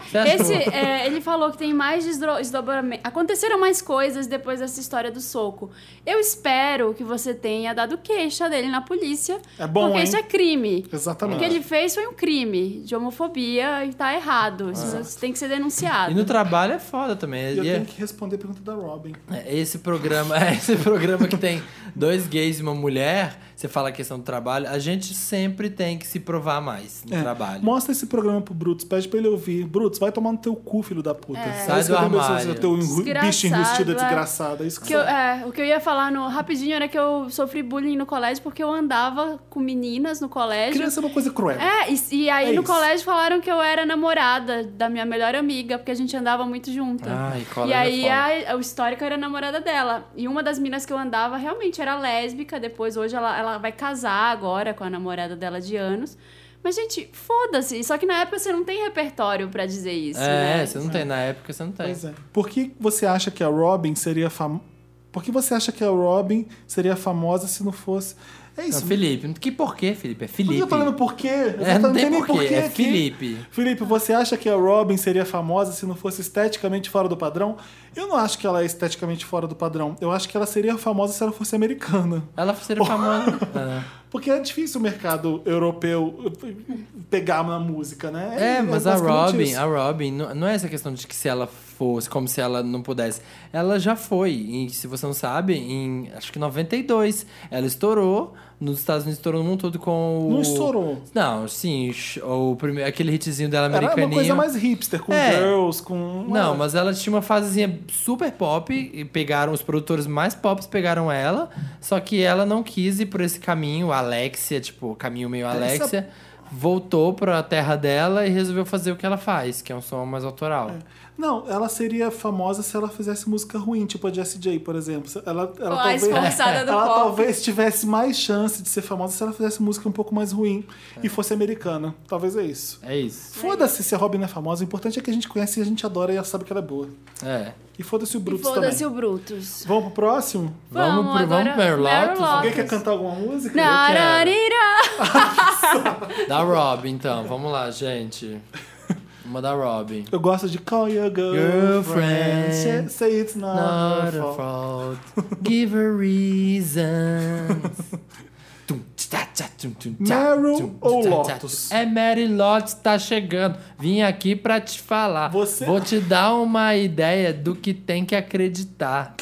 Speaker 1: Você acha
Speaker 3: É, esse,
Speaker 1: que-
Speaker 3: é, ele falou que tem mais desdobramento. Aconteceram mais coisas depois dessa história do soco. Eu espero que você tenha dado queixa dele na polícia.
Speaker 2: É bom,
Speaker 3: Porque
Speaker 2: hein?
Speaker 3: isso é crime. O
Speaker 2: Exatamente.
Speaker 3: que ele fez foi um crime de homofobia e tá errado. Isso tem que ser denunciado.
Speaker 1: E no trabalho é foda também.
Speaker 2: E eu
Speaker 1: E é-
Speaker 2: tenho que responder a pergunta da Robin.
Speaker 1: É, Esse programa, é, esse programa que tem dois gays e uma mulher, você fala a questão do trabalho, a gente sempre tem que se provar mais no
Speaker 2: É,
Speaker 1: trabalho.
Speaker 2: Mostra esse programa pro Brutus, pede pra ele ouvir. Brutus, vai tomar no teu cu, filho da puta.
Speaker 1: Sai
Speaker 2: isso que eu
Speaker 1: do
Speaker 2: tenho pensado,
Speaker 1: armário.
Speaker 2: seu teu enru-
Speaker 3: Desgraçado,
Speaker 2: bicho enrustido,
Speaker 3: é.
Speaker 2: é desgraçado. É isso que,
Speaker 3: Que eu-
Speaker 2: você-
Speaker 3: é, o que eu ia falar no, rapidinho era que eu sofri bullying no colégio porque eu andava com meninas no colégio.
Speaker 2: Criança é uma coisa cruel.
Speaker 3: É, e, e aí
Speaker 2: É
Speaker 3: no
Speaker 2: isso.
Speaker 3: colégio falaram que eu era namorada da minha melhor amiga, porque a gente andava muito junto.
Speaker 1: Ai, colégio
Speaker 3: e aí
Speaker 1: é foda.
Speaker 3: a- o histórico era namorada dela. E uma das minas que eu andava realmente era lésbica, depois hoje ela, ela vai casar agora com a namorada dela de anos. Mas, gente, foda-se. Só que na época você não tem repertório pra dizer isso,
Speaker 1: É,
Speaker 3: né?
Speaker 1: você não tem, na época você não tem.
Speaker 2: Pois é. Por que você acha que a Robin seria famosa? Por que você acha que a Robin seria famosa se não fosse. É
Speaker 1: Não,
Speaker 2: isso.
Speaker 1: Felipe, que porquê, Felipe? É
Speaker 2: Por que
Speaker 1: Felipe.
Speaker 2: eu tô falando por quê? Eu
Speaker 1: É,
Speaker 2: tô
Speaker 1: não
Speaker 2: falando,
Speaker 1: tem
Speaker 2: nem
Speaker 1: porquê, é
Speaker 2: aqui.
Speaker 1: Felipe.
Speaker 2: Felipe, você acha que a Robin seria famosa se não fosse esteticamente fora do padrão? Eu não acho que ela é esteticamente fora do padrão. Eu acho que ela seria famosa se ela fosse americana.
Speaker 1: Ela seria famosa. Ah,
Speaker 2: Porque é difícil o mercado europeu pegar na música, né?
Speaker 1: É, mas a
Speaker 2: basicamente
Speaker 1: Robin,
Speaker 2: isso.
Speaker 1: a Robin, não não é essa questão de que se ela fosse, como se ela não pudesse. Ela já foi, e se você não sabe, em acho que 92, ela estourou, nos Estados Unidos estourou no mundo todo com o.
Speaker 2: Não estourou.
Speaker 1: Não, sim, sh- o primeiro, aquele hitzinho dela
Speaker 2: Era uma coisa
Speaker 1: americaninho.
Speaker 2: mais hipster, com
Speaker 1: É.
Speaker 2: girls, com.
Speaker 1: Não, mas ela tinha uma fasezinha super pop e pegaram os produtores mais pops pegaram ela, só que ela não quis ir por esse caminho, Alexia, tipo, caminho meio
Speaker 2: Essa-
Speaker 1: Alexia, voltou pra terra dela e resolveu fazer o que ela faz, que é um som mais autoral.
Speaker 2: Não, ela seria famosa se ela fizesse música ruim, tipo a Jessie J, por exemplo. Ela, ela
Speaker 3: a
Speaker 2: talvez,
Speaker 3: esforçada do
Speaker 2: ela
Speaker 3: pop.
Speaker 2: talvez tivesse mais chance de ser famosa se ela fizesse música um pouco mais ruim e fosse americana. Talvez é isso.
Speaker 1: É, isso.
Speaker 2: Foda-se se a Robin é famosa, o importante é que a gente conhece e a gente adora e ela sabe que ela é boa.
Speaker 1: É.
Speaker 2: E foda-se o
Speaker 3: E
Speaker 2: Brutus
Speaker 3: foda-se
Speaker 2: também.
Speaker 3: o Brutus.
Speaker 2: Vamos pro próximo?
Speaker 1: Vamos
Speaker 3: Vamos,
Speaker 1: pro- vamos
Speaker 3: agora
Speaker 1: pro Mary Lotus?
Speaker 2: Alguém quer cantar alguma música?
Speaker 1: é?
Speaker 3: Nararira.
Speaker 1: Da Robin, então. Vamos lá, gente. Uma da Robin.
Speaker 2: Eu gosto de Call Your Girlfriend.
Speaker 1: Girlfriend.
Speaker 2: Say- Say it's not,
Speaker 1: Not
Speaker 2: her
Speaker 1: a
Speaker 2: fault.
Speaker 1: fault. Give her reasons. Tum, tchá, tchá, tum, tum, tchá,
Speaker 2: Meryl
Speaker 1: tum,
Speaker 2: ou
Speaker 1: tchá, tchá,
Speaker 2: Lotus?
Speaker 1: tchá. É Mary Lotus, tá chegando. Vim aqui pra te falar.
Speaker 2: Você-
Speaker 1: Vou te dar uma ideia do que tem que acreditar.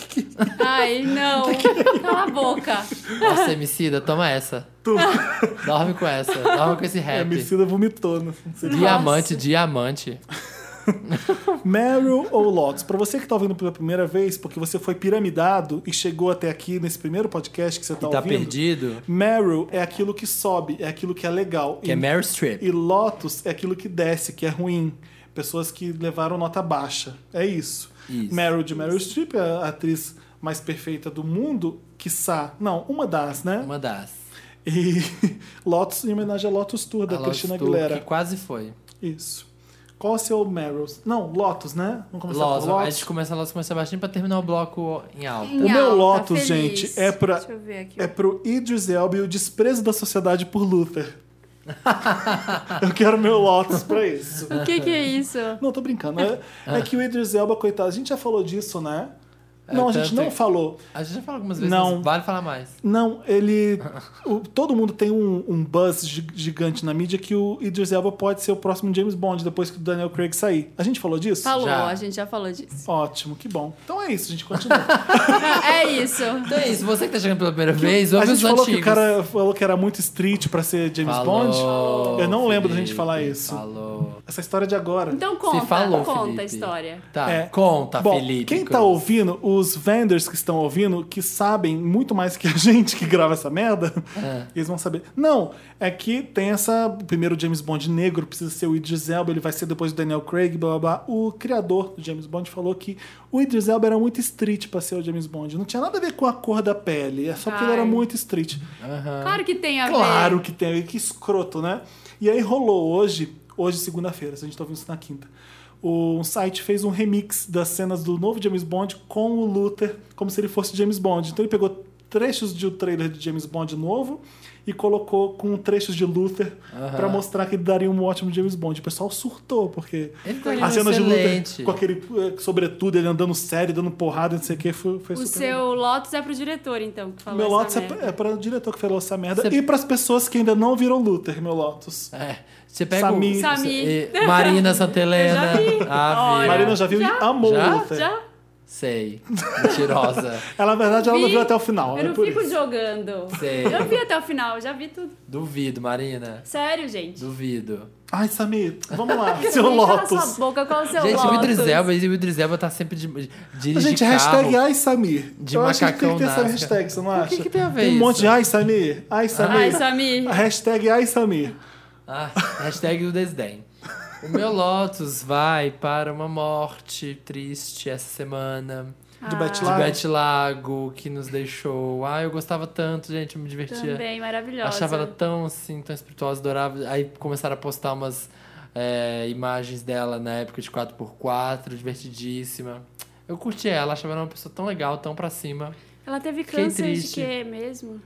Speaker 3: Ai, não. Cala a boca.
Speaker 1: Nossa, Emicida, toma essa. Dorme com essa. Dorme com esse
Speaker 2: É,
Speaker 1: rap.
Speaker 2: Emicida vomitou. Não sei.
Speaker 1: diamante, diamante.
Speaker 2: Meryl ou Lotus? Pra você que tá ouvindo pela primeira vez, porque você foi piramidado e chegou até aqui nesse primeiro podcast que você tá
Speaker 1: tá
Speaker 2: ouvindo.
Speaker 1: perdido?
Speaker 2: Meryl é aquilo que sobe, é aquilo que é legal.
Speaker 1: Que
Speaker 2: e,
Speaker 1: é Meryl Streep.
Speaker 2: e Lotus é aquilo que desce, que é ruim. Pessoas que levaram nota baixa. É isso.
Speaker 1: Isso.
Speaker 2: Meryl de Meryl Streep é a atriz mais perfeita do mundo, quiçá. Não, uma das, né?
Speaker 1: Uma das.
Speaker 2: E Lotus em homenagem a Lotus Tour, da
Speaker 1: A Lotus
Speaker 2: Cristina
Speaker 1: Tour,
Speaker 2: Aguilera.
Speaker 1: Que quase foi.
Speaker 2: Isso. Qual o seu Meryl? Não, Lotus, né? Vamos começar
Speaker 1: Lotus. ah,
Speaker 2: com
Speaker 1: A
Speaker 2: Lotus.
Speaker 1: gente começa a Lotus com o Sebastião pra terminar o bloco em alta.
Speaker 3: Em
Speaker 2: O meu
Speaker 3: alta,
Speaker 2: Lotus,
Speaker 3: feliz.
Speaker 2: gente, é pra-
Speaker 3: Deixa eu ver aqui.
Speaker 2: É pro Idris Elba e o desprezo da sociedade por Luther. Eu quero meu Lotus pra isso.
Speaker 3: O que que é isso?
Speaker 2: Não, tô brincando. É, é que o Idris Elba, coitado, a gente já falou disso, né? Não, a gente
Speaker 1: É, tanto
Speaker 2: não
Speaker 1: que-
Speaker 2: falou.
Speaker 1: A gente já falou algumas vezes,
Speaker 2: Não.
Speaker 1: mas vale falar mais.
Speaker 2: Não, ele. o- todo mundo tem um, um buzz gi- gigante na mídia que o Idris Elba pode ser o próximo James Bond depois que o Daniel Craig sair. A gente falou disso?
Speaker 3: Falou,
Speaker 1: Já.
Speaker 3: a gente já falou disso.
Speaker 2: Ótimo, que bom. Então é isso, a gente continua.
Speaker 3: É isso.
Speaker 1: Então é isso, você que tá chegando pela primeira vez,
Speaker 2: a
Speaker 1: ouve
Speaker 2: gente
Speaker 1: os
Speaker 2: falou
Speaker 1: antigos.
Speaker 2: que o cara falou que era muito street pra ser James
Speaker 1: Falou,
Speaker 2: Bond. Eu não lembro da gente
Speaker 1: Felipe,
Speaker 2: falar isso.
Speaker 1: Falou.
Speaker 2: Essa história de agora.
Speaker 3: Então conta,
Speaker 1: Você falou,
Speaker 3: conta
Speaker 1: Felipe.
Speaker 3: a história.
Speaker 1: Tá,
Speaker 2: É.
Speaker 1: conta,
Speaker 2: Bom,
Speaker 1: Felipe.
Speaker 2: quem tá
Speaker 1: Cruz.
Speaker 2: ouvindo, os vendors que estão ouvindo, que sabem muito mais que a gente que grava essa merda,
Speaker 1: É. Ah,
Speaker 2: eles vão saber. Não, é que tem essa. Primeiro o James Bond negro, precisa ser o Idris Elba, ele vai ser depois o Daniel Craig, blá blá blá. O criador do James Bond falou que o Idris Elba era muito street pra ser o James Bond. Não tinha nada a ver com a cor da pele, é só porque ele era
Speaker 3: Ai.
Speaker 2: muito street.
Speaker 3: Claro que tem a
Speaker 2: Claro
Speaker 3: ver.
Speaker 2: que tem, que escroto, né? E aí rolou hoje, hoje segunda-feira, se a gente tá ouvindo isso na quinta. O site fez um remix das cenas do novo James Bond com o Luther, como se ele fosse James Bond. Então ele pegou trechos de um trailer de James Bond novo e colocou com trechos de Luther pra para mostrar que ele daria um ótimo James Bond. O pessoal surtou, porque
Speaker 1: Ele tá
Speaker 2: a cena de
Speaker 1: excelente.
Speaker 2: Luther com aquele eh, sobretudo, ele andando sério, dando porrada, não sei o que, foi, foi
Speaker 3: O
Speaker 2: super
Speaker 3: seu Lotus é pro diretor, então, que falou
Speaker 2: meu
Speaker 3: essa
Speaker 2: Lotus é
Speaker 3: merda.
Speaker 2: pra, é pra o diretor que falou essa merda
Speaker 1: Você-
Speaker 2: e pras pessoas que ainda não viram Luther, meu Lotus.
Speaker 1: É, você pega
Speaker 2: Samir.
Speaker 1: o...
Speaker 3: Samir.
Speaker 1: e- Marina Santelena.
Speaker 3: Eu já vi.
Speaker 1: Ave.
Speaker 3: Olha.
Speaker 2: Marina já viu e amou
Speaker 1: Já?
Speaker 2: Luther.
Speaker 3: Ah, Já?
Speaker 1: Sei. Mentirosa.
Speaker 2: Ela, na verdade, ela não
Speaker 3: Vi.
Speaker 2: viu até o final.
Speaker 3: Eu
Speaker 2: né,
Speaker 3: não
Speaker 2: por
Speaker 3: fico
Speaker 2: isso.
Speaker 3: jogando.
Speaker 1: Sei.
Speaker 3: Eu vi até o final, já vi tudo.
Speaker 1: Duvido, Marina.
Speaker 3: Sério, gente.
Speaker 1: Duvido.
Speaker 2: Ai, Samir, vamos lá. seu
Speaker 3: Gente, Cala
Speaker 2: Lotus.
Speaker 3: sua boca, qual é o seu
Speaker 1: Gente, o
Speaker 3: Lotus?
Speaker 1: Idris Elba, o Idris Elba tá sempre de, de, dirige
Speaker 2: Gente,
Speaker 1: carro.
Speaker 2: hashtag ai Samir.
Speaker 1: De
Speaker 2: Eu acho que tem que
Speaker 1: macacão
Speaker 2: ter essa
Speaker 1: nasca.
Speaker 2: hashtag, você não
Speaker 1: O
Speaker 2: acha?
Speaker 1: que que tem a ver
Speaker 2: um monte
Speaker 1: isso?
Speaker 2: de ai Samir, ai Samir.
Speaker 3: Ai, Samir.
Speaker 2: A Hashtag ai Samir.
Speaker 1: Ah, hashtag do desdém. O meu Lotus vai para uma morte triste essa semana.
Speaker 3: Ah.
Speaker 2: De Bete
Speaker 1: De
Speaker 2: Lago.
Speaker 1: Bete Lago, que nos deixou. Ah, eu gostava tanto, gente, eu me divertia.
Speaker 3: Também, maravilhosa.
Speaker 1: Achava ela tão, assim, tão espirituosa, adorava. Aí começaram a postar umas é, imagens dela na época de 4x4, divertidíssima. Eu curti ela, achava ela uma pessoa tão legal, tão pra cima.
Speaker 3: Ela teve
Speaker 1: Fiquei
Speaker 3: câncer de
Speaker 1: triste.
Speaker 3: quê mesmo?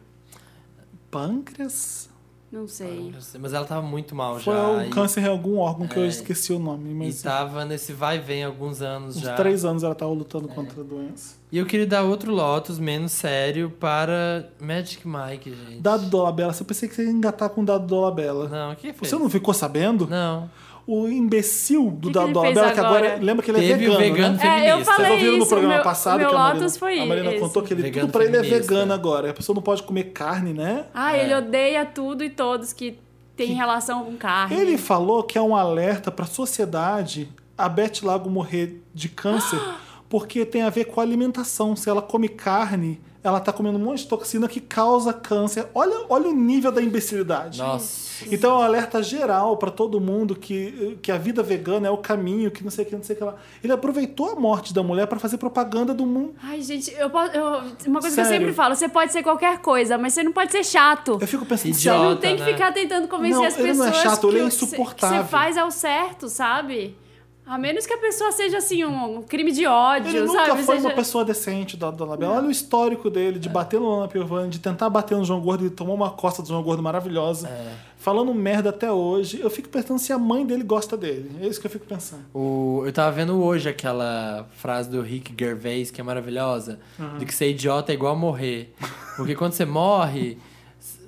Speaker 2: Pâncreas?
Speaker 3: Não sei.
Speaker 1: Não sei, Mas ela tava muito mal
Speaker 2: Foi
Speaker 1: já.
Speaker 2: um
Speaker 1: e-
Speaker 2: câncer em algum órgão que eu
Speaker 1: É.
Speaker 2: esqueci o nome,
Speaker 1: E,
Speaker 2: mas
Speaker 1: tava nesse vai e vem há alguns anos
Speaker 2: uns
Speaker 1: já. É.
Speaker 2: três anos ela tava lutando contra a doença.
Speaker 1: E eu queria dar outro Lotus menos sério para Magic Mike, gente.
Speaker 2: Dado Dolabella, você pensei que você ia engatar com o Dado Dolabella.
Speaker 1: Não, que fez?
Speaker 2: Você não ficou sabendo?
Speaker 1: Não.
Speaker 2: O imbecil do
Speaker 3: Que que
Speaker 2: Dado
Speaker 3: ele
Speaker 2: Dolabella, que
Speaker 3: fez
Speaker 2: agora.
Speaker 3: agora?
Speaker 2: Lembra que ele é
Speaker 1: Teve o
Speaker 2: vegano.
Speaker 1: vegano
Speaker 2: né?
Speaker 1: feminista.
Speaker 3: É, eu falei
Speaker 2: Vocês ouviram no
Speaker 3: isso,
Speaker 2: programa
Speaker 3: meu-
Speaker 2: passado
Speaker 3: meu
Speaker 2: que a Marina,
Speaker 3: Lotus foi
Speaker 2: a Marina
Speaker 3: esse.
Speaker 2: contou que ele,
Speaker 1: Vegano
Speaker 2: tudo pra ele é
Speaker 1: feminista.
Speaker 2: vegano agora. A pessoa não pode comer carne, né?
Speaker 3: Ah, ele odeia tudo e todos que tem relação com carne.
Speaker 2: Ele falou que é um alerta pra sociedade a Beth Lago morrer de câncer porque tem a ver com a alimentação. Se ela come carne, ela tá comendo um monte de toxina que causa câncer. Olha, olha o nível da imbecilidade.
Speaker 1: Nossa.
Speaker 2: Então é um alerta geral pra todo mundo que, que a vida vegana é o caminho, que não sei o que, não sei o que lá. Ele aproveitou a morte da mulher pra fazer propaganda do mundo.
Speaker 3: Ai, gente, eu posso. eu- uma coisa que eu
Speaker 2: Sério.
Speaker 3: sempre falo: você pode ser qualquer coisa, mas você não pode ser chato.
Speaker 2: Eu fico pensando,
Speaker 3: Você
Speaker 1: Idiota.
Speaker 2: sério,
Speaker 3: não tem que
Speaker 1: né?
Speaker 3: ficar tentando convencer
Speaker 2: Não,
Speaker 3: as
Speaker 2: ele
Speaker 3: pessoas
Speaker 2: não é chato,
Speaker 3: que
Speaker 2: ele é
Speaker 3: o que cê- que cê
Speaker 2: insuportável.
Speaker 3: faz ao certo, sabe? A menos que a pessoa seja assim um crime de ódio,
Speaker 2: ele nunca
Speaker 3: sabe?
Speaker 2: foi
Speaker 3: Seja-
Speaker 2: uma pessoa decente do Dado Labella. Olha o histórico dele de bater no Lana Piovani, de tentar bater no João Gordo, ele tomou uma costa do João Gordo maravilhosa.
Speaker 1: É.
Speaker 2: Falando merda até hoje. Eu fico pensando se a mãe dele gosta dele. É isso que eu fico pensando.
Speaker 1: O, eu tava vendo hoje aquela frase do Rick Gervais, que é maravilhosa, de que ser idiota é igual morrer. Porque quando você morre,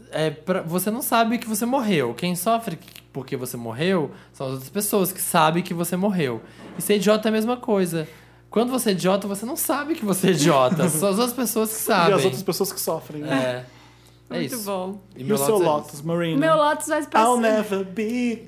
Speaker 1: é pra- você não sabe que você morreu. Quem sofre porque você morreu são as outras pessoas que sabem que você morreu. E ser idiota é a mesma coisa. Quando você é idiota, você não sabe que você é idiota. São as outras pessoas que
Speaker 2: e
Speaker 1: sabem.
Speaker 2: as outras pessoas que sofrem. né?
Speaker 1: Ah, É, é
Speaker 3: Muito
Speaker 1: isso.
Speaker 3: bom.
Speaker 1: E,
Speaker 2: E,
Speaker 1: meu
Speaker 2: o seu
Speaker 1: Lotus é
Speaker 2: Lotus,
Speaker 3: O
Speaker 2: Marina.
Speaker 3: meu Lotus vai pra
Speaker 2: I'll Ah, never be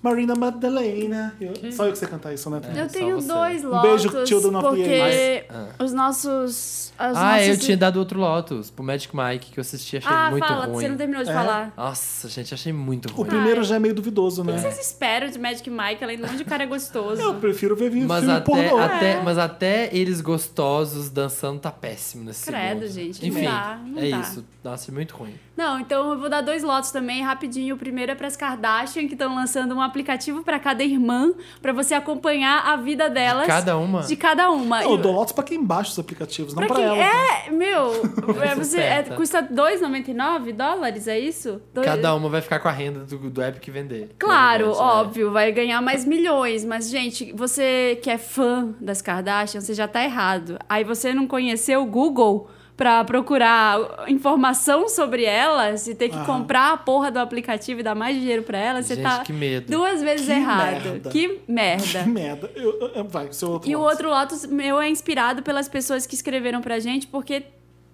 Speaker 2: Marina Madalena. Eu- Só eu que sei cantar isso, né?
Speaker 1: É,
Speaker 3: Uhum. Eu
Speaker 1: só
Speaker 3: tenho
Speaker 1: você.
Speaker 3: dois
Speaker 2: Um beijo,
Speaker 3: Lotus.
Speaker 2: Children of the
Speaker 3: porque
Speaker 1: Ace. Mas-
Speaker 3: os nossos. É, as
Speaker 1: Ah, eu
Speaker 3: nossas-
Speaker 1: tinha dado outro Lotus pro Magic Mike, que eu assisti achei
Speaker 3: Ah,
Speaker 1: muito
Speaker 3: fala,
Speaker 1: ruim.
Speaker 3: você não terminou de
Speaker 2: É.
Speaker 3: falar.
Speaker 1: Nossa, gente, achei muito
Speaker 2: O
Speaker 1: ruim.
Speaker 2: primeiro já é meio duvidoso, né?
Speaker 3: O que vocês esperam de Magic Mike, além de um monte de cara gostoso?
Speaker 2: Eu prefiro ver filme
Speaker 1: Mas
Speaker 2: pornô. É.
Speaker 1: até, até- mas até eles gostosos dançando tá péssimo nesse
Speaker 3: Credo,
Speaker 1: segundo.
Speaker 3: gente, não
Speaker 1: Enfim,
Speaker 3: dá, não
Speaker 1: é
Speaker 3: dá.
Speaker 1: isso. Nossa, é muito ruim.
Speaker 3: Não, então eu vou dar dois lotes também, rapidinho. O primeiro é pras Kardashian, que estão lançando um aplicativo pra cada irmã, pra você acompanhar a vida delas.
Speaker 1: cada uma?
Speaker 3: De cada uma.
Speaker 2: Eu
Speaker 3: E-
Speaker 2: dou Lotus pra quem baixa os aplicativos, não
Speaker 3: É. pra
Speaker 2: pra,
Speaker 3: quem
Speaker 2: ela.
Speaker 3: é, meu, é, você, é,
Speaker 1: certa.
Speaker 3: custa 2,99 dólares, é isso? Dois-
Speaker 1: Cada uma vai ficar com a renda do, do app que vender.
Speaker 3: Claro,
Speaker 1: Provavelmente, né?
Speaker 3: óbvio, vai ganhar mais milhões, mas gente, você que é fã das Kardashian, você já tá errado. Aí você não conheceu o Google pra procurar informação sobre elas e ter que
Speaker 2: Aham.
Speaker 3: comprar a porra do aplicativo e dar mais dinheiro pra elas, você
Speaker 1: Gente,
Speaker 3: tá
Speaker 1: que medo.
Speaker 3: duas vezes
Speaker 2: Que
Speaker 3: errado.
Speaker 2: merda.
Speaker 3: Que merda.
Speaker 2: Que merda. Eu- eu- eu- vai, seu outro
Speaker 3: E o
Speaker 2: Lotus.
Speaker 3: outro Lotus meu é inspirado pelas pessoas que escreveram pra gente, porque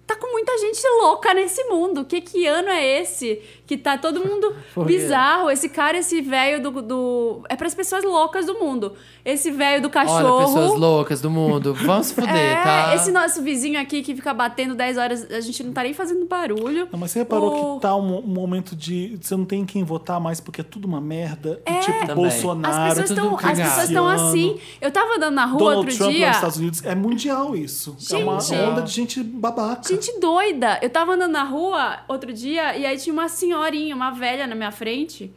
Speaker 3: tá com muita gente louca nesse mundo. Que, que ano é esse? Que tá todo mundo
Speaker 1: Por quê?
Speaker 3: bizarro. Esse cara, esse velho do, do. É pras pessoas loucas do mundo. Esse velho do cachorro.
Speaker 1: Olha, pessoas loucas do mundo, vamos se fuder,
Speaker 3: é,
Speaker 1: tá?
Speaker 3: esse nosso vizinho aqui que fica batendo 10 horas, a gente não tá nem fazendo barulho.
Speaker 2: Não, mas você reparou
Speaker 3: O-
Speaker 2: que tá um, um momento de. Você não tem quem votar mais porque é tudo uma merda. E, tipo,
Speaker 1: Também.
Speaker 2: Bolsonaro.
Speaker 3: As É. pessoas
Speaker 1: tudo
Speaker 3: estão as
Speaker 1: cagado.
Speaker 3: pessoas estão assim. Eu tava andando na rua
Speaker 2: Donald
Speaker 3: outro
Speaker 2: Trump
Speaker 3: dia.
Speaker 2: lá nos Estados Unidos. É mundial isso. é uma
Speaker 3: Gente.
Speaker 2: onda de gente babaca.
Speaker 3: Gente doida! Eu tava andando na rua outro dia e aí tinha uma senhorinha, uma velha na minha frente.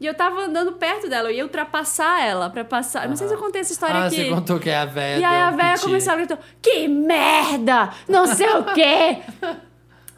Speaker 3: E eu tava andando perto dela, eu ia ultrapassar ela pra passar. Não sei se eu contei essa história
Speaker 1: ah,
Speaker 3: aqui.
Speaker 1: você contou que é a véia.
Speaker 3: E aí
Speaker 1: deu
Speaker 3: a
Speaker 1: um
Speaker 3: velha
Speaker 1: piti.
Speaker 3: começou a gritar: Que merda! Não sei o quê!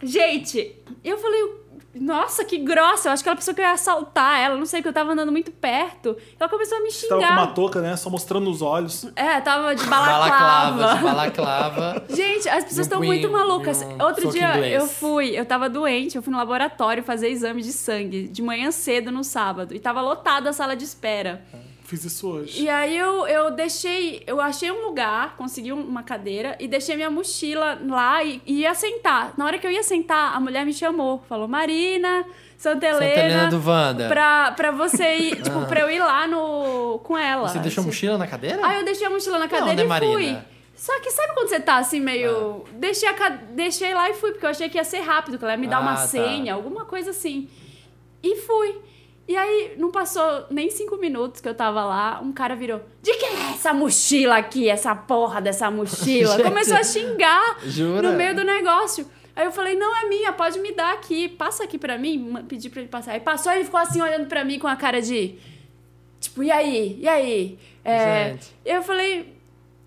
Speaker 3: Gente, eu falei. Nossa, que grossa! Eu acho que ela pensou que eu ia assaltar ela. Não sei, que eu tava andando muito perto. Ela começou a me
Speaker 2: Tava com uma
Speaker 3: xingar.
Speaker 2: touca, né? Só mostrando os olhos.
Speaker 3: É, tava de
Speaker 1: Balaclava, de balaclava.
Speaker 3: Gente, as pessoas
Speaker 1: um
Speaker 3: estão
Speaker 1: punho-
Speaker 3: muito malucas.
Speaker 1: e um
Speaker 3: Outro
Speaker 1: soco
Speaker 3: dia
Speaker 1: inglês.
Speaker 3: eu fui, eu tava doente, eu fui no laboratório fazer exame de sangue de manhã cedo no sábado e tava lotada a sala de espera.
Speaker 2: Fiz isso hoje.
Speaker 3: E aí eu, eu deixei, eu achei um lugar, consegui um- uma cadeira e deixei minha mochila lá e, e ia sentar. Na hora que eu ia sentar, a mulher me chamou, falou: "Marina, Santa Helena,
Speaker 1: Santa Helena do Wanda.
Speaker 3: pra, pra você ir, tipo, pra eu ir lá no com ela".
Speaker 1: Você deixou a
Speaker 3: Tipo,
Speaker 1: mochila na cadeira?
Speaker 3: Aí eu deixei a mochila na cadeira
Speaker 1: né,
Speaker 3: e
Speaker 1: Marina? Ah.
Speaker 3: fui. Só que sabe quando você tá assim meio. Deixei, a ca- deixei lá e fui, porque eu achei que ia ser rápido, que ela ia me dar
Speaker 1: Ah,
Speaker 3: uma
Speaker 1: tá.
Speaker 3: senha, alguma coisa assim. E fui. E aí, não passou nem cinco minutos que eu tava lá, um cara virou: De quem é essa mochila aqui? Essa porra dessa mochila?
Speaker 1: Gente.
Speaker 3: Começou a xingar
Speaker 1: Jura?
Speaker 3: no meio do negócio. Aí eu falei, não é minha, pode me dar aqui, passa aqui pra mim, Ma- pedi pra ele passar. Aí passou, ele ficou assim olhando pra mim com a cara de. Tipo, e aí? E aí? É,
Speaker 1: Gente.
Speaker 3: eu falei.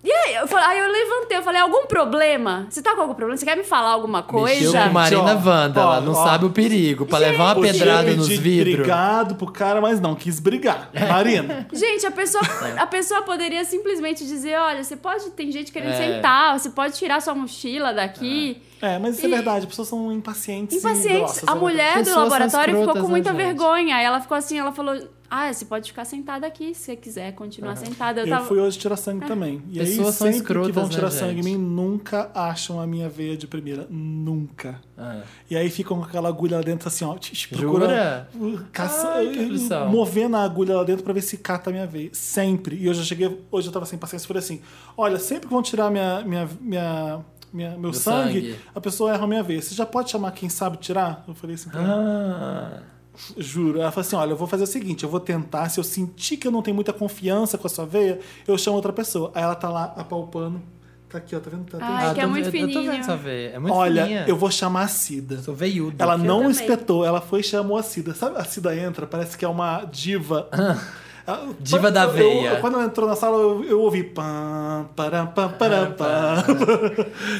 Speaker 3: E aí eu, falei, aí eu levantei, eu falei, algum problema? Você tá com algum problema? Você quer me falar alguma
Speaker 1: Mexeu
Speaker 3: coisa?
Speaker 1: com Marina
Speaker 2: ó,
Speaker 1: Wanda, ela
Speaker 2: ó,
Speaker 1: não
Speaker 2: ó.
Speaker 1: sabe o perigo. Pra levar uma
Speaker 2: Podia
Speaker 1: pedrada nos
Speaker 2: pedir
Speaker 1: vidros.
Speaker 2: brigado pro cara, mas não, quis brigar. Marina.
Speaker 3: Gente, a pessoa, a pessoa poderia simplesmente dizer, olha, você pode, tem gente querendo
Speaker 1: É.
Speaker 3: sentar, você pode tirar sua mochila daqui.
Speaker 2: É, mas isso
Speaker 3: E-
Speaker 2: é verdade, as pessoas são impacientes. e grossas,
Speaker 3: Impaciente.
Speaker 2: é
Speaker 3: A
Speaker 2: verdade.
Speaker 3: mulher do
Speaker 1: Pessoas são
Speaker 3: laboratório ficou
Speaker 1: escrotas,
Speaker 3: com
Speaker 1: né,
Speaker 3: muita
Speaker 1: gente?
Speaker 3: vergonha. Aí ela ficou assim, ela falou, ah, você pode ficar sentada aqui se você quiser continuar sentada. Eu
Speaker 2: Eu
Speaker 3: tava... É.
Speaker 2: fui hoje tirar sangue também. E aí,
Speaker 1: Pessoas são
Speaker 2: sempre que
Speaker 1: escrotas,
Speaker 2: vão
Speaker 1: né,
Speaker 2: tirar sangue em
Speaker 1: gente?
Speaker 2: mim, nunca acham a minha veia de primeira. Nunca.
Speaker 1: Ah.
Speaker 2: E aí ficam com aquela agulha lá dentro, assim, ó. tch, uh, Procura. Caça,
Speaker 1: Ai, que aflição.
Speaker 2: movendo a agulha lá dentro pra ver se cata a minha veia. Sempre. E hoje eu cheguei, hoje eu tava sem paciência, falei assim: olha, sempre que vão tirar minha. minha, minha minha- meu
Speaker 1: Meu
Speaker 2: sangue,
Speaker 1: sangue.
Speaker 2: a pessoa erra a minha veia. Você já pode chamar quem sabe tirar? Eu falei assim, pra ela.
Speaker 1: Ah.
Speaker 2: Juro. Ela falou assim: olha, eu vou fazer o seguinte, eu vou tentar. Se eu sentir que eu não tenho muita confiança com a sua veia, eu chamo outra pessoa. Aí ela tá lá apalpando. Tá aqui, ó, tá vendo? Tá
Speaker 3: Ai,
Speaker 2: tem-
Speaker 3: que é
Speaker 1: Ah, tô-
Speaker 3: muito
Speaker 1: Eu tô
Speaker 3: fininho.
Speaker 1: vendo sua veia. É muito
Speaker 2: olha,
Speaker 1: fininha.
Speaker 2: eu vou chamar a Cida.
Speaker 1: Sou veiuda.
Speaker 2: Ela não é
Speaker 3: também.
Speaker 2: espetou, ela foi e chamou a Cida. Sabe, a Cida entra, parece que é uma diva. Ela-
Speaker 1: Ah, Diva
Speaker 2: quando-
Speaker 1: da
Speaker 2: eu-
Speaker 1: veia.
Speaker 2: quando ela entrou na sala, eu, eu ouvi. Pam, param, pam, param, pam.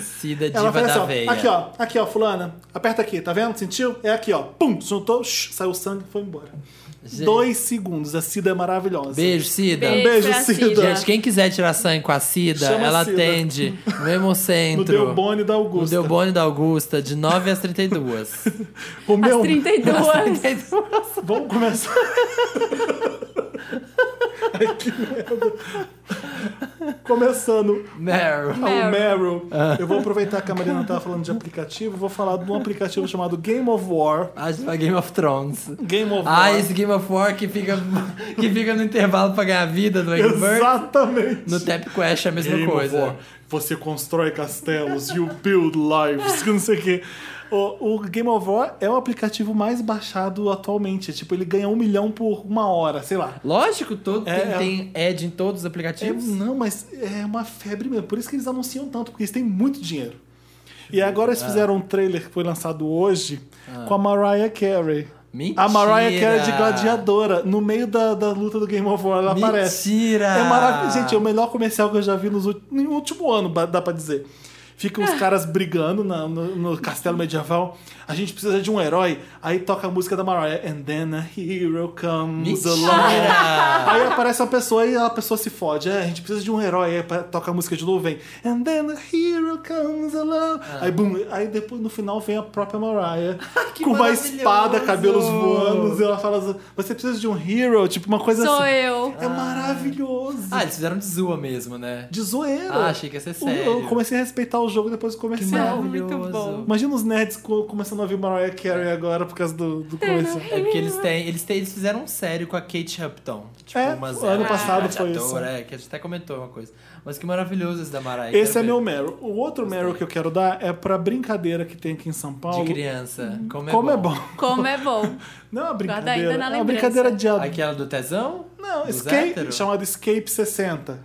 Speaker 1: Cida
Speaker 2: Ela
Speaker 1: diva
Speaker 2: fez
Speaker 1: da
Speaker 2: assim, ó,
Speaker 1: veia.
Speaker 2: aqui ó, aqui ó, fulana, aperta aqui, tá vendo? Sentiu? É aqui ó, pum, juntou, shh, saiu o sangue e foi embora.
Speaker 1: Gente.
Speaker 2: Dois segundos, a Cida é maravilhosa.
Speaker 1: Beijo, Cida.
Speaker 3: Beijo,
Speaker 2: Beijo,
Speaker 3: pra
Speaker 2: Cida.
Speaker 1: Gente, quem quiser tirar sangue com a Cida,
Speaker 2: Chama a
Speaker 1: ela
Speaker 2: Cida.
Speaker 1: atende no Hemocentro.
Speaker 2: No Del Bone da
Speaker 1: No
Speaker 2: Augusta.
Speaker 1: Delbone da Augusta, de 9 às 32.
Speaker 2: O
Speaker 3: Às
Speaker 2: meu,
Speaker 3: 32.
Speaker 2: vamos começar. Ai, que merda. Começando
Speaker 1: Meryl.
Speaker 2: ao
Speaker 3: Meryl.
Speaker 2: Meryl, eu vou aproveitar que a Marina tava falando de aplicativo, vou falar de um aplicativo chamado Game of War.
Speaker 1: Acho que vai Game of Thrones.
Speaker 2: Game of
Speaker 1: Ah,
Speaker 2: War.
Speaker 1: esse Game of War que fica, que fica no intervalo pra ganhar vida do Egbert.
Speaker 2: Exatamente.
Speaker 1: No Tap Quest é a mesma
Speaker 2: Game of
Speaker 1: coisa.
Speaker 2: War. Você constrói castelos, you build lives, que não sei o quê. O, o Game of War é o aplicativo mais baixado atualmente. Tipo, ele ganha um milhão por uma hora, sei lá.
Speaker 1: Lógico, todo,
Speaker 2: É,
Speaker 1: tem, tem ad em todos os
Speaker 2: É,
Speaker 1: aplicativos.
Speaker 2: não, mas é uma febre mesmo. Por isso que eles anunciam tanto, porque eles têm muito dinheiro. E agora eles fizeram um trailer que foi lançado hoje com a Mariah Carey.
Speaker 1: Mentira.
Speaker 2: A Mariah Carey é de gladiadora, no meio da, da luta do Game of War, ela aparece.
Speaker 1: Mentira!
Speaker 2: É maravilhoso. Gente, é o melhor comercial que eu já vi nos ult- no último ano, ba- dá pra dizer. Ficam os caras brigando na- no, no castelo medieval. A gente precisa de um herói. Aí toca a música da Mariah. And then a hero comes along.
Speaker 1: Mentira!
Speaker 2: Aí aparece uma pessoa e a pessoa se fode. É, a gente precisa de um herói. Aí pa- toca a música de novo, vem. And then a hero comes along.
Speaker 1: Ah.
Speaker 2: Aí, boom. Aí depois, no final, vem a própria Mariah.
Speaker 1: que
Speaker 2: com uma
Speaker 1: maravilhoso!
Speaker 2: espada, cabelos voando. E ela fala assim, você precisa de um hero? Tipo, uma coisa
Speaker 3: Sou
Speaker 2: assim.
Speaker 3: eu.
Speaker 2: É maravilhoso.
Speaker 1: ah, eles fizeram de zoa mesmo, né?
Speaker 2: De zoeira.
Speaker 1: Ah, achei que ia ser
Speaker 2: Eu- Eu
Speaker 1: sério.
Speaker 2: comecei a respeitar o jogo depois do
Speaker 1: Que
Speaker 2: comercial.
Speaker 1: maravilhoso.
Speaker 3: muito bom.
Speaker 2: Imagina os nerds co- começando a ouvir Mariah Carey agora por causa do, do comercial.
Speaker 1: É porque eles têm, eles têm. Eles fizeram um sério com a Kate Upton. Tipo,
Speaker 2: É,
Speaker 1: umas
Speaker 2: ano
Speaker 1: é,
Speaker 2: passado foi
Speaker 1: gladiadora,
Speaker 2: isso.
Speaker 1: É, que a gente até comentou uma coisa. Mas que maravilhoso esse da Mariah.
Speaker 2: Esse
Speaker 1: quero ver.
Speaker 2: é meu Meryl. O outro Meryl que eu quero dar é pra brincadeira que tem aqui em São Paulo.
Speaker 1: De criança. Como é
Speaker 2: Como
Speaker 1: bom.
Speaker 2: é bom.
Speaker 3: Como é bom.
Speaker 2: Não é uma
Speaker 3: Guarda ainda
Speaker 2: brincadeira.
Speaker 3: na
Speaker 2: É uma
Speaker 3: lembrança.
Speaker 2: brincadeira de adulto.
Speaker 1: Aquela do tesão?
Speaker 2: Não,
Speaker 1: Dos
Speaker 2: escape,
Speaker 1: hétero?
Speaker 2: chamado Escape 60.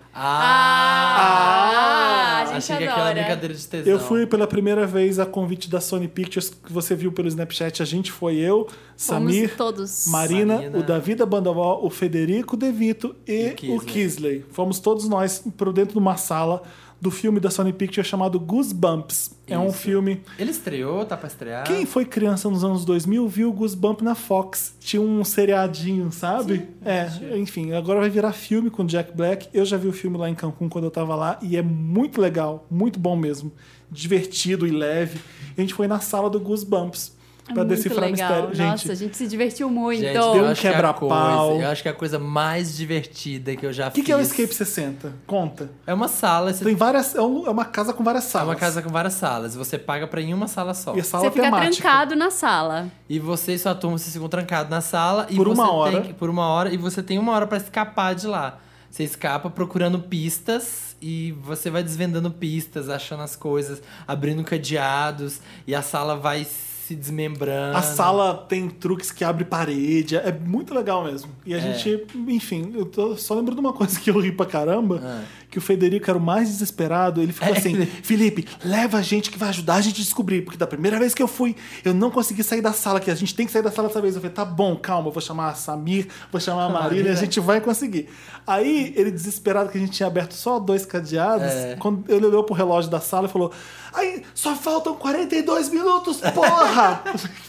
Speaker 3: Ah, a gente
Speaker 1: achei que aquela
Speaker 3: adora.
Speaker 1: brincadeira de tesão.
Speaker 2: Eu fui pela primeira vez a convite da Sony Pictures, que você viu pelo Snapchat. A gente foi eu,
Speaker 3: Somos
Speaker 2: Samir,
Speaker 3: todos.
Speaker 2: Marina,
Speaker 1: Marina.
Speaker 2: o Davi da Bandaval, o Federico De Vito e,
Speaker 1: E Kisley.
Speaker 2: o Kisley. Fomos todos nós pro dentro de uma sala do filme da Sony Pictures chamado Goosebumps. É um
Speaker 1: Isso.
Speaker 2: filme.
Speaker 1: Ele estreou, tá pra estrear.
Speaker 2: Quem foi criança nos anos 2000 viu Goosebumps na Fox. Tinha um seriadinho, sabe? é, enfim, agora vai virar filme com Jack Black. Eu já vi o filme lá em Cancún quando eu tava lá e é muito legal, muito bom mesmo. Divertido e leve. A gente foi na sala do Goosebumps
Speaker 3: É
Speaker 2: pra
Speaker 3: muito
Speaker 2: decifrar
Speaker 3: legal.
Speaker 2: mistério. Gente,
Speaker 3: Nossa, a gente se divertiu muito.
Speaker 1: Gente,
Speaker 2: deu
Speaker 1: eu
Speaker 2: um
Speaker 1: acho que é a
Speaker 2: quebra-pau.
Speaker 1: coisa- Eu acho que é a coisa mais divertida que eu já
Speaker 2: o
Speaker 1: fiz.
Speaker 2: que, que é o Escape 60? Conta.
Speaker 1: É uma sala, você
Speaker 2: Tem várias. É um- é uma casa com várias
Speaker 1: É
Speaker 2: salas.
Speaker 1: uma casa com várias salas. e Você paga pra ir em uma sala só.
Speaker 2: E a sala
Speaker 3: Você fica
Speaker 2: temática.
Speaker 3: trancado na sala.
Speaker 1: E você e sua turma se ficam trancados na sala. e
Speaker 2: Por
Speaker 1: você
Speaker 2: uma hora.
Speaker 1: Tem que, por uma hora. E você tem uma hora pra escapar de lá. Você escapa procurando pistas e você vai desvendando pistas, achando as coisas, abrindo cadeados. E a sala vai se se desmembrando.
Speaker 2: A sala tem truques que abre parede, é muito legal mesmo. E a
Speaker 1: É.
Speaker 2: gente, enfim, eu tô- só lembro de uma coisa que eu ri pra caramba,
Speaker 1: Ah. É.
Speaker 2: que o Federico era o mais desesperado, ele ficou assim, Felipe, leva a gente que vai ajudar a gente a descobrir, porque da primeira vez que eu fui, eu não consegui sair da sala, que a gente tem que sair da sala dessa vez. Eu falei, tá bom, calma, eu vou chamar a Samir, vou chamar né, a Marília, a
Speaker 1: Marília.
Speaker 2: gente vai conseguir. Aí, ele desesperado que a gente tinha aberto só dois cadeados,
Speaker 1: É.
Speaker 2: quando ele olhou pro relógio da sala e falou: Aí, só faltam 42 minutos, porra!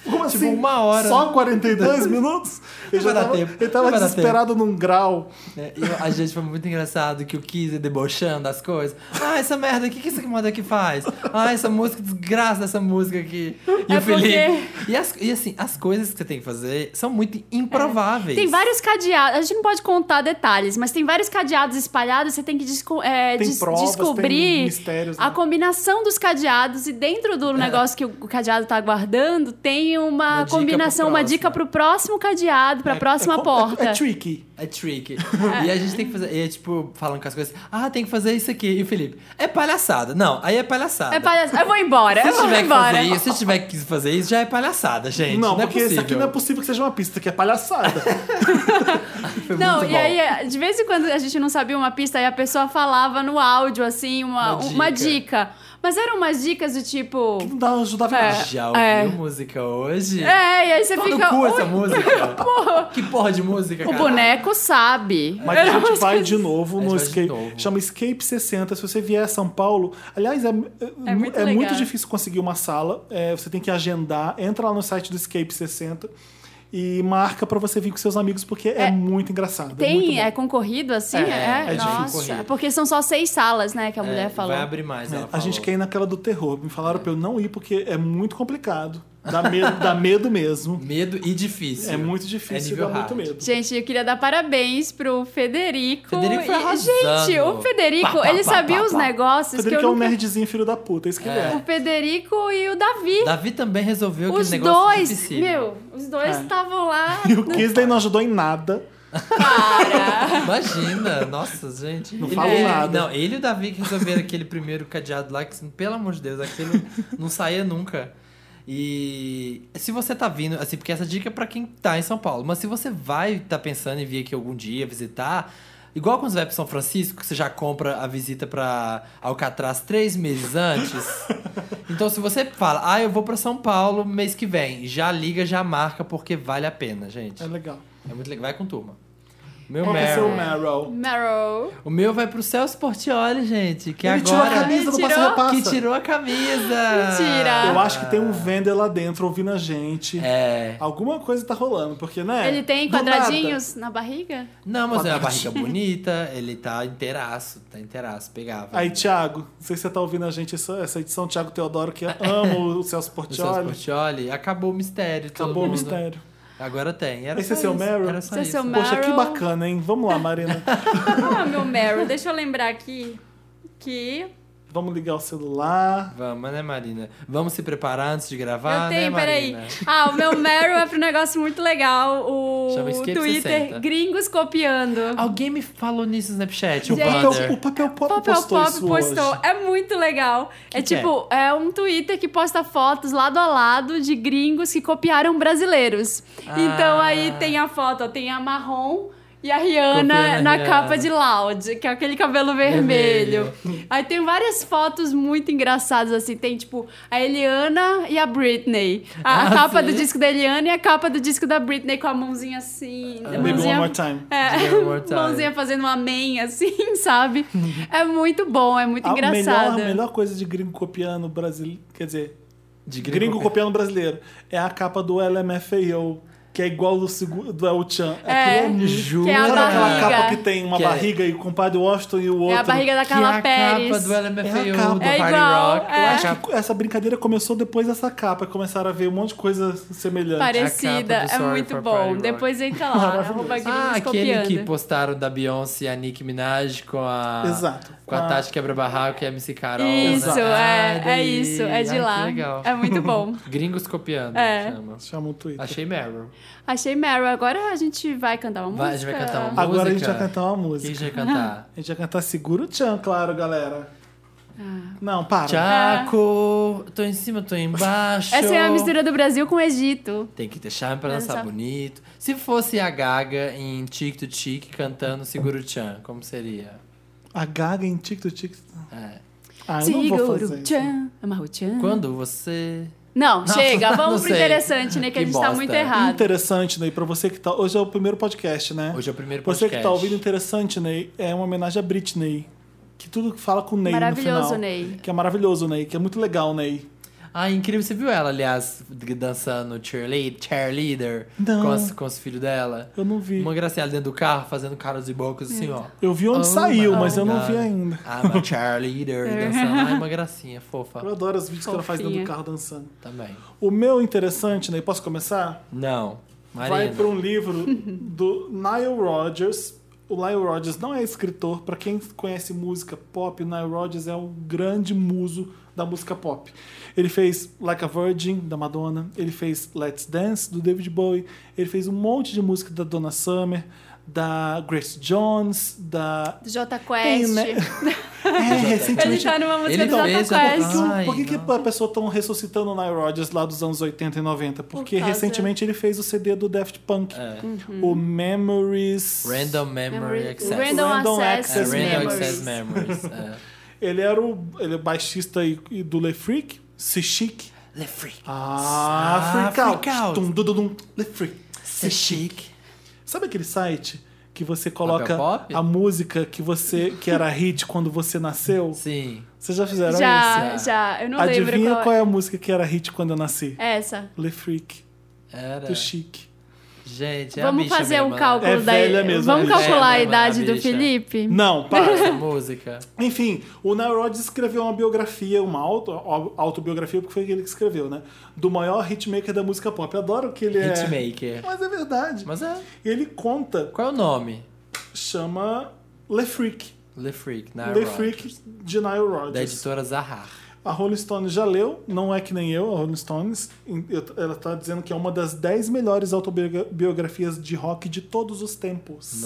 Speaker 2: Como assim?
Speaker 1: Tipo, uma hora,
Speaker 2: Só
Speaker 1: né?
Speaker 2: 42 minutos? Ele,
Speaker 1: vai
Speaker 2: já
Speaker 1: dar
Speaker 2: tava,
Speaker 1: tempo,
Speaker 2: ele tava
Speaker 1: não vai dar
Speaker 2: desesperado num grau.
Speaker 1: É, e eu- a gente foi muito engraçado que o Kiz ia debochando as coisas. Ah, essa merda, o que, que essa moda aqui faz? Ah, essa música, desgraça dessa música aqui. E
Speaker 3: É
Speaker 1: o Felipe. E, as- e assim, as coisas que você tem que fazer são muito improváveis.
Speaker 3: É, Tem vários cadeados. A gente não pode contar detalhes, mas tem vários cadeados espalhados. Você tem que desco- é,
Speaker 2: Tem
Speaker 3: des-
Speaker 2: provas, tem
Speaker 3: descobrir
Speaker 2: mistérios.
Speaker 3: a
Speaker 2: né? É.
Speaker 3: combinação dos cadeados. E dentro do negócio que o cadeado tá guardando, tem uma,
Speaker 1: Uma dica
Speaker 3: combinação,
Speaker 1: pro
Speaker 3: uma
Speaker 1: próximo.
Speaker 3: dica pro próximo cadeado, pra próxima
Speaker 2: é, co-
Speaker 3: porta.
Speaker 2: É, é tricky.
Speaker 1: É tricky. E a gente tem que fazer. E é tipo, falando com as coisas. Ah, tem que fazer isso aqui. E o Felipe. É palhaçada. Não, aí é palhaçada.
Speaker 3: É palhaçada. Eu vou embora,
Speaker 1: se
Speaker 3: eu vou
Speaker 1: tiver que
Speaker 3: embora.
Speaker 1: fazer isso, se tiver que fazer isso, já é palhaçada, gente.
Speaker 2: não,
Speaker 1: Não, é
Speaker 2: porque isso aqui
Speaker 1: possível.
Speaker 2: não é possível que seja uma pista, que é palhaçada.
Speaker 1: Foi
Speaker 3: Não,
Speaker 1: muito
Speaker 3: e
Speaker 1: bom.
Speaker 3: aí, é, de vez em quando a gente não sabia uma pista e a pessoa falava no áudio, assim, uma,
Speaker 1: Uma
Speaker 3: uma
Speaker 1: dica.
Speaker 3: dica. Mas eram umas dicas do tipo.
Speaker 2: não dá ajudava
Speaker 3: É.
Speaker 2: nada.
Speaker 1: Já ouviu
Speaker 3: É.
Speaker 1: música hoje?
Speaker 3: É, e aí você
Speaker 1: Toma no
Speaker 3: fica.
Speaker 1: cu
Speaker 3: "Ui,
Speaker 1: essa música. Que porra de música,
Speaker 3: o
Speaker 1: cara?
Speaker 3: boneco sabe.
Speaker 2: Mas a gente vai de
Speaker 3: assim.
Speaker 2: novo
Speaker 1: A gente
Speaker 2: no
Speaker 1: vai de
Speaker 2: Escape.
Speaker 1: novo.
Speaker 2: Chama Escape 60. Se você vier a São Paulo. Aliás, é, é,
Speaker 3: É muito
Speaker 2: é
Speaker 3: legal.
Speaker 2: muito difícil conseguir uma sala. é, você tem que agendar. Entra lá no site do Escape 60 e marca pra você vir com seus amigos, porque é,
Speaker 3: É,
Speaker 2: muito engraçado. é muito
Speaker 3: Tem,
Speaker 2: bom.
Speaker 3: é concorrido assim?
Speaker 1: É,
Speaker 3: É,
Speaker 1: é difícil
Speaker 3: nossa.
Speaker 1: concorrido.
Speaker 3: Porque são só seis salas, né, que a
Speaker 1: É,
Speaker 3: mulher falou.
Speaker 1: Vai abrir mais, ela
Speaker 2: A gente
Speaker 1: falou.
Speaker 2: quer ir naquela do terror. Me falaram pra eu não ir porque é muito complicado. Dá medo, dá medo mesmo.
Speaker 1: Medo e difícil.
Speaker 2: É muito difícil,
Speaker 1: nível
Speaker 2: dá
Speaker 1: hard.
Speaker 2: muito medo.
Speaker 3: Gente, eu queria dar parabéns pro Federico.
Speaker 1: Federico foi
Speaker 3: E-
Speaker 1: arrasando.
Speaker 3: gente, o Federico,
Speaker 1: Pá, pá,
Speaker 3: ele
Speaker 1: pá,
Speaker 3: sabia
Speaker 1: pá,
Speaker 3: os
Speaker 1: pá.
Speaker 3: negócios
Speaker 2: Federico
Speaker 3: que
Speaker 2: é
Speaker 3: eu
Speaker 2: um
Speaker 3: nunca...
Speaker 2: nerdzinho filho da puta, é isso que ele
Speaker 1: É.
Speaker 2: é.
Speaker 3: O Federico e o Davi.
Speaker 1: Davi também resolveu
Speaker 3: os
Speaker 1: aquele negócio é
Speaker 3: dois,
Speaker 1: difícil.
Speaker 3: meu, os dois
Speaker 2: É.
Speaker 3: estavam lá.
Speaker 2: E o Kisley não ajudou em nada.
Speaker 3: Para!
Speaker 1: Imagina, nossa, gente. Não
Speaker 2: fala nada.
Speaker 1: Não, ele e o Davi que resolveram aquele primeiro cadeado lá, que, assim, pelo amor de Deus, aquilo não saía nunca. E se você tá vindo, assim, porque essa dica é pra quem tá em São Paulo, mas se você vai tá pensando em vir aqui algum dia visitar, igual quando você vai pra São Francisco, que você já compra a visita pra Alcatraz três meses antes. Então, se você fala, ah, eu vou pra São Paulo mês que vem, já liga, já marca, porque vale a pena, gente.
Speaker 2: É legal.
Speaker 1: É muito legal. Vai com turma. Meu
Speaker 2: Qual que é
Speaker 1: Meryl.
Speaker 2: seu Meryl?
Speaker 3: Meryl.
Speaker 1: O meu vai pro Celso Portioli, gente, que
Speaker 2: ele tirou a
Speaker 1: agora
Speaker 2: camisa do
Speaker 3: Ele
Speaker 2: Passa
Speaker 3: tirou? Ah.
Speaker 2: Repassa.
Speaker 1: que tirou a camisa.
Speaker 3: Mentira.
Speaker 2: Eu acho que tem um vender lá dentro ouvindo a gente.
Speaker 1: É.
Speaker 2: Alguma coisa tá rolando, porque, né?
Speaker 3: Ele tem
Speaker 2: do
Speaker 3: quadradinhos na barriga?
Speaker 1: Não, mas é uma barriga
Speaker 2: Quadradinho.
Speaker 1: bonita, ele tá inteiraço, tá inteiraço, pegava.
Speaker 2: nada. Aí, Thiago, não sei se você tá ouvindo a gente essa, essa edição, Thiago Teodoro, que ama o Celso
Speaker 1: o Celso
Speaker 2: Portioli.
Speaker 1: Portioli, acabou o mistério. todo
Speaker 2: Acabou o
Speaker 1: mundo-
Speaker 2: mistério.
Speaker 1: Agora tem. Era
Speaker 2: Esse
Speaker 1: só
Speaker 2: é seu
Speaker 1: isso,
Speaker 2: Meryl?
Speaker 1: Era só
Speaker 3: Esse é
Speaker 1: isso.
Speaker 3: seu Meryl.
Speaker 2: Poxa, que bacana, hein? Vamos lá, Marina.
Speaker 3: Ah, meu Meryl, deixa eu lembrar aqui que
Speaker 2: Vamos ligar o celular.
Speaker 1: Vamos, né, Marina? Vamos se preparar antes de gravar,
Speaker 3: eu tenho,
Speaker 1: né,
Speaker 3: peraí.
Speaker 1: Marina?
Speaker 3: Ah, o meu Meryl é pro negócio muito legal. O
Speaker 1: Chama Escape
Speaker 3: Twitter,
Speaker 1: 60.
Speaker 3: gringos copiando.
Speaker 1: Alguém me falou nisso no Snapchat, o
Speaker 3: Gente,
Speaker 1: Wander.
Speaker 2: Papel- o papel pop
Speaker 3: Papel
Speaker 2: postou
Speaker 3: Pop
Speaker 2: isso
Speaker 3: postou.
Speaker 2: hoje.
Speaker 3: É muito legal. é
Speaker 1: que
Speaker 3: tipo, é? um Twitter que posta fotos lado a lado de gringos que copiaram brasileiros.
Speaker 1: Ah.
Speaker 3: Então aí tem a foto, ó, tem a marrom. E a Rihanna
Speaker 1: Copiando a
Speaker 3: na
Speaker 1: Rihanna.
Speaker 3: capa de Loud, que é aquele cabelo vermelho. Aí tem várias fotos muito engraçadas, assim. Tem, tipo, a Eliana e a Britney. A, a
Speaker 1: Ah,
Speaker 3: capa
Speaker 1: sim.
Speaker 3: do disco da Eliana e a capa do disco da Britney com a mãozinha assim.
Speaker 1: Ah,
Speaker 3: a
Speaker 2: Baby One
Speaker 3: mãozinha
Speaker 2: More Time.
Speaker 1: Give me more
Speaker 3: é,
Speaker 1: time.
Speaker 3: mãozinha fazendo um amém, assim, sabe? É muito bom, é muito
Speaker 2: A melhor,
Speaker 3: engraçado.
Speaker 2: a melhor coisa de gringo copiando brasileiro. Quer dizer,
Speaker 1: De
Speaker 2: gringo, copiando brasileiro é a capa do LMFAO, que é igual do, segu- do El Chan.
Speaker 3: É,
Speaker 2: Aquilo
Speaker 1: Jura?
Speaker 3: que é a
Speaker 2: Sabe aquela
Speaker 3: barriga.
Speaker 2: capa que tem uma
Speaker 1: Que é-
Speaker 2: barriga e o compadre Washington e o
Speaker 3: É
Speaker 2: outro?
Speaker 3: a barriga da
Speaker 1: Que é
Speaker 3: Carla
Speaker 1: a
Speaker 3: Pérez.
Speaker 1: capa do LMFAO,
Speaker 2: É a capa.
Speaker 1: um, do
Speaker 3: É
Speaker 1: Party
Speaker 3: igual,
Speaker 1: Rock.
Speaker 3: é.
Speaker 1: a
Speaker 2: Acho
Speaker 1: capa-
Speaker 2: que essa brincadeira começou depois dessa capa. Começaram a ver um monte de coisa semelhante.
Speaker 3: Parecida,
Speaker 1: A capa do
Speaker 3: é
Speaker 1: Sorry
Speaker 3: muito
Speaker 1: for Party
Speaker 3: bom.
Speaker 1: Rock.
Speaker 3: Depois entra lá, arroba gringos
Speaker 1: Ah, aquele
Speaker 3: copiando.
Speaker 1: que postaram da Beyoncé e a Nicki Minaj com a.
Speaker 2: Exato.
Speaker 1: Com a
Speaker 2: Ah.
Speaker 1: Tati Quebra-Barraco e a MC Carol.
Speaker 3: Isso,
Speaker 1: né?
Speaker 3: é,
Speaker 1: Ah,
Speaker 3: é
Speaker 1: daí-
Speaker 3: isso, é de
Speaker 1: Ai,
Speaker 3: lá.
Speaker 1: Que legal.
Speaker 3: É muito bom.
Speaker 1: Gringos copiando,
Speaker 3: É.
Speaker 1: chama.
Speaker 2: Chama o Twitter.
Speaker 1: Achei Meryl.
Speaker 3: Achei Meryl, agora a gente vai cantar uma
Speaker 1: Vai, a
Speaker 3: música.
Speaker 1: gente vai cantar uma
Speaker 2: Agora a gente
Speaker 1: música.
Speaker 2: vai cantar uma
Speaker 1: Quem
Speaker 2: música.
Speaker 1: já ia cantar?
Speaker 2: A gente vai cantar Seguro Tchan, claro, galera.
Speaker 3: Ah,
Speaker 2: Não, para.
Speaker 1: Tchaco, tô em cima, tô embaixo.
Speaker 3: Essa é a mistura do Brasil com o Egito.
Speaker 1: Tem que deixar pra
Speaker 3: Dançar.
Speaker 1: dançar bonito. Se fosse a Gaga em Tic to Tic cantando Seguro Chan, como seria?
Speaker 2: A Gaga em tic-tic.
Speaker 1: É.
Speaker 2: Ah, eu não vou fazer isso.
Speaker 3: Siguru-chan, Amarro-chan.
Speaker 1: Quando você.
Speaker 3: Não,
Speaker 1: Não,
Speaker 3: chega,
Speaker 1: não
Speaker 3: vamos pro
Speaker 1: sei.
Speaker 3: interessante, né? Que, a
Speaker 1: Que
Speaker 3: gente
Speaker 1: bosta.
Speaker 3: tá
Speaker 1: Então
Speaker 3: muito errado.
Speaker 2: Interessante, Ney, pra você que tá. Hoje é o primeiro podcast, né?
Speaker 1: Hoje é o primeiro
Speaker 2: Você
Speaker 1: podcast.
Speaker 2: que tá ouvindo interessante, Ney, é uma homenagem a Britney. Que tudo que fala com o Ney no
Speaker 3: Maravilhoso,
Speaker 2: final.
Speaker 3: Ney.
Speaker 2: Que é maravilhoso, Ney. Que é muito legal, Ney.
Speaker 1: Ah, incrível. Você viu ela, aliás, dançando cheerlead- cheerleader
Speaker 2: Não.
Speaker 1: com, as, com os filhos dela?
Speaker 2: Eu não vi.
Speaker 1: Uma graciada dentro do carro, fazendo caras e bocas assim, ó.
Speaker 2: Eu vi onde
Speaker 1: Oh
Speaker 2: saiu,
Speaker 1: my
Speaker 2: mas eu não
Speaker 1: God.
Speaker 2: vi ainda.
Speaker 1: I'm a cheerleader.
Speaker 2: É.
Speaker 1: e dançando. Ai, uma gracinha, fofa.
Speaker 2: Eu adoro os vídeos que ela faz dentro do
Speaker 3: Fofinha.
Speaker 2: carro dançando.
Speaker 1: Também.
Speaker 2: O meu interessante, Ney, posso começar?
Speaker 1: Não.
Speaker 2: Vai
Speaker 1: Marina.
Speaker 2: para um livro do Nile Rodgers. O Nile Rodgers não é escritor. Pra quem conhece música pop, o Nile Rodgers é o grande muso da música pop. Ele fez Like a Virgin, da Madonna. Ele fez Let's Dance, do David Bowie. Ele fez um monte de música da Donna Summer, da Grace Jones, da...
Speaker 3: Do Jota Quest.
Speaker 2: Tem, né? É,
Speaker 3: Ele
Speaker 2: recentemente...
Speaker 3: tá numa música
Speaker 1: Ele
Speaker 3: do Jota
Speaker 1: fez
Speaker 3: Quest.
Speaker 1: a- Ah, Ai,
Speaker 2: Por que, que
Speaker 1: não.
Speaker 2: a pessoa tão ressuscitando o Nile Rodgers lá dos anos 80 e 90? Porque
Speaker 3: causa-
Speaker 2: recentemente ele fez o CD do Daft Punk.
Speaker 1: É.
Speaker 2: O Memories.
Speaker 1: Random Memory
Speaker 3: Memory-
Speaker 1: Access.
Speaker 3: Random,
Speaker 2: Random
Speaker 3: Access,
Speaker 1: É,
Speaker 2: Access
Speaker 1: Random
Speaker 3: Memories.
Speaker 1: Access Memories. É.
Speaker 2: Ele era o ele é baixista e, e do Le Freak, Se Chic.
Speaker 1: Le Freak.
Speaker 2: Ah, Freak Out. Tum, dum, dum, dum, Le Freak.
Speaker 1: Se chique.
Speaker 2: Sabe aquele site que você coloca
Speaker 1: Papel Pop?
Speaker 2: a música que você que era hit quando você nasceu?
Speaker 1: Sim.
Speaker 2: Vocês já fizeram
Speaker 3: Já,
Speaker 1: isso?
Speaker 3: já. Eu não
Speaker 2: isso? Adivinha
Speaker 3: lembro
Speaker 2: qual... é a música que era hit quando eu nasci?
Speaker 3: Essa.
Speaker 2: Le Freak,
Speaker 1: Era.
Speaker 2: do Chic.
Speaker 1: Gente, é a
Speaker 3: Vamos
Speaker 1: bicha
Speaker 3: fazer
Speaker 1: mesmo,
Speaker 3: um
Speaker 1: né?
Speaker 3: cálculo
Speaker 2: É
Speaker 3: da
Speaker 2: velha mesmo,
Speaker 3: Vamos
Speaker 2: a bicha.
Speaker 3: calcular a
Speaker 1: É,
Speaker 3: idade
Speaker 1: a
Speaker 3: do
Speaker 1: bicha.
Speaker 3: Felipe?
Speaker 2: Não, para.
Speaker 1: Essa música.
Speaker 2: Enfim, o Nile Rodgers escreveu uma biografia, uma auto, autobiografia, porque foi ele que escreveu, né? Do maior hitmaker da música pop. Eu adoro que ele é.
Speaker 1: Hitmaker.
Speaker 2: Mas é verdade.
Speaker 1: Mas é.
Speaker 2: Ele conta,
Speaker 1: Qual é o nome?
Speaker 2: chama Le Freak.
Speaker 1: Le Freak. Nile
Speaker 2: Le
Speaker 1: Rodgers.
Speaker 2: Freak de Nile Rodgers.
Speaker 1: Da editora Zahar.
Speaker 2: A Rolling Stones já leu, não é que nem eu, a Rolling Stones. Em- eu- Ela tá dizendo que é uma das 10 melhores autobiografias de rock de todos os tempos.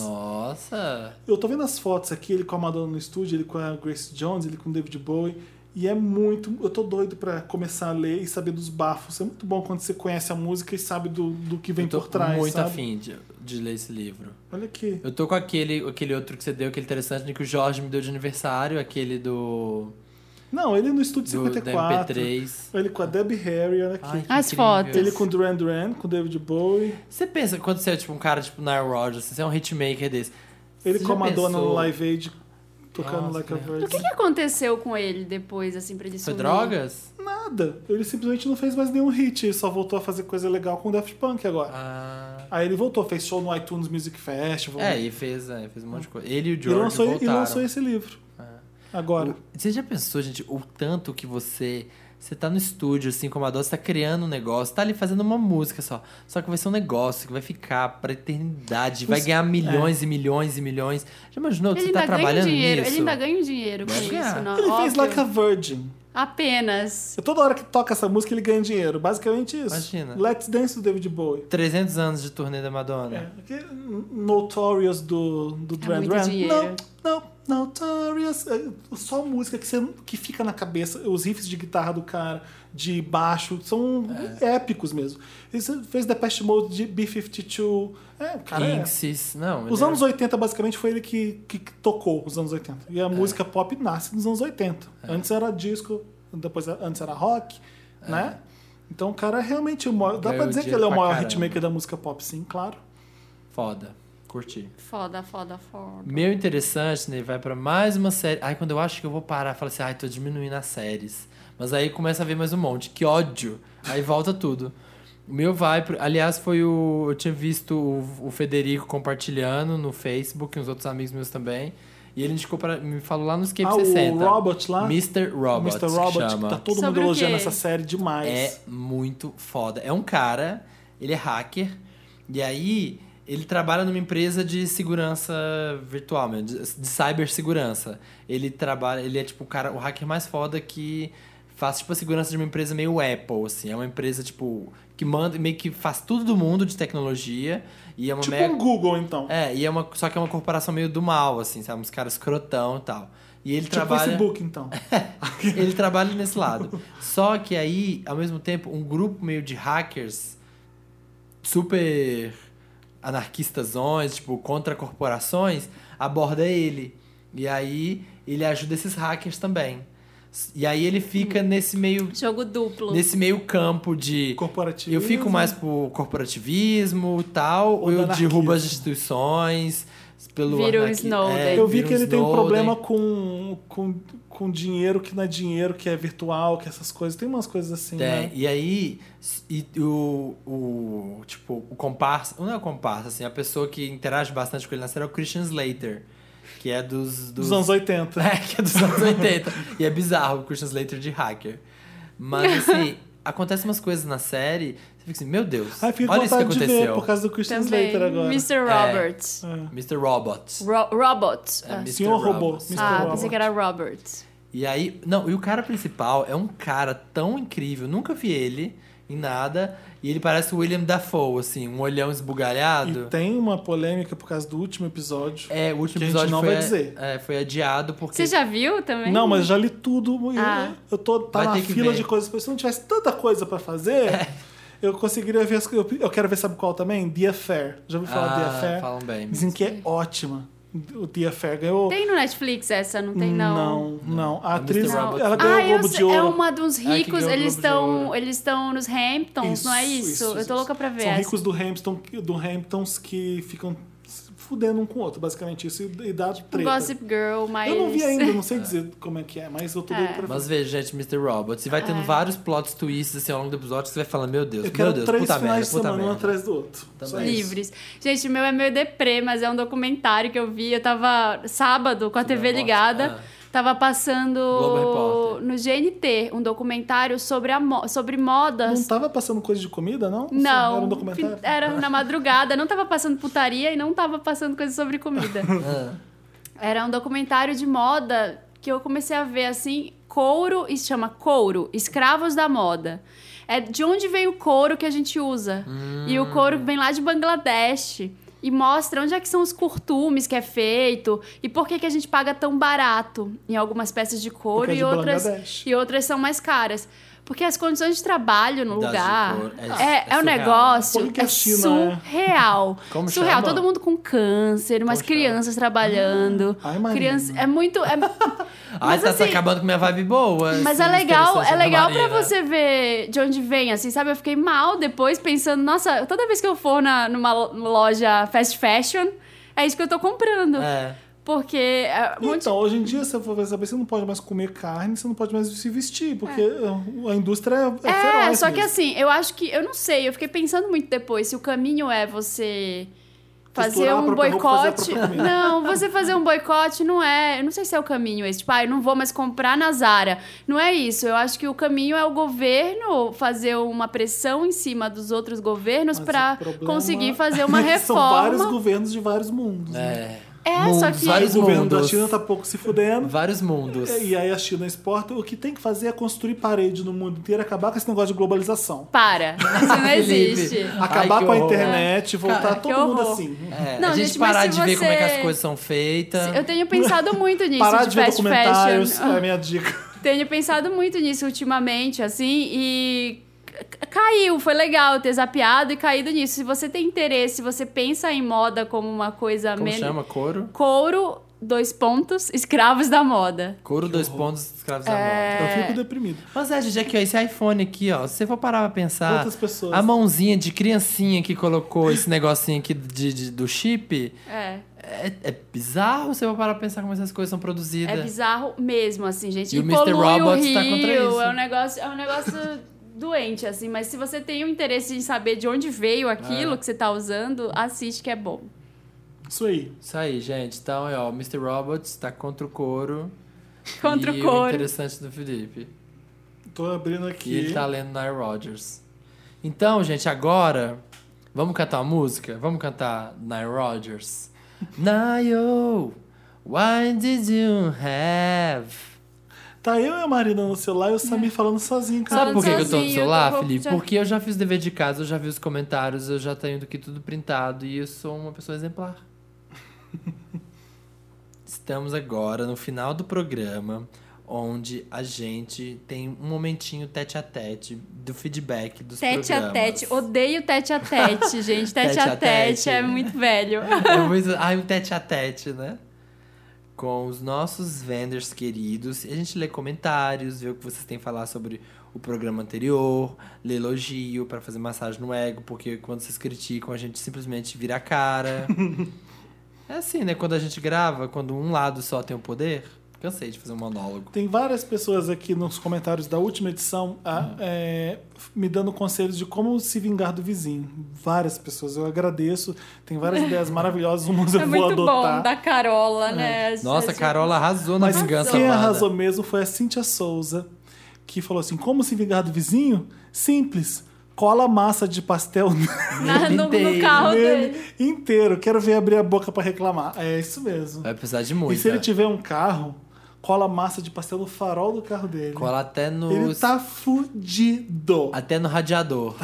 Speaker 1: Nossa.
Speaker 2: Eu tô vendo as fotos aqui, ele com a Madonna no estúdio, ele com a Grace Jones, ele com o David Bowie. E é muito. Eu tô doido pra começar a ler e saber dos bafos. É muito bom quando você conhece a música e sabe do, do que vem
Speaker 1: eu tô
Speaker 2: por trás.
Speaker 1: muito
Speaker 2: sabe?
Speaker 1: afim de, de ler esse livro.
Speaker 2: Olha aqui.
Speaker 1: Eu tô com aquele, aquele outro que você deu, aquele interessante que o Jorge me deu de aniversário, aquele do.
Speaker 2: Não, ele é no estúdio
Speaker 1: do da
Speaker 2: 54.
Speaker 1: MP3.
Speaker 2: Ele com a Debbie Harry, olha aqui.
Speaker 1: Ai, que
Speaker 3: As
Speaker 1: incrível.
Speaker 3: fotos.
Speaker 2: ele com o Duran Duran, com o David Bowie.
Speaker 1: Você pensa, quando você é tipo um cara tipo Nile Rodgers, você é um hitmaker desse.
Speaker 2: Ele
Speaker 1: Você
Speaker 2: com a
Speaker 1: já
Speaker 2: Madonna no
Speaker 1: pensou-
Speaker 2: Live Aid, tocando
Speaker 1: Nossa,
Speaker 2: Like a
Speaker 1: né?
Speaker 3: O que,
Speaker 2: Virgin.
Speaker 3: que aconteceu com ele depois, assim, pra ele
Speaker 1: Foi
Speaker 3: sumir?
Speaker 1: drogas?
Speaker 2: Nada. Ele simplesmente não fez mais nenhum hit. Ele só voltou a fazer coisa legal com o Daft Punk agora.
Speaker 1: Ah.
Speaker 2: Aí ele voltou, fez show no iTunes Music Festival.
Speaker 1: É, e fez, é, fez um monte de coisa. Ele e o
Speaker 2: E
Speaker 1: George
Speaker 2: lançou, e
Speaker 1: voltaram.
Speaker 2: lançou esse livro.
Speaker 1: É.
Speaker 2: Agora.
Speaker 1: O- Você já pensou, gente, o tanto que você. Você tá no estúdio, assim, como a Dó, você tá criando um negócio, tá ali fazendo uma música só. Só que vai ser um negócio que vai ficar pra eternidade, vai
Speaker 2: Os-
Speaker 1: ganhar milhões e milhões e milhões. Já imaginou que
Speaker 3: Ele
Speaker 1: você tá
Speaker 3: ainda ganha um
Speaker 1: trabalhando
Speaker 3: dinheiro.
Speaker 1: nisso? é.
Speaker 3: Ele ainda ganha um dinheiro com
Speaker 1: Vai
Speaker 3: isso,
Speaker 1: ganhar.
Speaker 3: não?
Speaker 2: ele fez
Speaker 3: Óbvio.
Speaker 2: Like a Virgin.
Speaker 3: Apenas.
Speaker 2: E Toda hora que toca essa música, ele ganha dinheiro. Basicamente isso.
Speaker 1: Imagina.
Speaker 2: Let's Dance do David Bowie.
Speaker 1: 300 anos de turnê da Madonna.
Speaker 2: É, aquele Notorious do,
Speaker 1: É
Speaker 2: do Duran
Speaker 3: muito
Speaker 2: Duran.
Speaker 3: dinheiro.
Speaker 2: Não, não, Notorious. É Só música que, você, que fica na cabeça. Os riffs de guitarra do cara, de baixo, são
Speaker 1: É.
Speaker 2: épicos mesmo. Ele fez Depeche Mode de B-52. É, o cara é-
Speaker 1: Inxis, não.
Speaker 2: Os
Speaker 1: ele é-
Speaker 2: anos 80, basicamente, foi ele que, que tocou os anos 80.
Speaker 1: É.
Speaker 2: E a música pop nasce nos anos 80. Antes era disco, depois era- antes era rock, né? Então o cara é realmente o maior. Dá
Speaker 1: É. Ganhou
Speaker 2: pra dizer que
Speaker 1: dinheiro
Speaker 2: ele é o
Speaker 1: pra
Speaker 2: maior
Speaker 1: caramba.
Speaker 2: hitmaker da música pop, sim, claro.
Speaker 1: Foda. Curti.
Speaker 3: Foda, foda, foda.
Speaker 1: Meu interessante, né? Vai pra mais uma série. Aí quando eu acho que eu vou parar, fala assim, ai, tô diminuindo as séries. Mas aí começa a ver mais um monte. Que ódio. Aí volta tudo. O meu vai pro... Aliás, foi o. Eu tinha visto o, o Federico compartilhando no Facebook, e uns outros amigos meus também. E ele indicou para me falou lá no Escape
Speaker 2: Ah, o
Speaker 1: 60.
Speaker 2: Robot lá?
Speaker 1: Mr. Robot.
Speaker 2: Mr. Robot,
Speaker 1: que
Speaker 2: que
Speaker 1: chama.
Speaker 2: tá todo
Speaker 3: Sobre
Speaker 2: mundo
Speaker 3: o quê?
Speaker 2: elogiando essa série demais.
Speaker 1: É
Speaker 2: Tipo
Speaker 1: muito foda. É um cara, ele é hacker, e aí ele trabalha numa empresa de segurança virtual, mesmo, de, de cibersegurança. Ele trabalha, ele é tipo o cara, o hacker mais foda que faz tipo a segurança de uma empresa meio Apple, assim. É uma empresa tipo que manda, meio que faz tudo do mundo de tecnologia e é uma
Speaker 2: tipo
Speaker 1: mega
Speaker 2: um Google, então.
Speaker 1: é, e é uma, só que é uma corporação meio do mal, assim, sabe? Uns caras escrotão e tal. E ele
Speaker 2: Tipo
Speaker 1: trabalha.
Speaker 2: Facebook, então.
Speaker 1: Ele trabalha nesse lado. Só que aí, ao mesmo tempo, um grupo meio de hackers super anarquistazões, tipo, contra corporações, aborda ele. E aí ele ajuda esses hackers também. E aí ele fica nesse meio
Speaker 3: Jogo duplo.
Speaker 1: nesse meio campo de
Speaker 2: Corporativo.
Speaker 1: eu fico mais pro corporativismo e tal, ou eu
Speaker 2: do
Speaker 1: derrubo
Speaker 2: anarquismo.
Speaker 1: as instituições pelo
Speaker 3: Vira o
Speaker 1: anarqui-
Speaker 3: Snowden.
Speaker 1: é,
Speaker 2: Eu vi
Speaker 1: vira
Speaker 2: que
Speaker 1: o
Speaker 2: ele tem um
Speaker 1: Snowden.
Speaker 2: problema com, com, com dinheiro que não é dinheiro, que é virtual, que essas coisas. Tem umas coisas assim,
Speaker 1: Tem.
Speaker 2: né?
Speaker 1: É, E aí, s- e o, o. Tipo, o comparsa. Não é o comparsa, assim, a pessoa que interage bastante com ele na série é o Christian Slater. Que é dos.
Speaker 2: Dos anos 80.
Speaker 1: É, que é dos anos 80. e é bizarro o Christian Slater de hacker. Mas assim, acontece umas coisas na série. Você fica assim, meu Deus.
Speaker 2: Ai, fiquei com
Speaker 1: olha isso que
Speaker 2: vontade de ver
Speaker 1: aconteceu.
Speaker 2: por causa do Christian
Speaker 3: Também.
Speaker 2: Slater agora.
Speaker 3: Mr. Roberts.
Speaker 2: É.
Speaker 1: Mr. Robot.
Speaker 3: Ro- Robot.
Speaker 1: É,
Speaker 3: Ah.
Speaker 1: Mr.
Speaker 2: Senhor Robô.
Speaker 1: Robot.
Speaker 2: Mr.
Speaker 3: Ah,
Speaker 2: Robot.
Speaker 3: pensei que era Robert.
Speaker 1: E aí, não, e o cara principal é um cara tão incrível, nunca vi ele em nada, e ele parece o William Dafoe, assim, um olhão esbugalhado.
Speaker 2: E tem uma polêmica por causa do último episódio.
Speaker 1: É, o último
Speaker 2: Que a gente
Speaker 1: episódio
Speaker 2: não
Speaker 1: foi,
Speaker 2: vai dizer.
Speaker 1: é, foi adiado porque
Speaker 3: Você já viu também?
Speaker 2: Não, mas já li tudo. e eu-
Speaker 3: Ah.
Speaker 2: Eu tô tá
Speaker 1: Vai
Speaker 2: na
Speaker 1: ter que
Speaker 2: fila
Speaker 1: ver. É.
Speaker 2: de coisas. Se eu não tivesse tanta coisa pra fazer, eu conseguiria ver as coisas. Eu quero ver, sabe qual também? The Affair. Já ouviu falar de The
Speaker 1: ah,
Speaker 2: Affair?
Speaker 1: falam bem.
Speaker 2: Dizem que é ótima. O The Affair ganhou.
Speaker 3: Tem no Netflix essa, não tem não?
Speaker 2: Não, não.
Speaker 1: É
Speaker 2: A
Speaker 1: Mr.
Speaker 2: atriz,
Speaker 1: Robot.
Speaker 2: ela
Speaker 3: ah,
Speaker 2: ganhou o
Speaker 3: eu
Speaker 2: Globo
Speaker 3: sei,
Speaker 2: de Ouro.
Speaker 3: é uma dos
Speaker 1: ganhou o
Speaker 3: ricos,
Speaker 1: Globo
Speaker 3: eles
Speaker 1: de
Speaker 3: estão
Speaker 1: Ouro.
Speaker 3: eles estão nos Hamptons, não é isso? eu tô louca pra ver
Speaker 2: São
Speaker 3: essa.
Speaker 2: ricos do Hampton, do Hamptons que ficam se fudendo um com o outro, basicamente isso, e e dá treta.
Speaker 3: Tipo, um Gossip Girl, mas...
Speaker 2: Eu não vi ainda, não sei dizer como é que é, mas eu tô doido
Speaker 3: É.
Speaker 2: pra ver.
Speaker 1: Mas veja, gente, Mr. Robot, você vai tendo
Speaker 3: Ah.
Speaker 1: vários plot twists assim, ao longo do episódio, você vai falando, meu Deus, meu
Speaker 2: Eu quero
Speaker 1: Deus,
Speaker 2: três
Speaker 1: puta
Speaker 2: finais
Speaker 1: merda,
Speaker 2: de
Speaker 1: puta
Speaker 2: semana um
Speaker 1: merda.
Speaker 2: atrás do outro.
Speaker 1: Também.
Speaker 2: Só é isso.
Speaker 3: Livres. Gente, o meu é meio deprê, mas é um documentário que eu vi. Eu tava sábado com a
Speaker 1: Sobre
Speaker 3: TV
Speaker 1: a morte.
Speaker 2: é.
Speaker 3: ligada. Tava
Speaker 1: Globo
Speaker 3: passando no GNT um documentário sobre, a mo- sobre modas.
Speaker 2: Não tava passando coisa de comida, não?
Speaker 3: Não, é,
Speaker 2: Era um documentário?
Speaker 3: era na madrugada, não tava passando putaria e não tava passando coisa sobre comida.
Speaker 1: Ah,
Speaker 3: Era um documentário de moda que eu comecei a ver assim, couro, e se chama couro, escravos da moda. É de onde vem o couro que a gente usa. E o couro vem lá de Bangladesh. E mostra onde é que são os curtumes que é feito e por que, que a gente paga tão barato em algumas peças de couro
Speaker 2: Porque é
Speaker 3: e
Speaker 2: de
Speaker 3: outras,
Speaker 2: Bangladesh.
Speaker 3: e outras são mais caras. Porque as condições de trabalho no
Speaker 1: Das de
Speaker 3: lugar
Speaker 1: couro, é-
Speaker 3: é,
Speaker 1: é
Speaker 3: é um
Speaker 1: surreal.
Speaker 3: negócio
Speaker 2: Por que a
Speaker 3: é
Speaker 2: China é-
Speaker 3: surreal.
Speaker 1: Como
Speaker 3: surreal,
Speaker 1: chama?
Speaker 3: todo mundo com câncer, umas
Speaker 1: Como chama?
Speaker 3: crianças trabalhando.
Speaker 2: Ai, Marina.
Speaker 3: Criança, é muito. É,
Speaker 1: Ai,
Speaker 3: mas
Speaker 1: tá se
Speaker 3: assim,
Speaker 1: acabando com minha vibe boa.
Speaker 3: mas
Speaker 1: assim,
Speaker 3: é legal,
Speaker 1: interessante
Speaker 3: é
Speaker 1: da
Speaker 3: legal pra
Speaker 1: Marina.
Speaker 3: você ver de onde vem, assim, sabe? Eu fiquei mal depois pensando, nossa, toda vez que eu for na, numa loja fast fashion, é isso que eu tô comprando.
Speaker 1: É.
Speaker 3: Porque é, um monte
Speaker 2: Então, hoje em dia, se você for saber, você não pode mais comer carne, você não pode mais se vestir, porque a indústria é,
Speaker 3: É,
Speaker 2: feroz.
Speaker 3: só que
Speaker 2: mesmo.
Speaker 3: assim, eu acho que. Eu não sei, eu fiquei pensando muito depois se o caminho é você. Fazer
Speaker 2: Costurar a
Speaker 3: um
Speaker 2: própria roupa, fazer a
Speaker 3: boicote.
Speaker 2: própria comida.
Speaker 3: Não, você fazer um boicote não é. Eu não sei se é o caminho esse. Tipo, ah, eu não vou mais comprar na Zara. Não é isso. Eu acho que o caminho é o governo fazer uma pressão em cima dos outros governos
Speaker 2: Mas
Speaker 3: pra
Speaker 2: o problema
Speaker 3: conseguir fazer uma
Speaker 2: é que São vários
Speaker 3: reforma.
Speaker 2: governos de vários mundos. né?
Speaker 1: É.
Speaker 3: É,
Speaker 1: Mundos,
Speaker 3: só que-
Speaker 1: Vários
Speaker 2: O governo da
Speaker 1: mundos.
Speaker 2: China tá pouco se fudendo.
Speaker 1: Vários mundos.
Speaker 2: E aí a China exporta. O que tem que fazer é construir parede no mundo inteiro, acabar com esse negócio de globalização.
Speaker 3: Para. Isso não
Speaker 1: Felipe.
Speaker 3: existe.
Speaker 1: Ai,
Speaker 2: Acabar
Speaker 1: que
Speaker 2: com a
Speaker 1: horror.
Speaker 2: internet, voltar
Speaker 3: É. que
Speaker 2: todo mundo
Speaker 3: horror.
Speaker 2: assim.
Speaker 1: É,
Speaker 3: Não,
Speaker 1: a gente,
Speaker 3: gente, mas
Speaker 1: parar
Speaker 3: se
Speaker 1: de ver como é que
Speaker 3: você-
Speaker 1: as coisas são feitas.
Speaker 3: Eu tenho pensado muito nisso
Speaker 2: Parar
Speaker 3: de
Speaker 2: de ver
Speaker 3: fast fashion.
Speaker 2: documentários é a minha dica.
Speaker 3: Tenho pensado muito nisso ultimamente, assim, e c- caiu, foi legal ter zapeado e caído nisso. Se você tem interesse, se você pensa em moda como uma coisa
Speaker 1: Como
Speaker 3: menos
Speaker 1: chama? Couro?
Speaker 3: couro, dois pontos, escravos da moda.
Speaker 1: Couro, dois pontos, escravos da
Speaker 3: É.
Speaker 1: moda.
Speaker 2: Eu fico deprimido.
Speaker 1: Mas é, gente, aqui, ó, esse iPhone aqui, ó. Se você for parar pra pensar,
Speaker 2: Quantas pessoas?
Speaker 1: a mãozinha de criancinha que colocou esse negocinho aqui de, de- do chip,
Speaker 3: É,
Speaker 1: é, é bizarro se você for parar pra pensar como essas coisas são
Speaker 3: é
Speaker 1: produzidas.
Speaker 3: bizarro mesmo, assim, gente.
Speaker 1: E o Mr.
Speaker 3: polui
Speaker 1: Robot
Speaker 3: rio,
Speaker 1: tá contra isso.
Speaker 3: É um negócio, é um negócio doente, assim, mas se você tem o interesse em saber de onde veio aquilo
Speaker 1: É.
Speaker 3: que você tá usando, assiste que é bom.
Speaker 2: Isso aí.
Speaker 1: Isso aí, gente. Então, é, ó, o Mr. Robots tá contra o couro.
Speaker 3: Contra
Speaker 1: e
Speaker 3: o
Speaker 1: o
Speaker 3: couro.
Speaker 1: interessante do Felipe.
Speaker 2: Tô abrindo
Speaker 1: E
Speaker 2: aqui.
Speaker 1: ele tá lendo Nile Rodgers. Então, gente, agora vamos cantar uma música? Vamos cantar Nile Rodgers. Nile, why did you have?
Speaker 2: Tá eu e a Marina no celular e o
Speaker 3: É.
Speaker 2: Samir falando sozinho, cara.
Speaker 1: Sabe por que que eu tô no
Speaker 3: sozinho, eu
Speaker 1: celular,
Speaker 3: tô-
Speaker 1: Felipe?
Speaker 3: já-
Speaker 1: Porque eu já fiz o dever de casa, eu já vi os comentários, eu já tenho do que tudo printado e eu sou uma pessoa exemplar. Estamos agora no final do programa, onde a gente tem um momentinho tete a tete do feedback dos
Speaker 3: Tete a
Speaker 1: programas.
Speaker 3: tete. Odeio tete a tete, gente. Tete a tete é muito velho.
Speaker 1: É muito- Ai, um tete a tete, né? Com os nossos vendors queridos. E A gente lê comentários, vê o que vocês têm a falar sobre o programa anterior, lê elogio pra fazer massagem no ego, porque quando vocês criticam, a gente simplesmente vira a cara. é assim, né? Quando a gente grava, quando um lado só tem o poder. Cansei de fazer um monólogo.
Speaker 2: Tem várias pessoas aqui nos comentários da última edição a-
Speaker 1: Hum.
Speaker 2: é, me dando conselhos de como se vingar do vizinho. Várias pessoas, eu agradeço. Tem várias ideias maravilhosas, umas
Speaker 3: É
Speaker 2: eu vou
Speaker 3: muito bom,
Speaker 2: adotar.
Speaker 3: da Carola, né?
Speaker 1: Nossa, a
Speaker 3: Essa-
Speaker 1: Carola arrasou na
Speaker 2: Mas
Speaker 1: vingança.
Speaker 2: quem
Speaker 1: amada.
Speaker 2: arrasou mesmo foi a Cíntia Souza, que falou assim: como se vingar do vizinho? Simples. Cola massa de pastel
Speaker 3: Na- no, no carro
Speaker 2: nele
Speaker 3: dele.
Speaker 2: inteiro. Quero ver abrir a boca pra reclamar. É isso mesmo.
Speaker 1: Vai precisar de
Speaker 2: E
Speaker 1: muito.
Speaker 2: se ele tiver um carro, cola massa de pastel no farol do carro dele.
Speaker 1: Cola até no.
Speaker 2: Ele tá fudido.
Speaker 1: Até no radiador.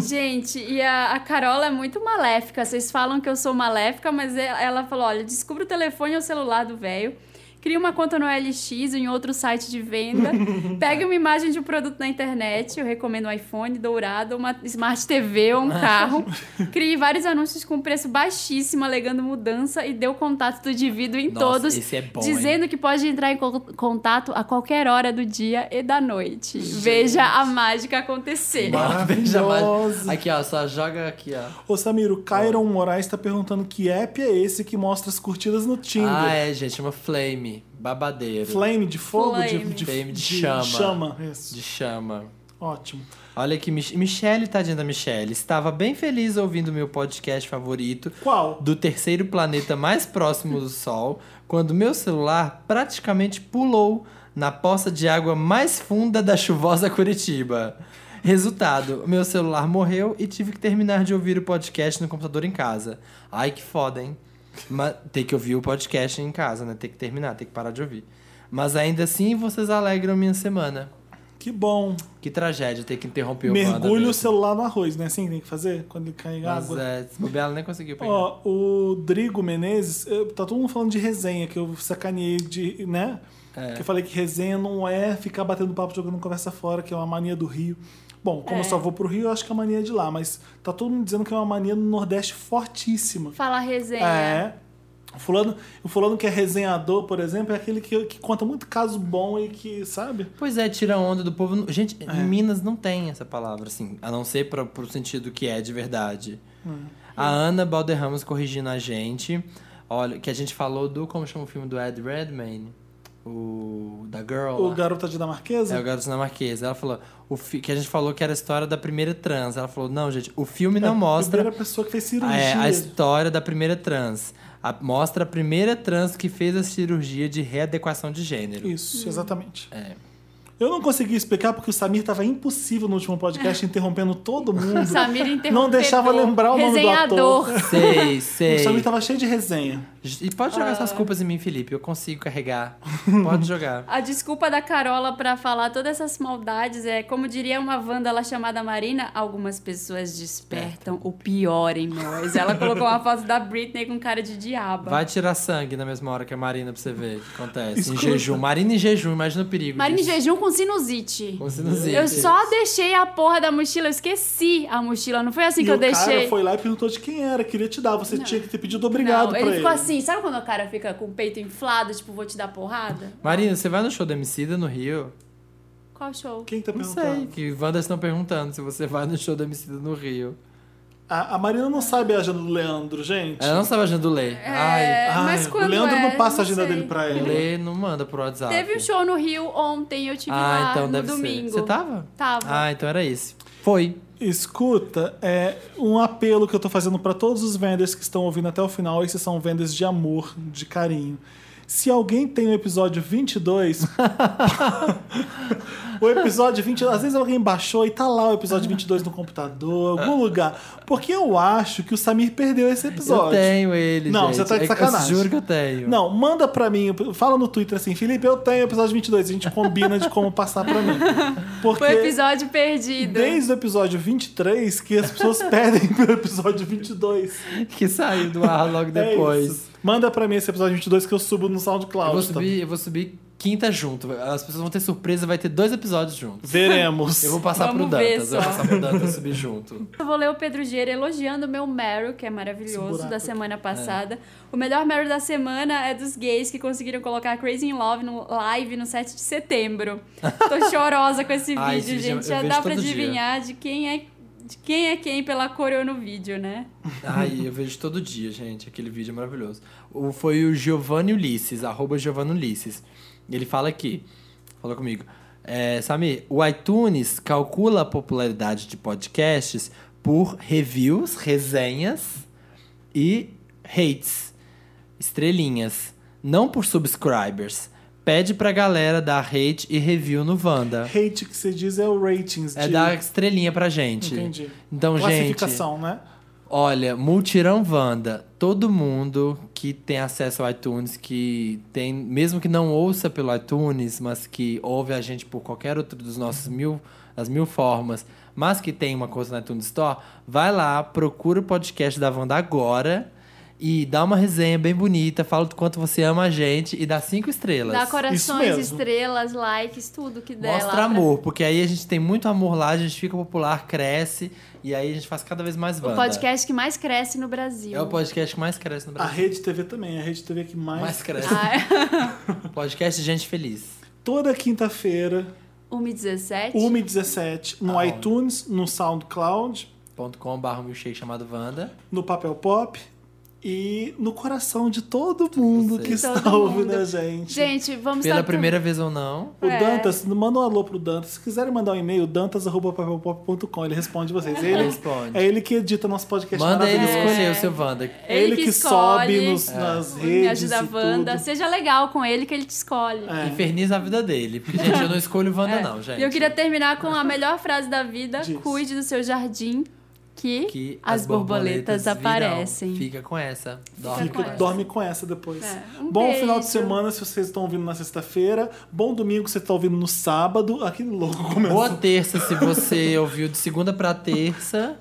Speaker 3: Gente, e a, a Carola é muito maléfica. Vocês falam que eu sou maléfica, mas e- ela falou: olha, descubra o telefone ou celular do velho. Cria uma conta no LX ou em outro site de venda. Pega uma imagem de um produto na internet. Eu recomendo um iPhone dourado, uma Smart TV ou um carro. Crie vários anúncios com preço baixíssimo, alegando mudança e dê o contato do indivíduo em
Speaker 1: Nossa,
Speaker 3: todos.
Speaker 1: esse é bom, hein?
Speaker 3: dizendo que pode entrar em co- contato a qualquer hora do dia e da noite. Veja a mágica acontecer.
Speaker 1: Veja mais.
Speaker 2: Maravilhoso.
Speaker 1: Aqui, ó, só joga aqui, ó.
Speaker 2: Ô Samir, o Cairon Moraes tá perguntando que app é esse que mostra as curtidas no Tinder.
Speaker 1: Ah, é, gente, chama Flame. Babadeiro.
Speaker 2: Flame de fogo? de-
Speaker 3: Flame.
Speaker 2: De,
Speaker 1: Flame de chama.
Speaker 2: chama, isso.
Speaker 1: De chama.
Speaker 2: Ótimo.
Speaker 1: Olha aqui, Mich Michelle, tadinha da Michelle. Estava bem feliz ouvindo meu podcast favorito
Speaker 2: Qual?
Speaker 1: do terceiro planeta mais próximo do Sol, quando meu celular praticamente pulou na poça de água mais funda da chuvosa Curitiba. Resultado, meu celular morreu e tive que terminar de ouvir o podcast no computador em casa. Ai, que foda, hein? Mas tem que ouvir o podcast em casa, né? Tem que terminar, tem que parar de ouvir. Mas ainda assim, vocês alegram minha semana.
Speaker 2: Que bom.
Speaker 1: Que tragédia ter que interromper o Wanda
Speaker 2: Mergulha o
Speaker 1: mesmo.
Speaker 2: celular no arroz, né? Assim que tem que fazer quando ele cai em
Speaker 1: Mas,
Speaker 2: água.
Speaker 1: é, se bobear, ela nem conseguiu pegar.
Speaker 2: Ó, o Drigo Menezes, eu- tá todo mundo falando de resenha, que eu sacaneei de, né?
Speaker 1: É.
Speaker 2: Que eu falei que resenha não é ficar batendo papo jogando conversa fora, que é uma mania do Rio. Bom, como eu só vou pro Rio, eu acho que é a mania é de lá, mas tá todo mundo dizendo que é uma mania no Nordeste fortíssima.
Speaker 3: Falar resenha.
Speaker 2: É. O fulano, o fulano que é resenhador, por exemplo, é aquele que, que conta muito caso bom e que, sabe?
Speaker 1: Pois é, tira onda do povo. Gente,
Speaker 2: É.
Speaker 1: em Minas não tem essa palavra, assim, a não ser pra, pro sentido que é de verdade. A Ana Balderramos corrigindo a gente. Olha, que a gente falou do. Como chama o filme do Ed Redmayne? O. Da Girl.
Speaker 2: O
Speaker 1: lá.
Speaker 2: garota dinamarquesa.
Speaker 1: É, o Garoto Dinamarquês. Ela falou. O fi- Que a gente falou que era a história da primeira trans. Ela falou, não, gente, o filme
Speaker 2: É
Speaker 1: não
Speaker 2: a
Speaker 1: mostra
Speaker 2: primeira pessoa que fez cirurgia.
Speaker 1: é, a história da primeira trans. A- mostra a primeira trans que fez a cirurgia de readequação de gênero.
Speaker 2: Isso, exatamente.
Speaker 1: É.
Speaker 2: Eu não consegui explicar porque o Samir tava impossível no último
Speaker 1: É.
Speaker 2: podcast, interrompendo todo mundo.
Speaker 3: Samir interrompedor.
Speaker 2: Não deixava lembrar o nome do
Speaker 3: Resenhador.
Speaker 2: ator.
Speaker 1: Sei,
Speaker 2: O tá
Speaker 1: sei.
Speaker 2: Samir tava cheio de resenha.
Speaker 1: E pode jogar
Speaker 3: Ah.
Speaker 1: essas culpas em mim, Felipe. Eu consigo carregar. Pode jogar.
Speaker 3: A desculpa da Carola pra falar todas essas maldades é, como diria uma vândala chamada Marina, algumas pessoas despertam o pior em nós. Ela colocou uma foto da Britney com cara de diaba.
Speaker 1: Vai tirar sangue na mesma hora que a Marina pra você ver o que acontece. Em
Speaker 2: Escuta.
Speaker 1: jejum. Marina em jejum, imagina o perigo.
Speaker 3: Marina em
Speaker 1: disso.
Speaker 3: jejum com sinusite.
Speaker 1: Com sinusite.
Speaker 3: Eu só deixei a porra da mochila, eu esqueci a mochila. Não foi assim
Speaker 2: e
Speaker 3: que eu
Speaker 2: o
Speaker 3: deixei.
Speaker 2: cara foi lá e perguntou de quem era, queria te dar, você tinha que ter pedido obrigado
Speaker 3: Não,
Speaker 2: pra
Speaker 3: ele
Speaker 2: ele.
Speaker 3: ficou assim, sabe quando o cara fica com o peito inflado, tipo, vou te dar porrada?
Speaker 1: Marina, você vai no show da Emicida no Rio?
Speaker 3: Qual show?
Speaker 2: Quem tá
Speaker 1: Não sei.
Speaker 2: perguntando?
Speaker 1: Que Wanders estão perguntando se você vai no show da Emicida no Rio.
Speaker 2: A, a Marina não sabe a agenda do Leandro, gente.
Speaker 1: Ela não sabe a agenda do Lê.
Speaker 3: É,
Speaker 1: Ai,
Speaker 3: mas
Speaker 2: Ai,
Speaker 3: quando
Speaker 2: o Leandro
Speaker 3: é,
Speaker 2: não passa a
Speaker 3: não
Speaker 2: agenda
Speaker 3: sei.
Speaker 2: dele pra
Speaker 1: o
Speaker 2: ele.
Speaker 1: Lê não manda pro WhatsApp.
Speaker 3: Teve um show no Rio ontem, eu tive
Speaker 1: Ah,
Speaker 3: lá
Speaker 1: então
Speaker 3: no
Speaker 1: deve
Speaker 3: domingo.
Speaker 1: ser. Você tava?
Speaker 3: Tava.
Speaker 1: Ah, então era esse. Foi.
Speaker 2: Escuta, é um apelo que eu tô fazendo pra todos os vendors que estão ouvindo até o final, esses são vendors de amor, de carinho. Se alguém tem o episódio 22, o episódio 22, às vezes alguém baixou e tá lá o episódio 22 no computador, em algum lugar, porque eu acho que o Samir perdeu esse
Speaker 1: Eu
Speaker 2: episódio.
Speaker 1: tenho ele.
Speaker 2: Não,
Speaker 1: gente.
Speaker 2: você tá de
Speaker 1: Eu-
Speaker 2: sacanagem.
Speaker 1: Eu juro que eu tenho.
Speaker 2: Não, manda pra mim, fala no Twitter assim, Felipe, eu tenho o episódio 22, a gente combina de como passar pra mim. Porque
Speaker 3: Foi o episódio perdido.
Speaker 2: Desde o episódio 23 que as pessoas pedem pelo episódio 22.
Speaker 1: Que saiu do ar logo
Speaker 2: É
Speaker 1: depois.
Speaker 2: isso. Manda pra mim esse episódio 22 que eu subo no SoundCloud.
Speaker 1: eu, vou
Speaker 2: também.
Speaker 1: subir, eu vou subir quinta junto. As pessoas vão ter surpresa, vai ter dois episódios juntos.
Speaker 2: Veremos.
Speaker 1: Eu vou passar
Speaker 3: Vamos
Speaker 1: pro
Speaker 3: ver
Speaker 1: Dantas, eu vou
Speaker 3: só.
Speaker 1: passar pro Dantas subir junto.
Speaker 3: Eu vou ler o Pedro Gieira elogiando o meu Meryl, que é
Speaker 2: Esse
Speaker 3: maravilhoso,
Speaker 2: buraco
Speaker 3: da semana passada. O melhor Meryl da semana é dos gays que conseguiram colocar Crazy in Love no live no 7 de setembro. Tô chorosa com esse
Speaker 1: Ah, esse
Speaker 3: vídeo,
Speaker 1: vídeo eu
Speaker 3: gente. Já
Speaker 1: vejo
Speaker 3: dá pra
Speaker 1: todo dia.
Speaker 3: adivinhar de quem é de quem é quem pela cor ou no vídeo, né?
Speaker 1: Ai, eu vejo todo dia, gente. Aquele vídeo é maravilhoso. O, foi o Giovanni Ulisses, arroba Giovanni Ulisses. Ele fala aqui, falou comigo. É, Samir, o iTunes calcula a popularidade de podcasts por reviews, resenhas e hates, estrelinhas, não por subscribers. Pede pra galera dar hate e review no Wanda.
Speaker 2: Hate que você diz é o ratings
Speaker 1: É
Speaker 2: de...
Speaker 1: dar estrelinha pra gente.
Speaker 2: Entendi.
Speaker 1: Então, gente.
Speaker 2: Classificação, né?
Speaker 1: Olha, Multirão Wanda, todo mundo que tem acesso ao iTunes, que tem, mesmo que não ouça pelo iTunes, mas que ouve a gente por qualquer outro dos nossos mil, as mil formas, mas que tem uma coisa no iTunes Store, vai lá, procura o podcast da Wanda agora e dá uma resenha bem bonita, fala do quanto você ama a gente e dá cinco estrelas.
Speaker 3: Dá né?
Speaker 2: Isso
Speaker 3: corações,
Speaker 2: mesmo.
Speaker 3: estrelas, likes, tudo que der. lá
Speaker 1: Mostra
Speaker 3: pra-
Speaker 1: amor, porque aí a gente tem muito amor lá, a gente fica popular, cresce e aí a gente faz cada vez mais Wanda.
Speaker 3: O podcast que mais cresce no Brasil.
Speaker 1: É o podcast que mais cresce no
Speaker 2: A
Speaker 1: Brasil.
Speaker 2: Rede TV também. A Rede TV que mais...
Speaker 1: Mais cresce.
Speaker 3: Ah,
Speaker 1: Podcast de gente feliz.
Speaker 2: Toda quinta-feira,
Speaker 3: 1h17.
Speaker 2: 1h17, no
Speaker 1: Aonde?
Speaker 2: iTunes, no SoundCloud,
Speaker 1: .com barra milkshake chamado Wanda.
Speaker 2: no Papel Pop e no coração de todo mundo que
Speaker 1: vocês.
Speaker 2: está
Speaker 3: Todo
Speaker 2: ouvindo
Speaker 3: mundo.
Speaker 2: a gente.
Speaker 3: Gente, vamos
Speaker 1: Pela
Speaker 3: estar-
Speaker 1: primeira vez ou não.
Speaker 2: O
Speaker 3: É.
Speaker 2: Dantas, manda um alô pro Dantas. Se quiserem mandar um e-mail, dantas.papelpop.com, ele responde vocês.
Speaker 1: Ele
Speaker 2: Ele,
Speaker 1: responde.
Speaker 2: é ele que edita nosso podcast
Speaker 1: Manda ele
Speaker 2: maravilhoso. É
Speaker 1: escolher É. o seu Wanda.
Speaker 3: É.
Speaker 2: Ele que sobe nos- nas
Speaker 3: Me
Speaker 2: redes
Speaker 3: ajuda a
Speaker 2: e
Speaker 3: Wanda.
Speaker 2: tudo.
Speaker 3: Seja legal com ele que ele te escolhe.
Speaker 2: É.
Speaker 1: Inferniza a vida dele. Porque, gente, eu não escolho Wanda,
Speaker 3: É.
Speaker 1: não, gente.
Speaker 3: E eu queria terminar com a melhor frase da vida:
Speaker 2: Diz.
Speaker 3: cuide do seu jardim, que,
Speaker 1: que
Speaker 3: as borboletas,
Speaker 1: virão.
Speaker 3: aparecem.
Speaker 1: Fica com essa. Dorme
Speaker 2: Fica-
Speaker 1: com essa.
Speaker 2: dorme com essa depois.
Speaker 3: É, um
Speaker 2: Bom
Speaker 3: beijo.
Speaker 2: final de semana se vocês estão ouvindo na sexta-feira. Bom domingo se você está ouvindo no sábado. Aquele louco começou.
Speaker 1: Boa terça, se você ouviu de segunda pra terça,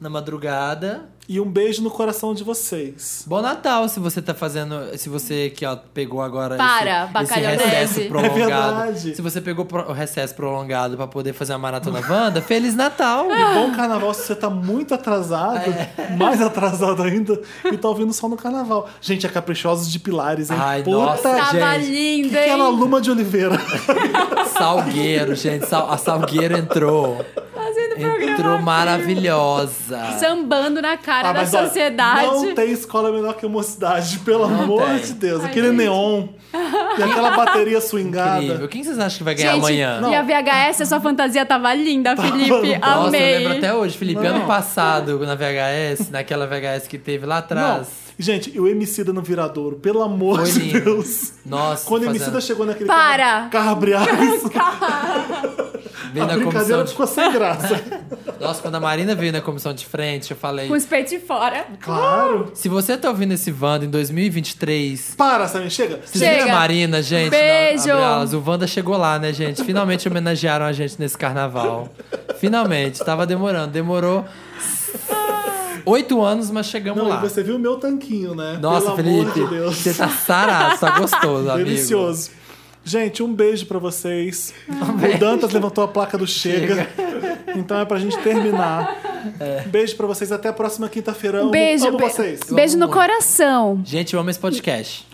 Speaker 1: na madrugada.
Speaker 2: E um beijo no coração de vocês.
Speaker 1: Bom Natal, se você tá fazendo. Se você que ó, pegou agora esse,
Speaker 3: Para,
Speaker 1: esse
Speaker 3: bacalhau
Speaker 1: recesso
Speaker 3: leve.
Speaker 1: prolongado.
Speaker 2: É verdade.
Speaker 1: se você pegou pro- o recesso prolongado pra poder fazer uma maratona Wanda, Feliz Natal!
Speaker 2: Bom carnaval se você tá muito atrasado,
Speaker 1: É.
Speaker 2: mais atrasado ainda, e tá ouvindo só no carnaval. Gente, é caprichosos de pilares, hein?
Speaker 1: Ai,
Speaker 2: Puta
Speaker 1: nossa,
Speaker 2: Tá, gente.
Speaker 3: Tava
Speaker 1: gente,
Speaker 3: lindo,
Speaker 2: Que que é
Speaker 3: hein?
Speaker 2: a Luma de Oliveira?
Speaker 1: Salgueiro, gente. Sal- a Salgueiro entrou.
Speaker 3: Fazendo programa.
Speaker 1: Entrou maravilhosa.
Speaker 3: Sambando na cara
Speaker 2: Ah,
Speaker 3: da
Speaker 2: mas olha,
Speaker 3: sociedade.
Speaker 2: não tem escola menor que a mocidade, pelo amor
Speaker 1: tem.
Speaker 2: de Deus.
Speaker 3: Ai,
Speaker 2: Aquele
Speaker 3: gente.
Speaker 2: neon e aquela bateria swingada.
Speaker 1: Incrível. Quem vocês acham que vai ganhar
Speaker 3: Gente,
Speaker 1: amanhã?
Speaker 2: Não.
Speaker 3: e a VHS, a sua fantasia tava linda, Felipe.
Speaker 1: Nossa, eu
Speaker 3: Amei.
Speaker 1: lembro até hoje, Felipe.
Speaker 2: Não.
Speaker 1: Ano passado, na VHS, naquela VHS que teve lá
Speaker 2: Não.
Speaker 1: atrás.
Speaker 2: Gente, e o Emicida no viradouro, pelo amor
Speaker 1: Foi
Speaker 2: de
Speaker 1: lindo.
Speaker 2: Deus.
Speaker 1: Nossa,
Speaker 2: Quando o
Speaker 1: fazendo-
Speaker 2: Emicida chegou naquele
Speaker 3: Para!
Speaker 2: carro Carbriais, a
Speaker 1: vendo a comissão
Speaker 2: brincadeira
Speaker 1: de...
Speaker 2: ficou sem graça.
Speaker 1: Nossa, quando a Marina veio na comissão de frente, eu falei...
Speaker 3: Com os peitos de fora.
Speaker 2: Claro.
Speaker 1: Se você tá ouvindo esse Wanda em 2023...
Speaker 2: Para, Samir, chega.
Speaker 1: Vocês
Speaker 3: Chega.
Speaker 1: viram a Marina, gente?
Speaker 3: Beijo.
Speaker 1: Na- abre alas. O Wanda chegou lá, né, gente? Finalmente homenagearam a gente nesse carnaval. Finalmente. Tava demorando. Demorou oito anos, mas chegamos
Speaker 2: Não,
Speaker 1: lá.
Speaker 2: e você viu o meu tanquinho, né?
Speaker 1: Nossa,
Speaker 2: Pelo amor
Speaker 1: Felipe,
Speaker 2: de Deus.
Speaker 1: você tá sarado, tá gostoso, amigo.
Speaker 2: Delicioso. Gente, um beijo pra vocês.
Speaker 1: Ah,
Speaker 2: o Dantas levantou a placa do Chega. Então é pra gente terminar.
Speaker 1: É.
Speaker 2: Beijo pra vocês. Até a próxima quinta-feira. Amo,
Speaker 3: Um Beijo,
Speaker 2: amo
Speaker 3: be-
Speaker 2: vocês.
Speaker 3: beijo no
Speaker 1: muito.
Speaker 3: coração.
Speaker 1: Gente, eu amo esse podcast.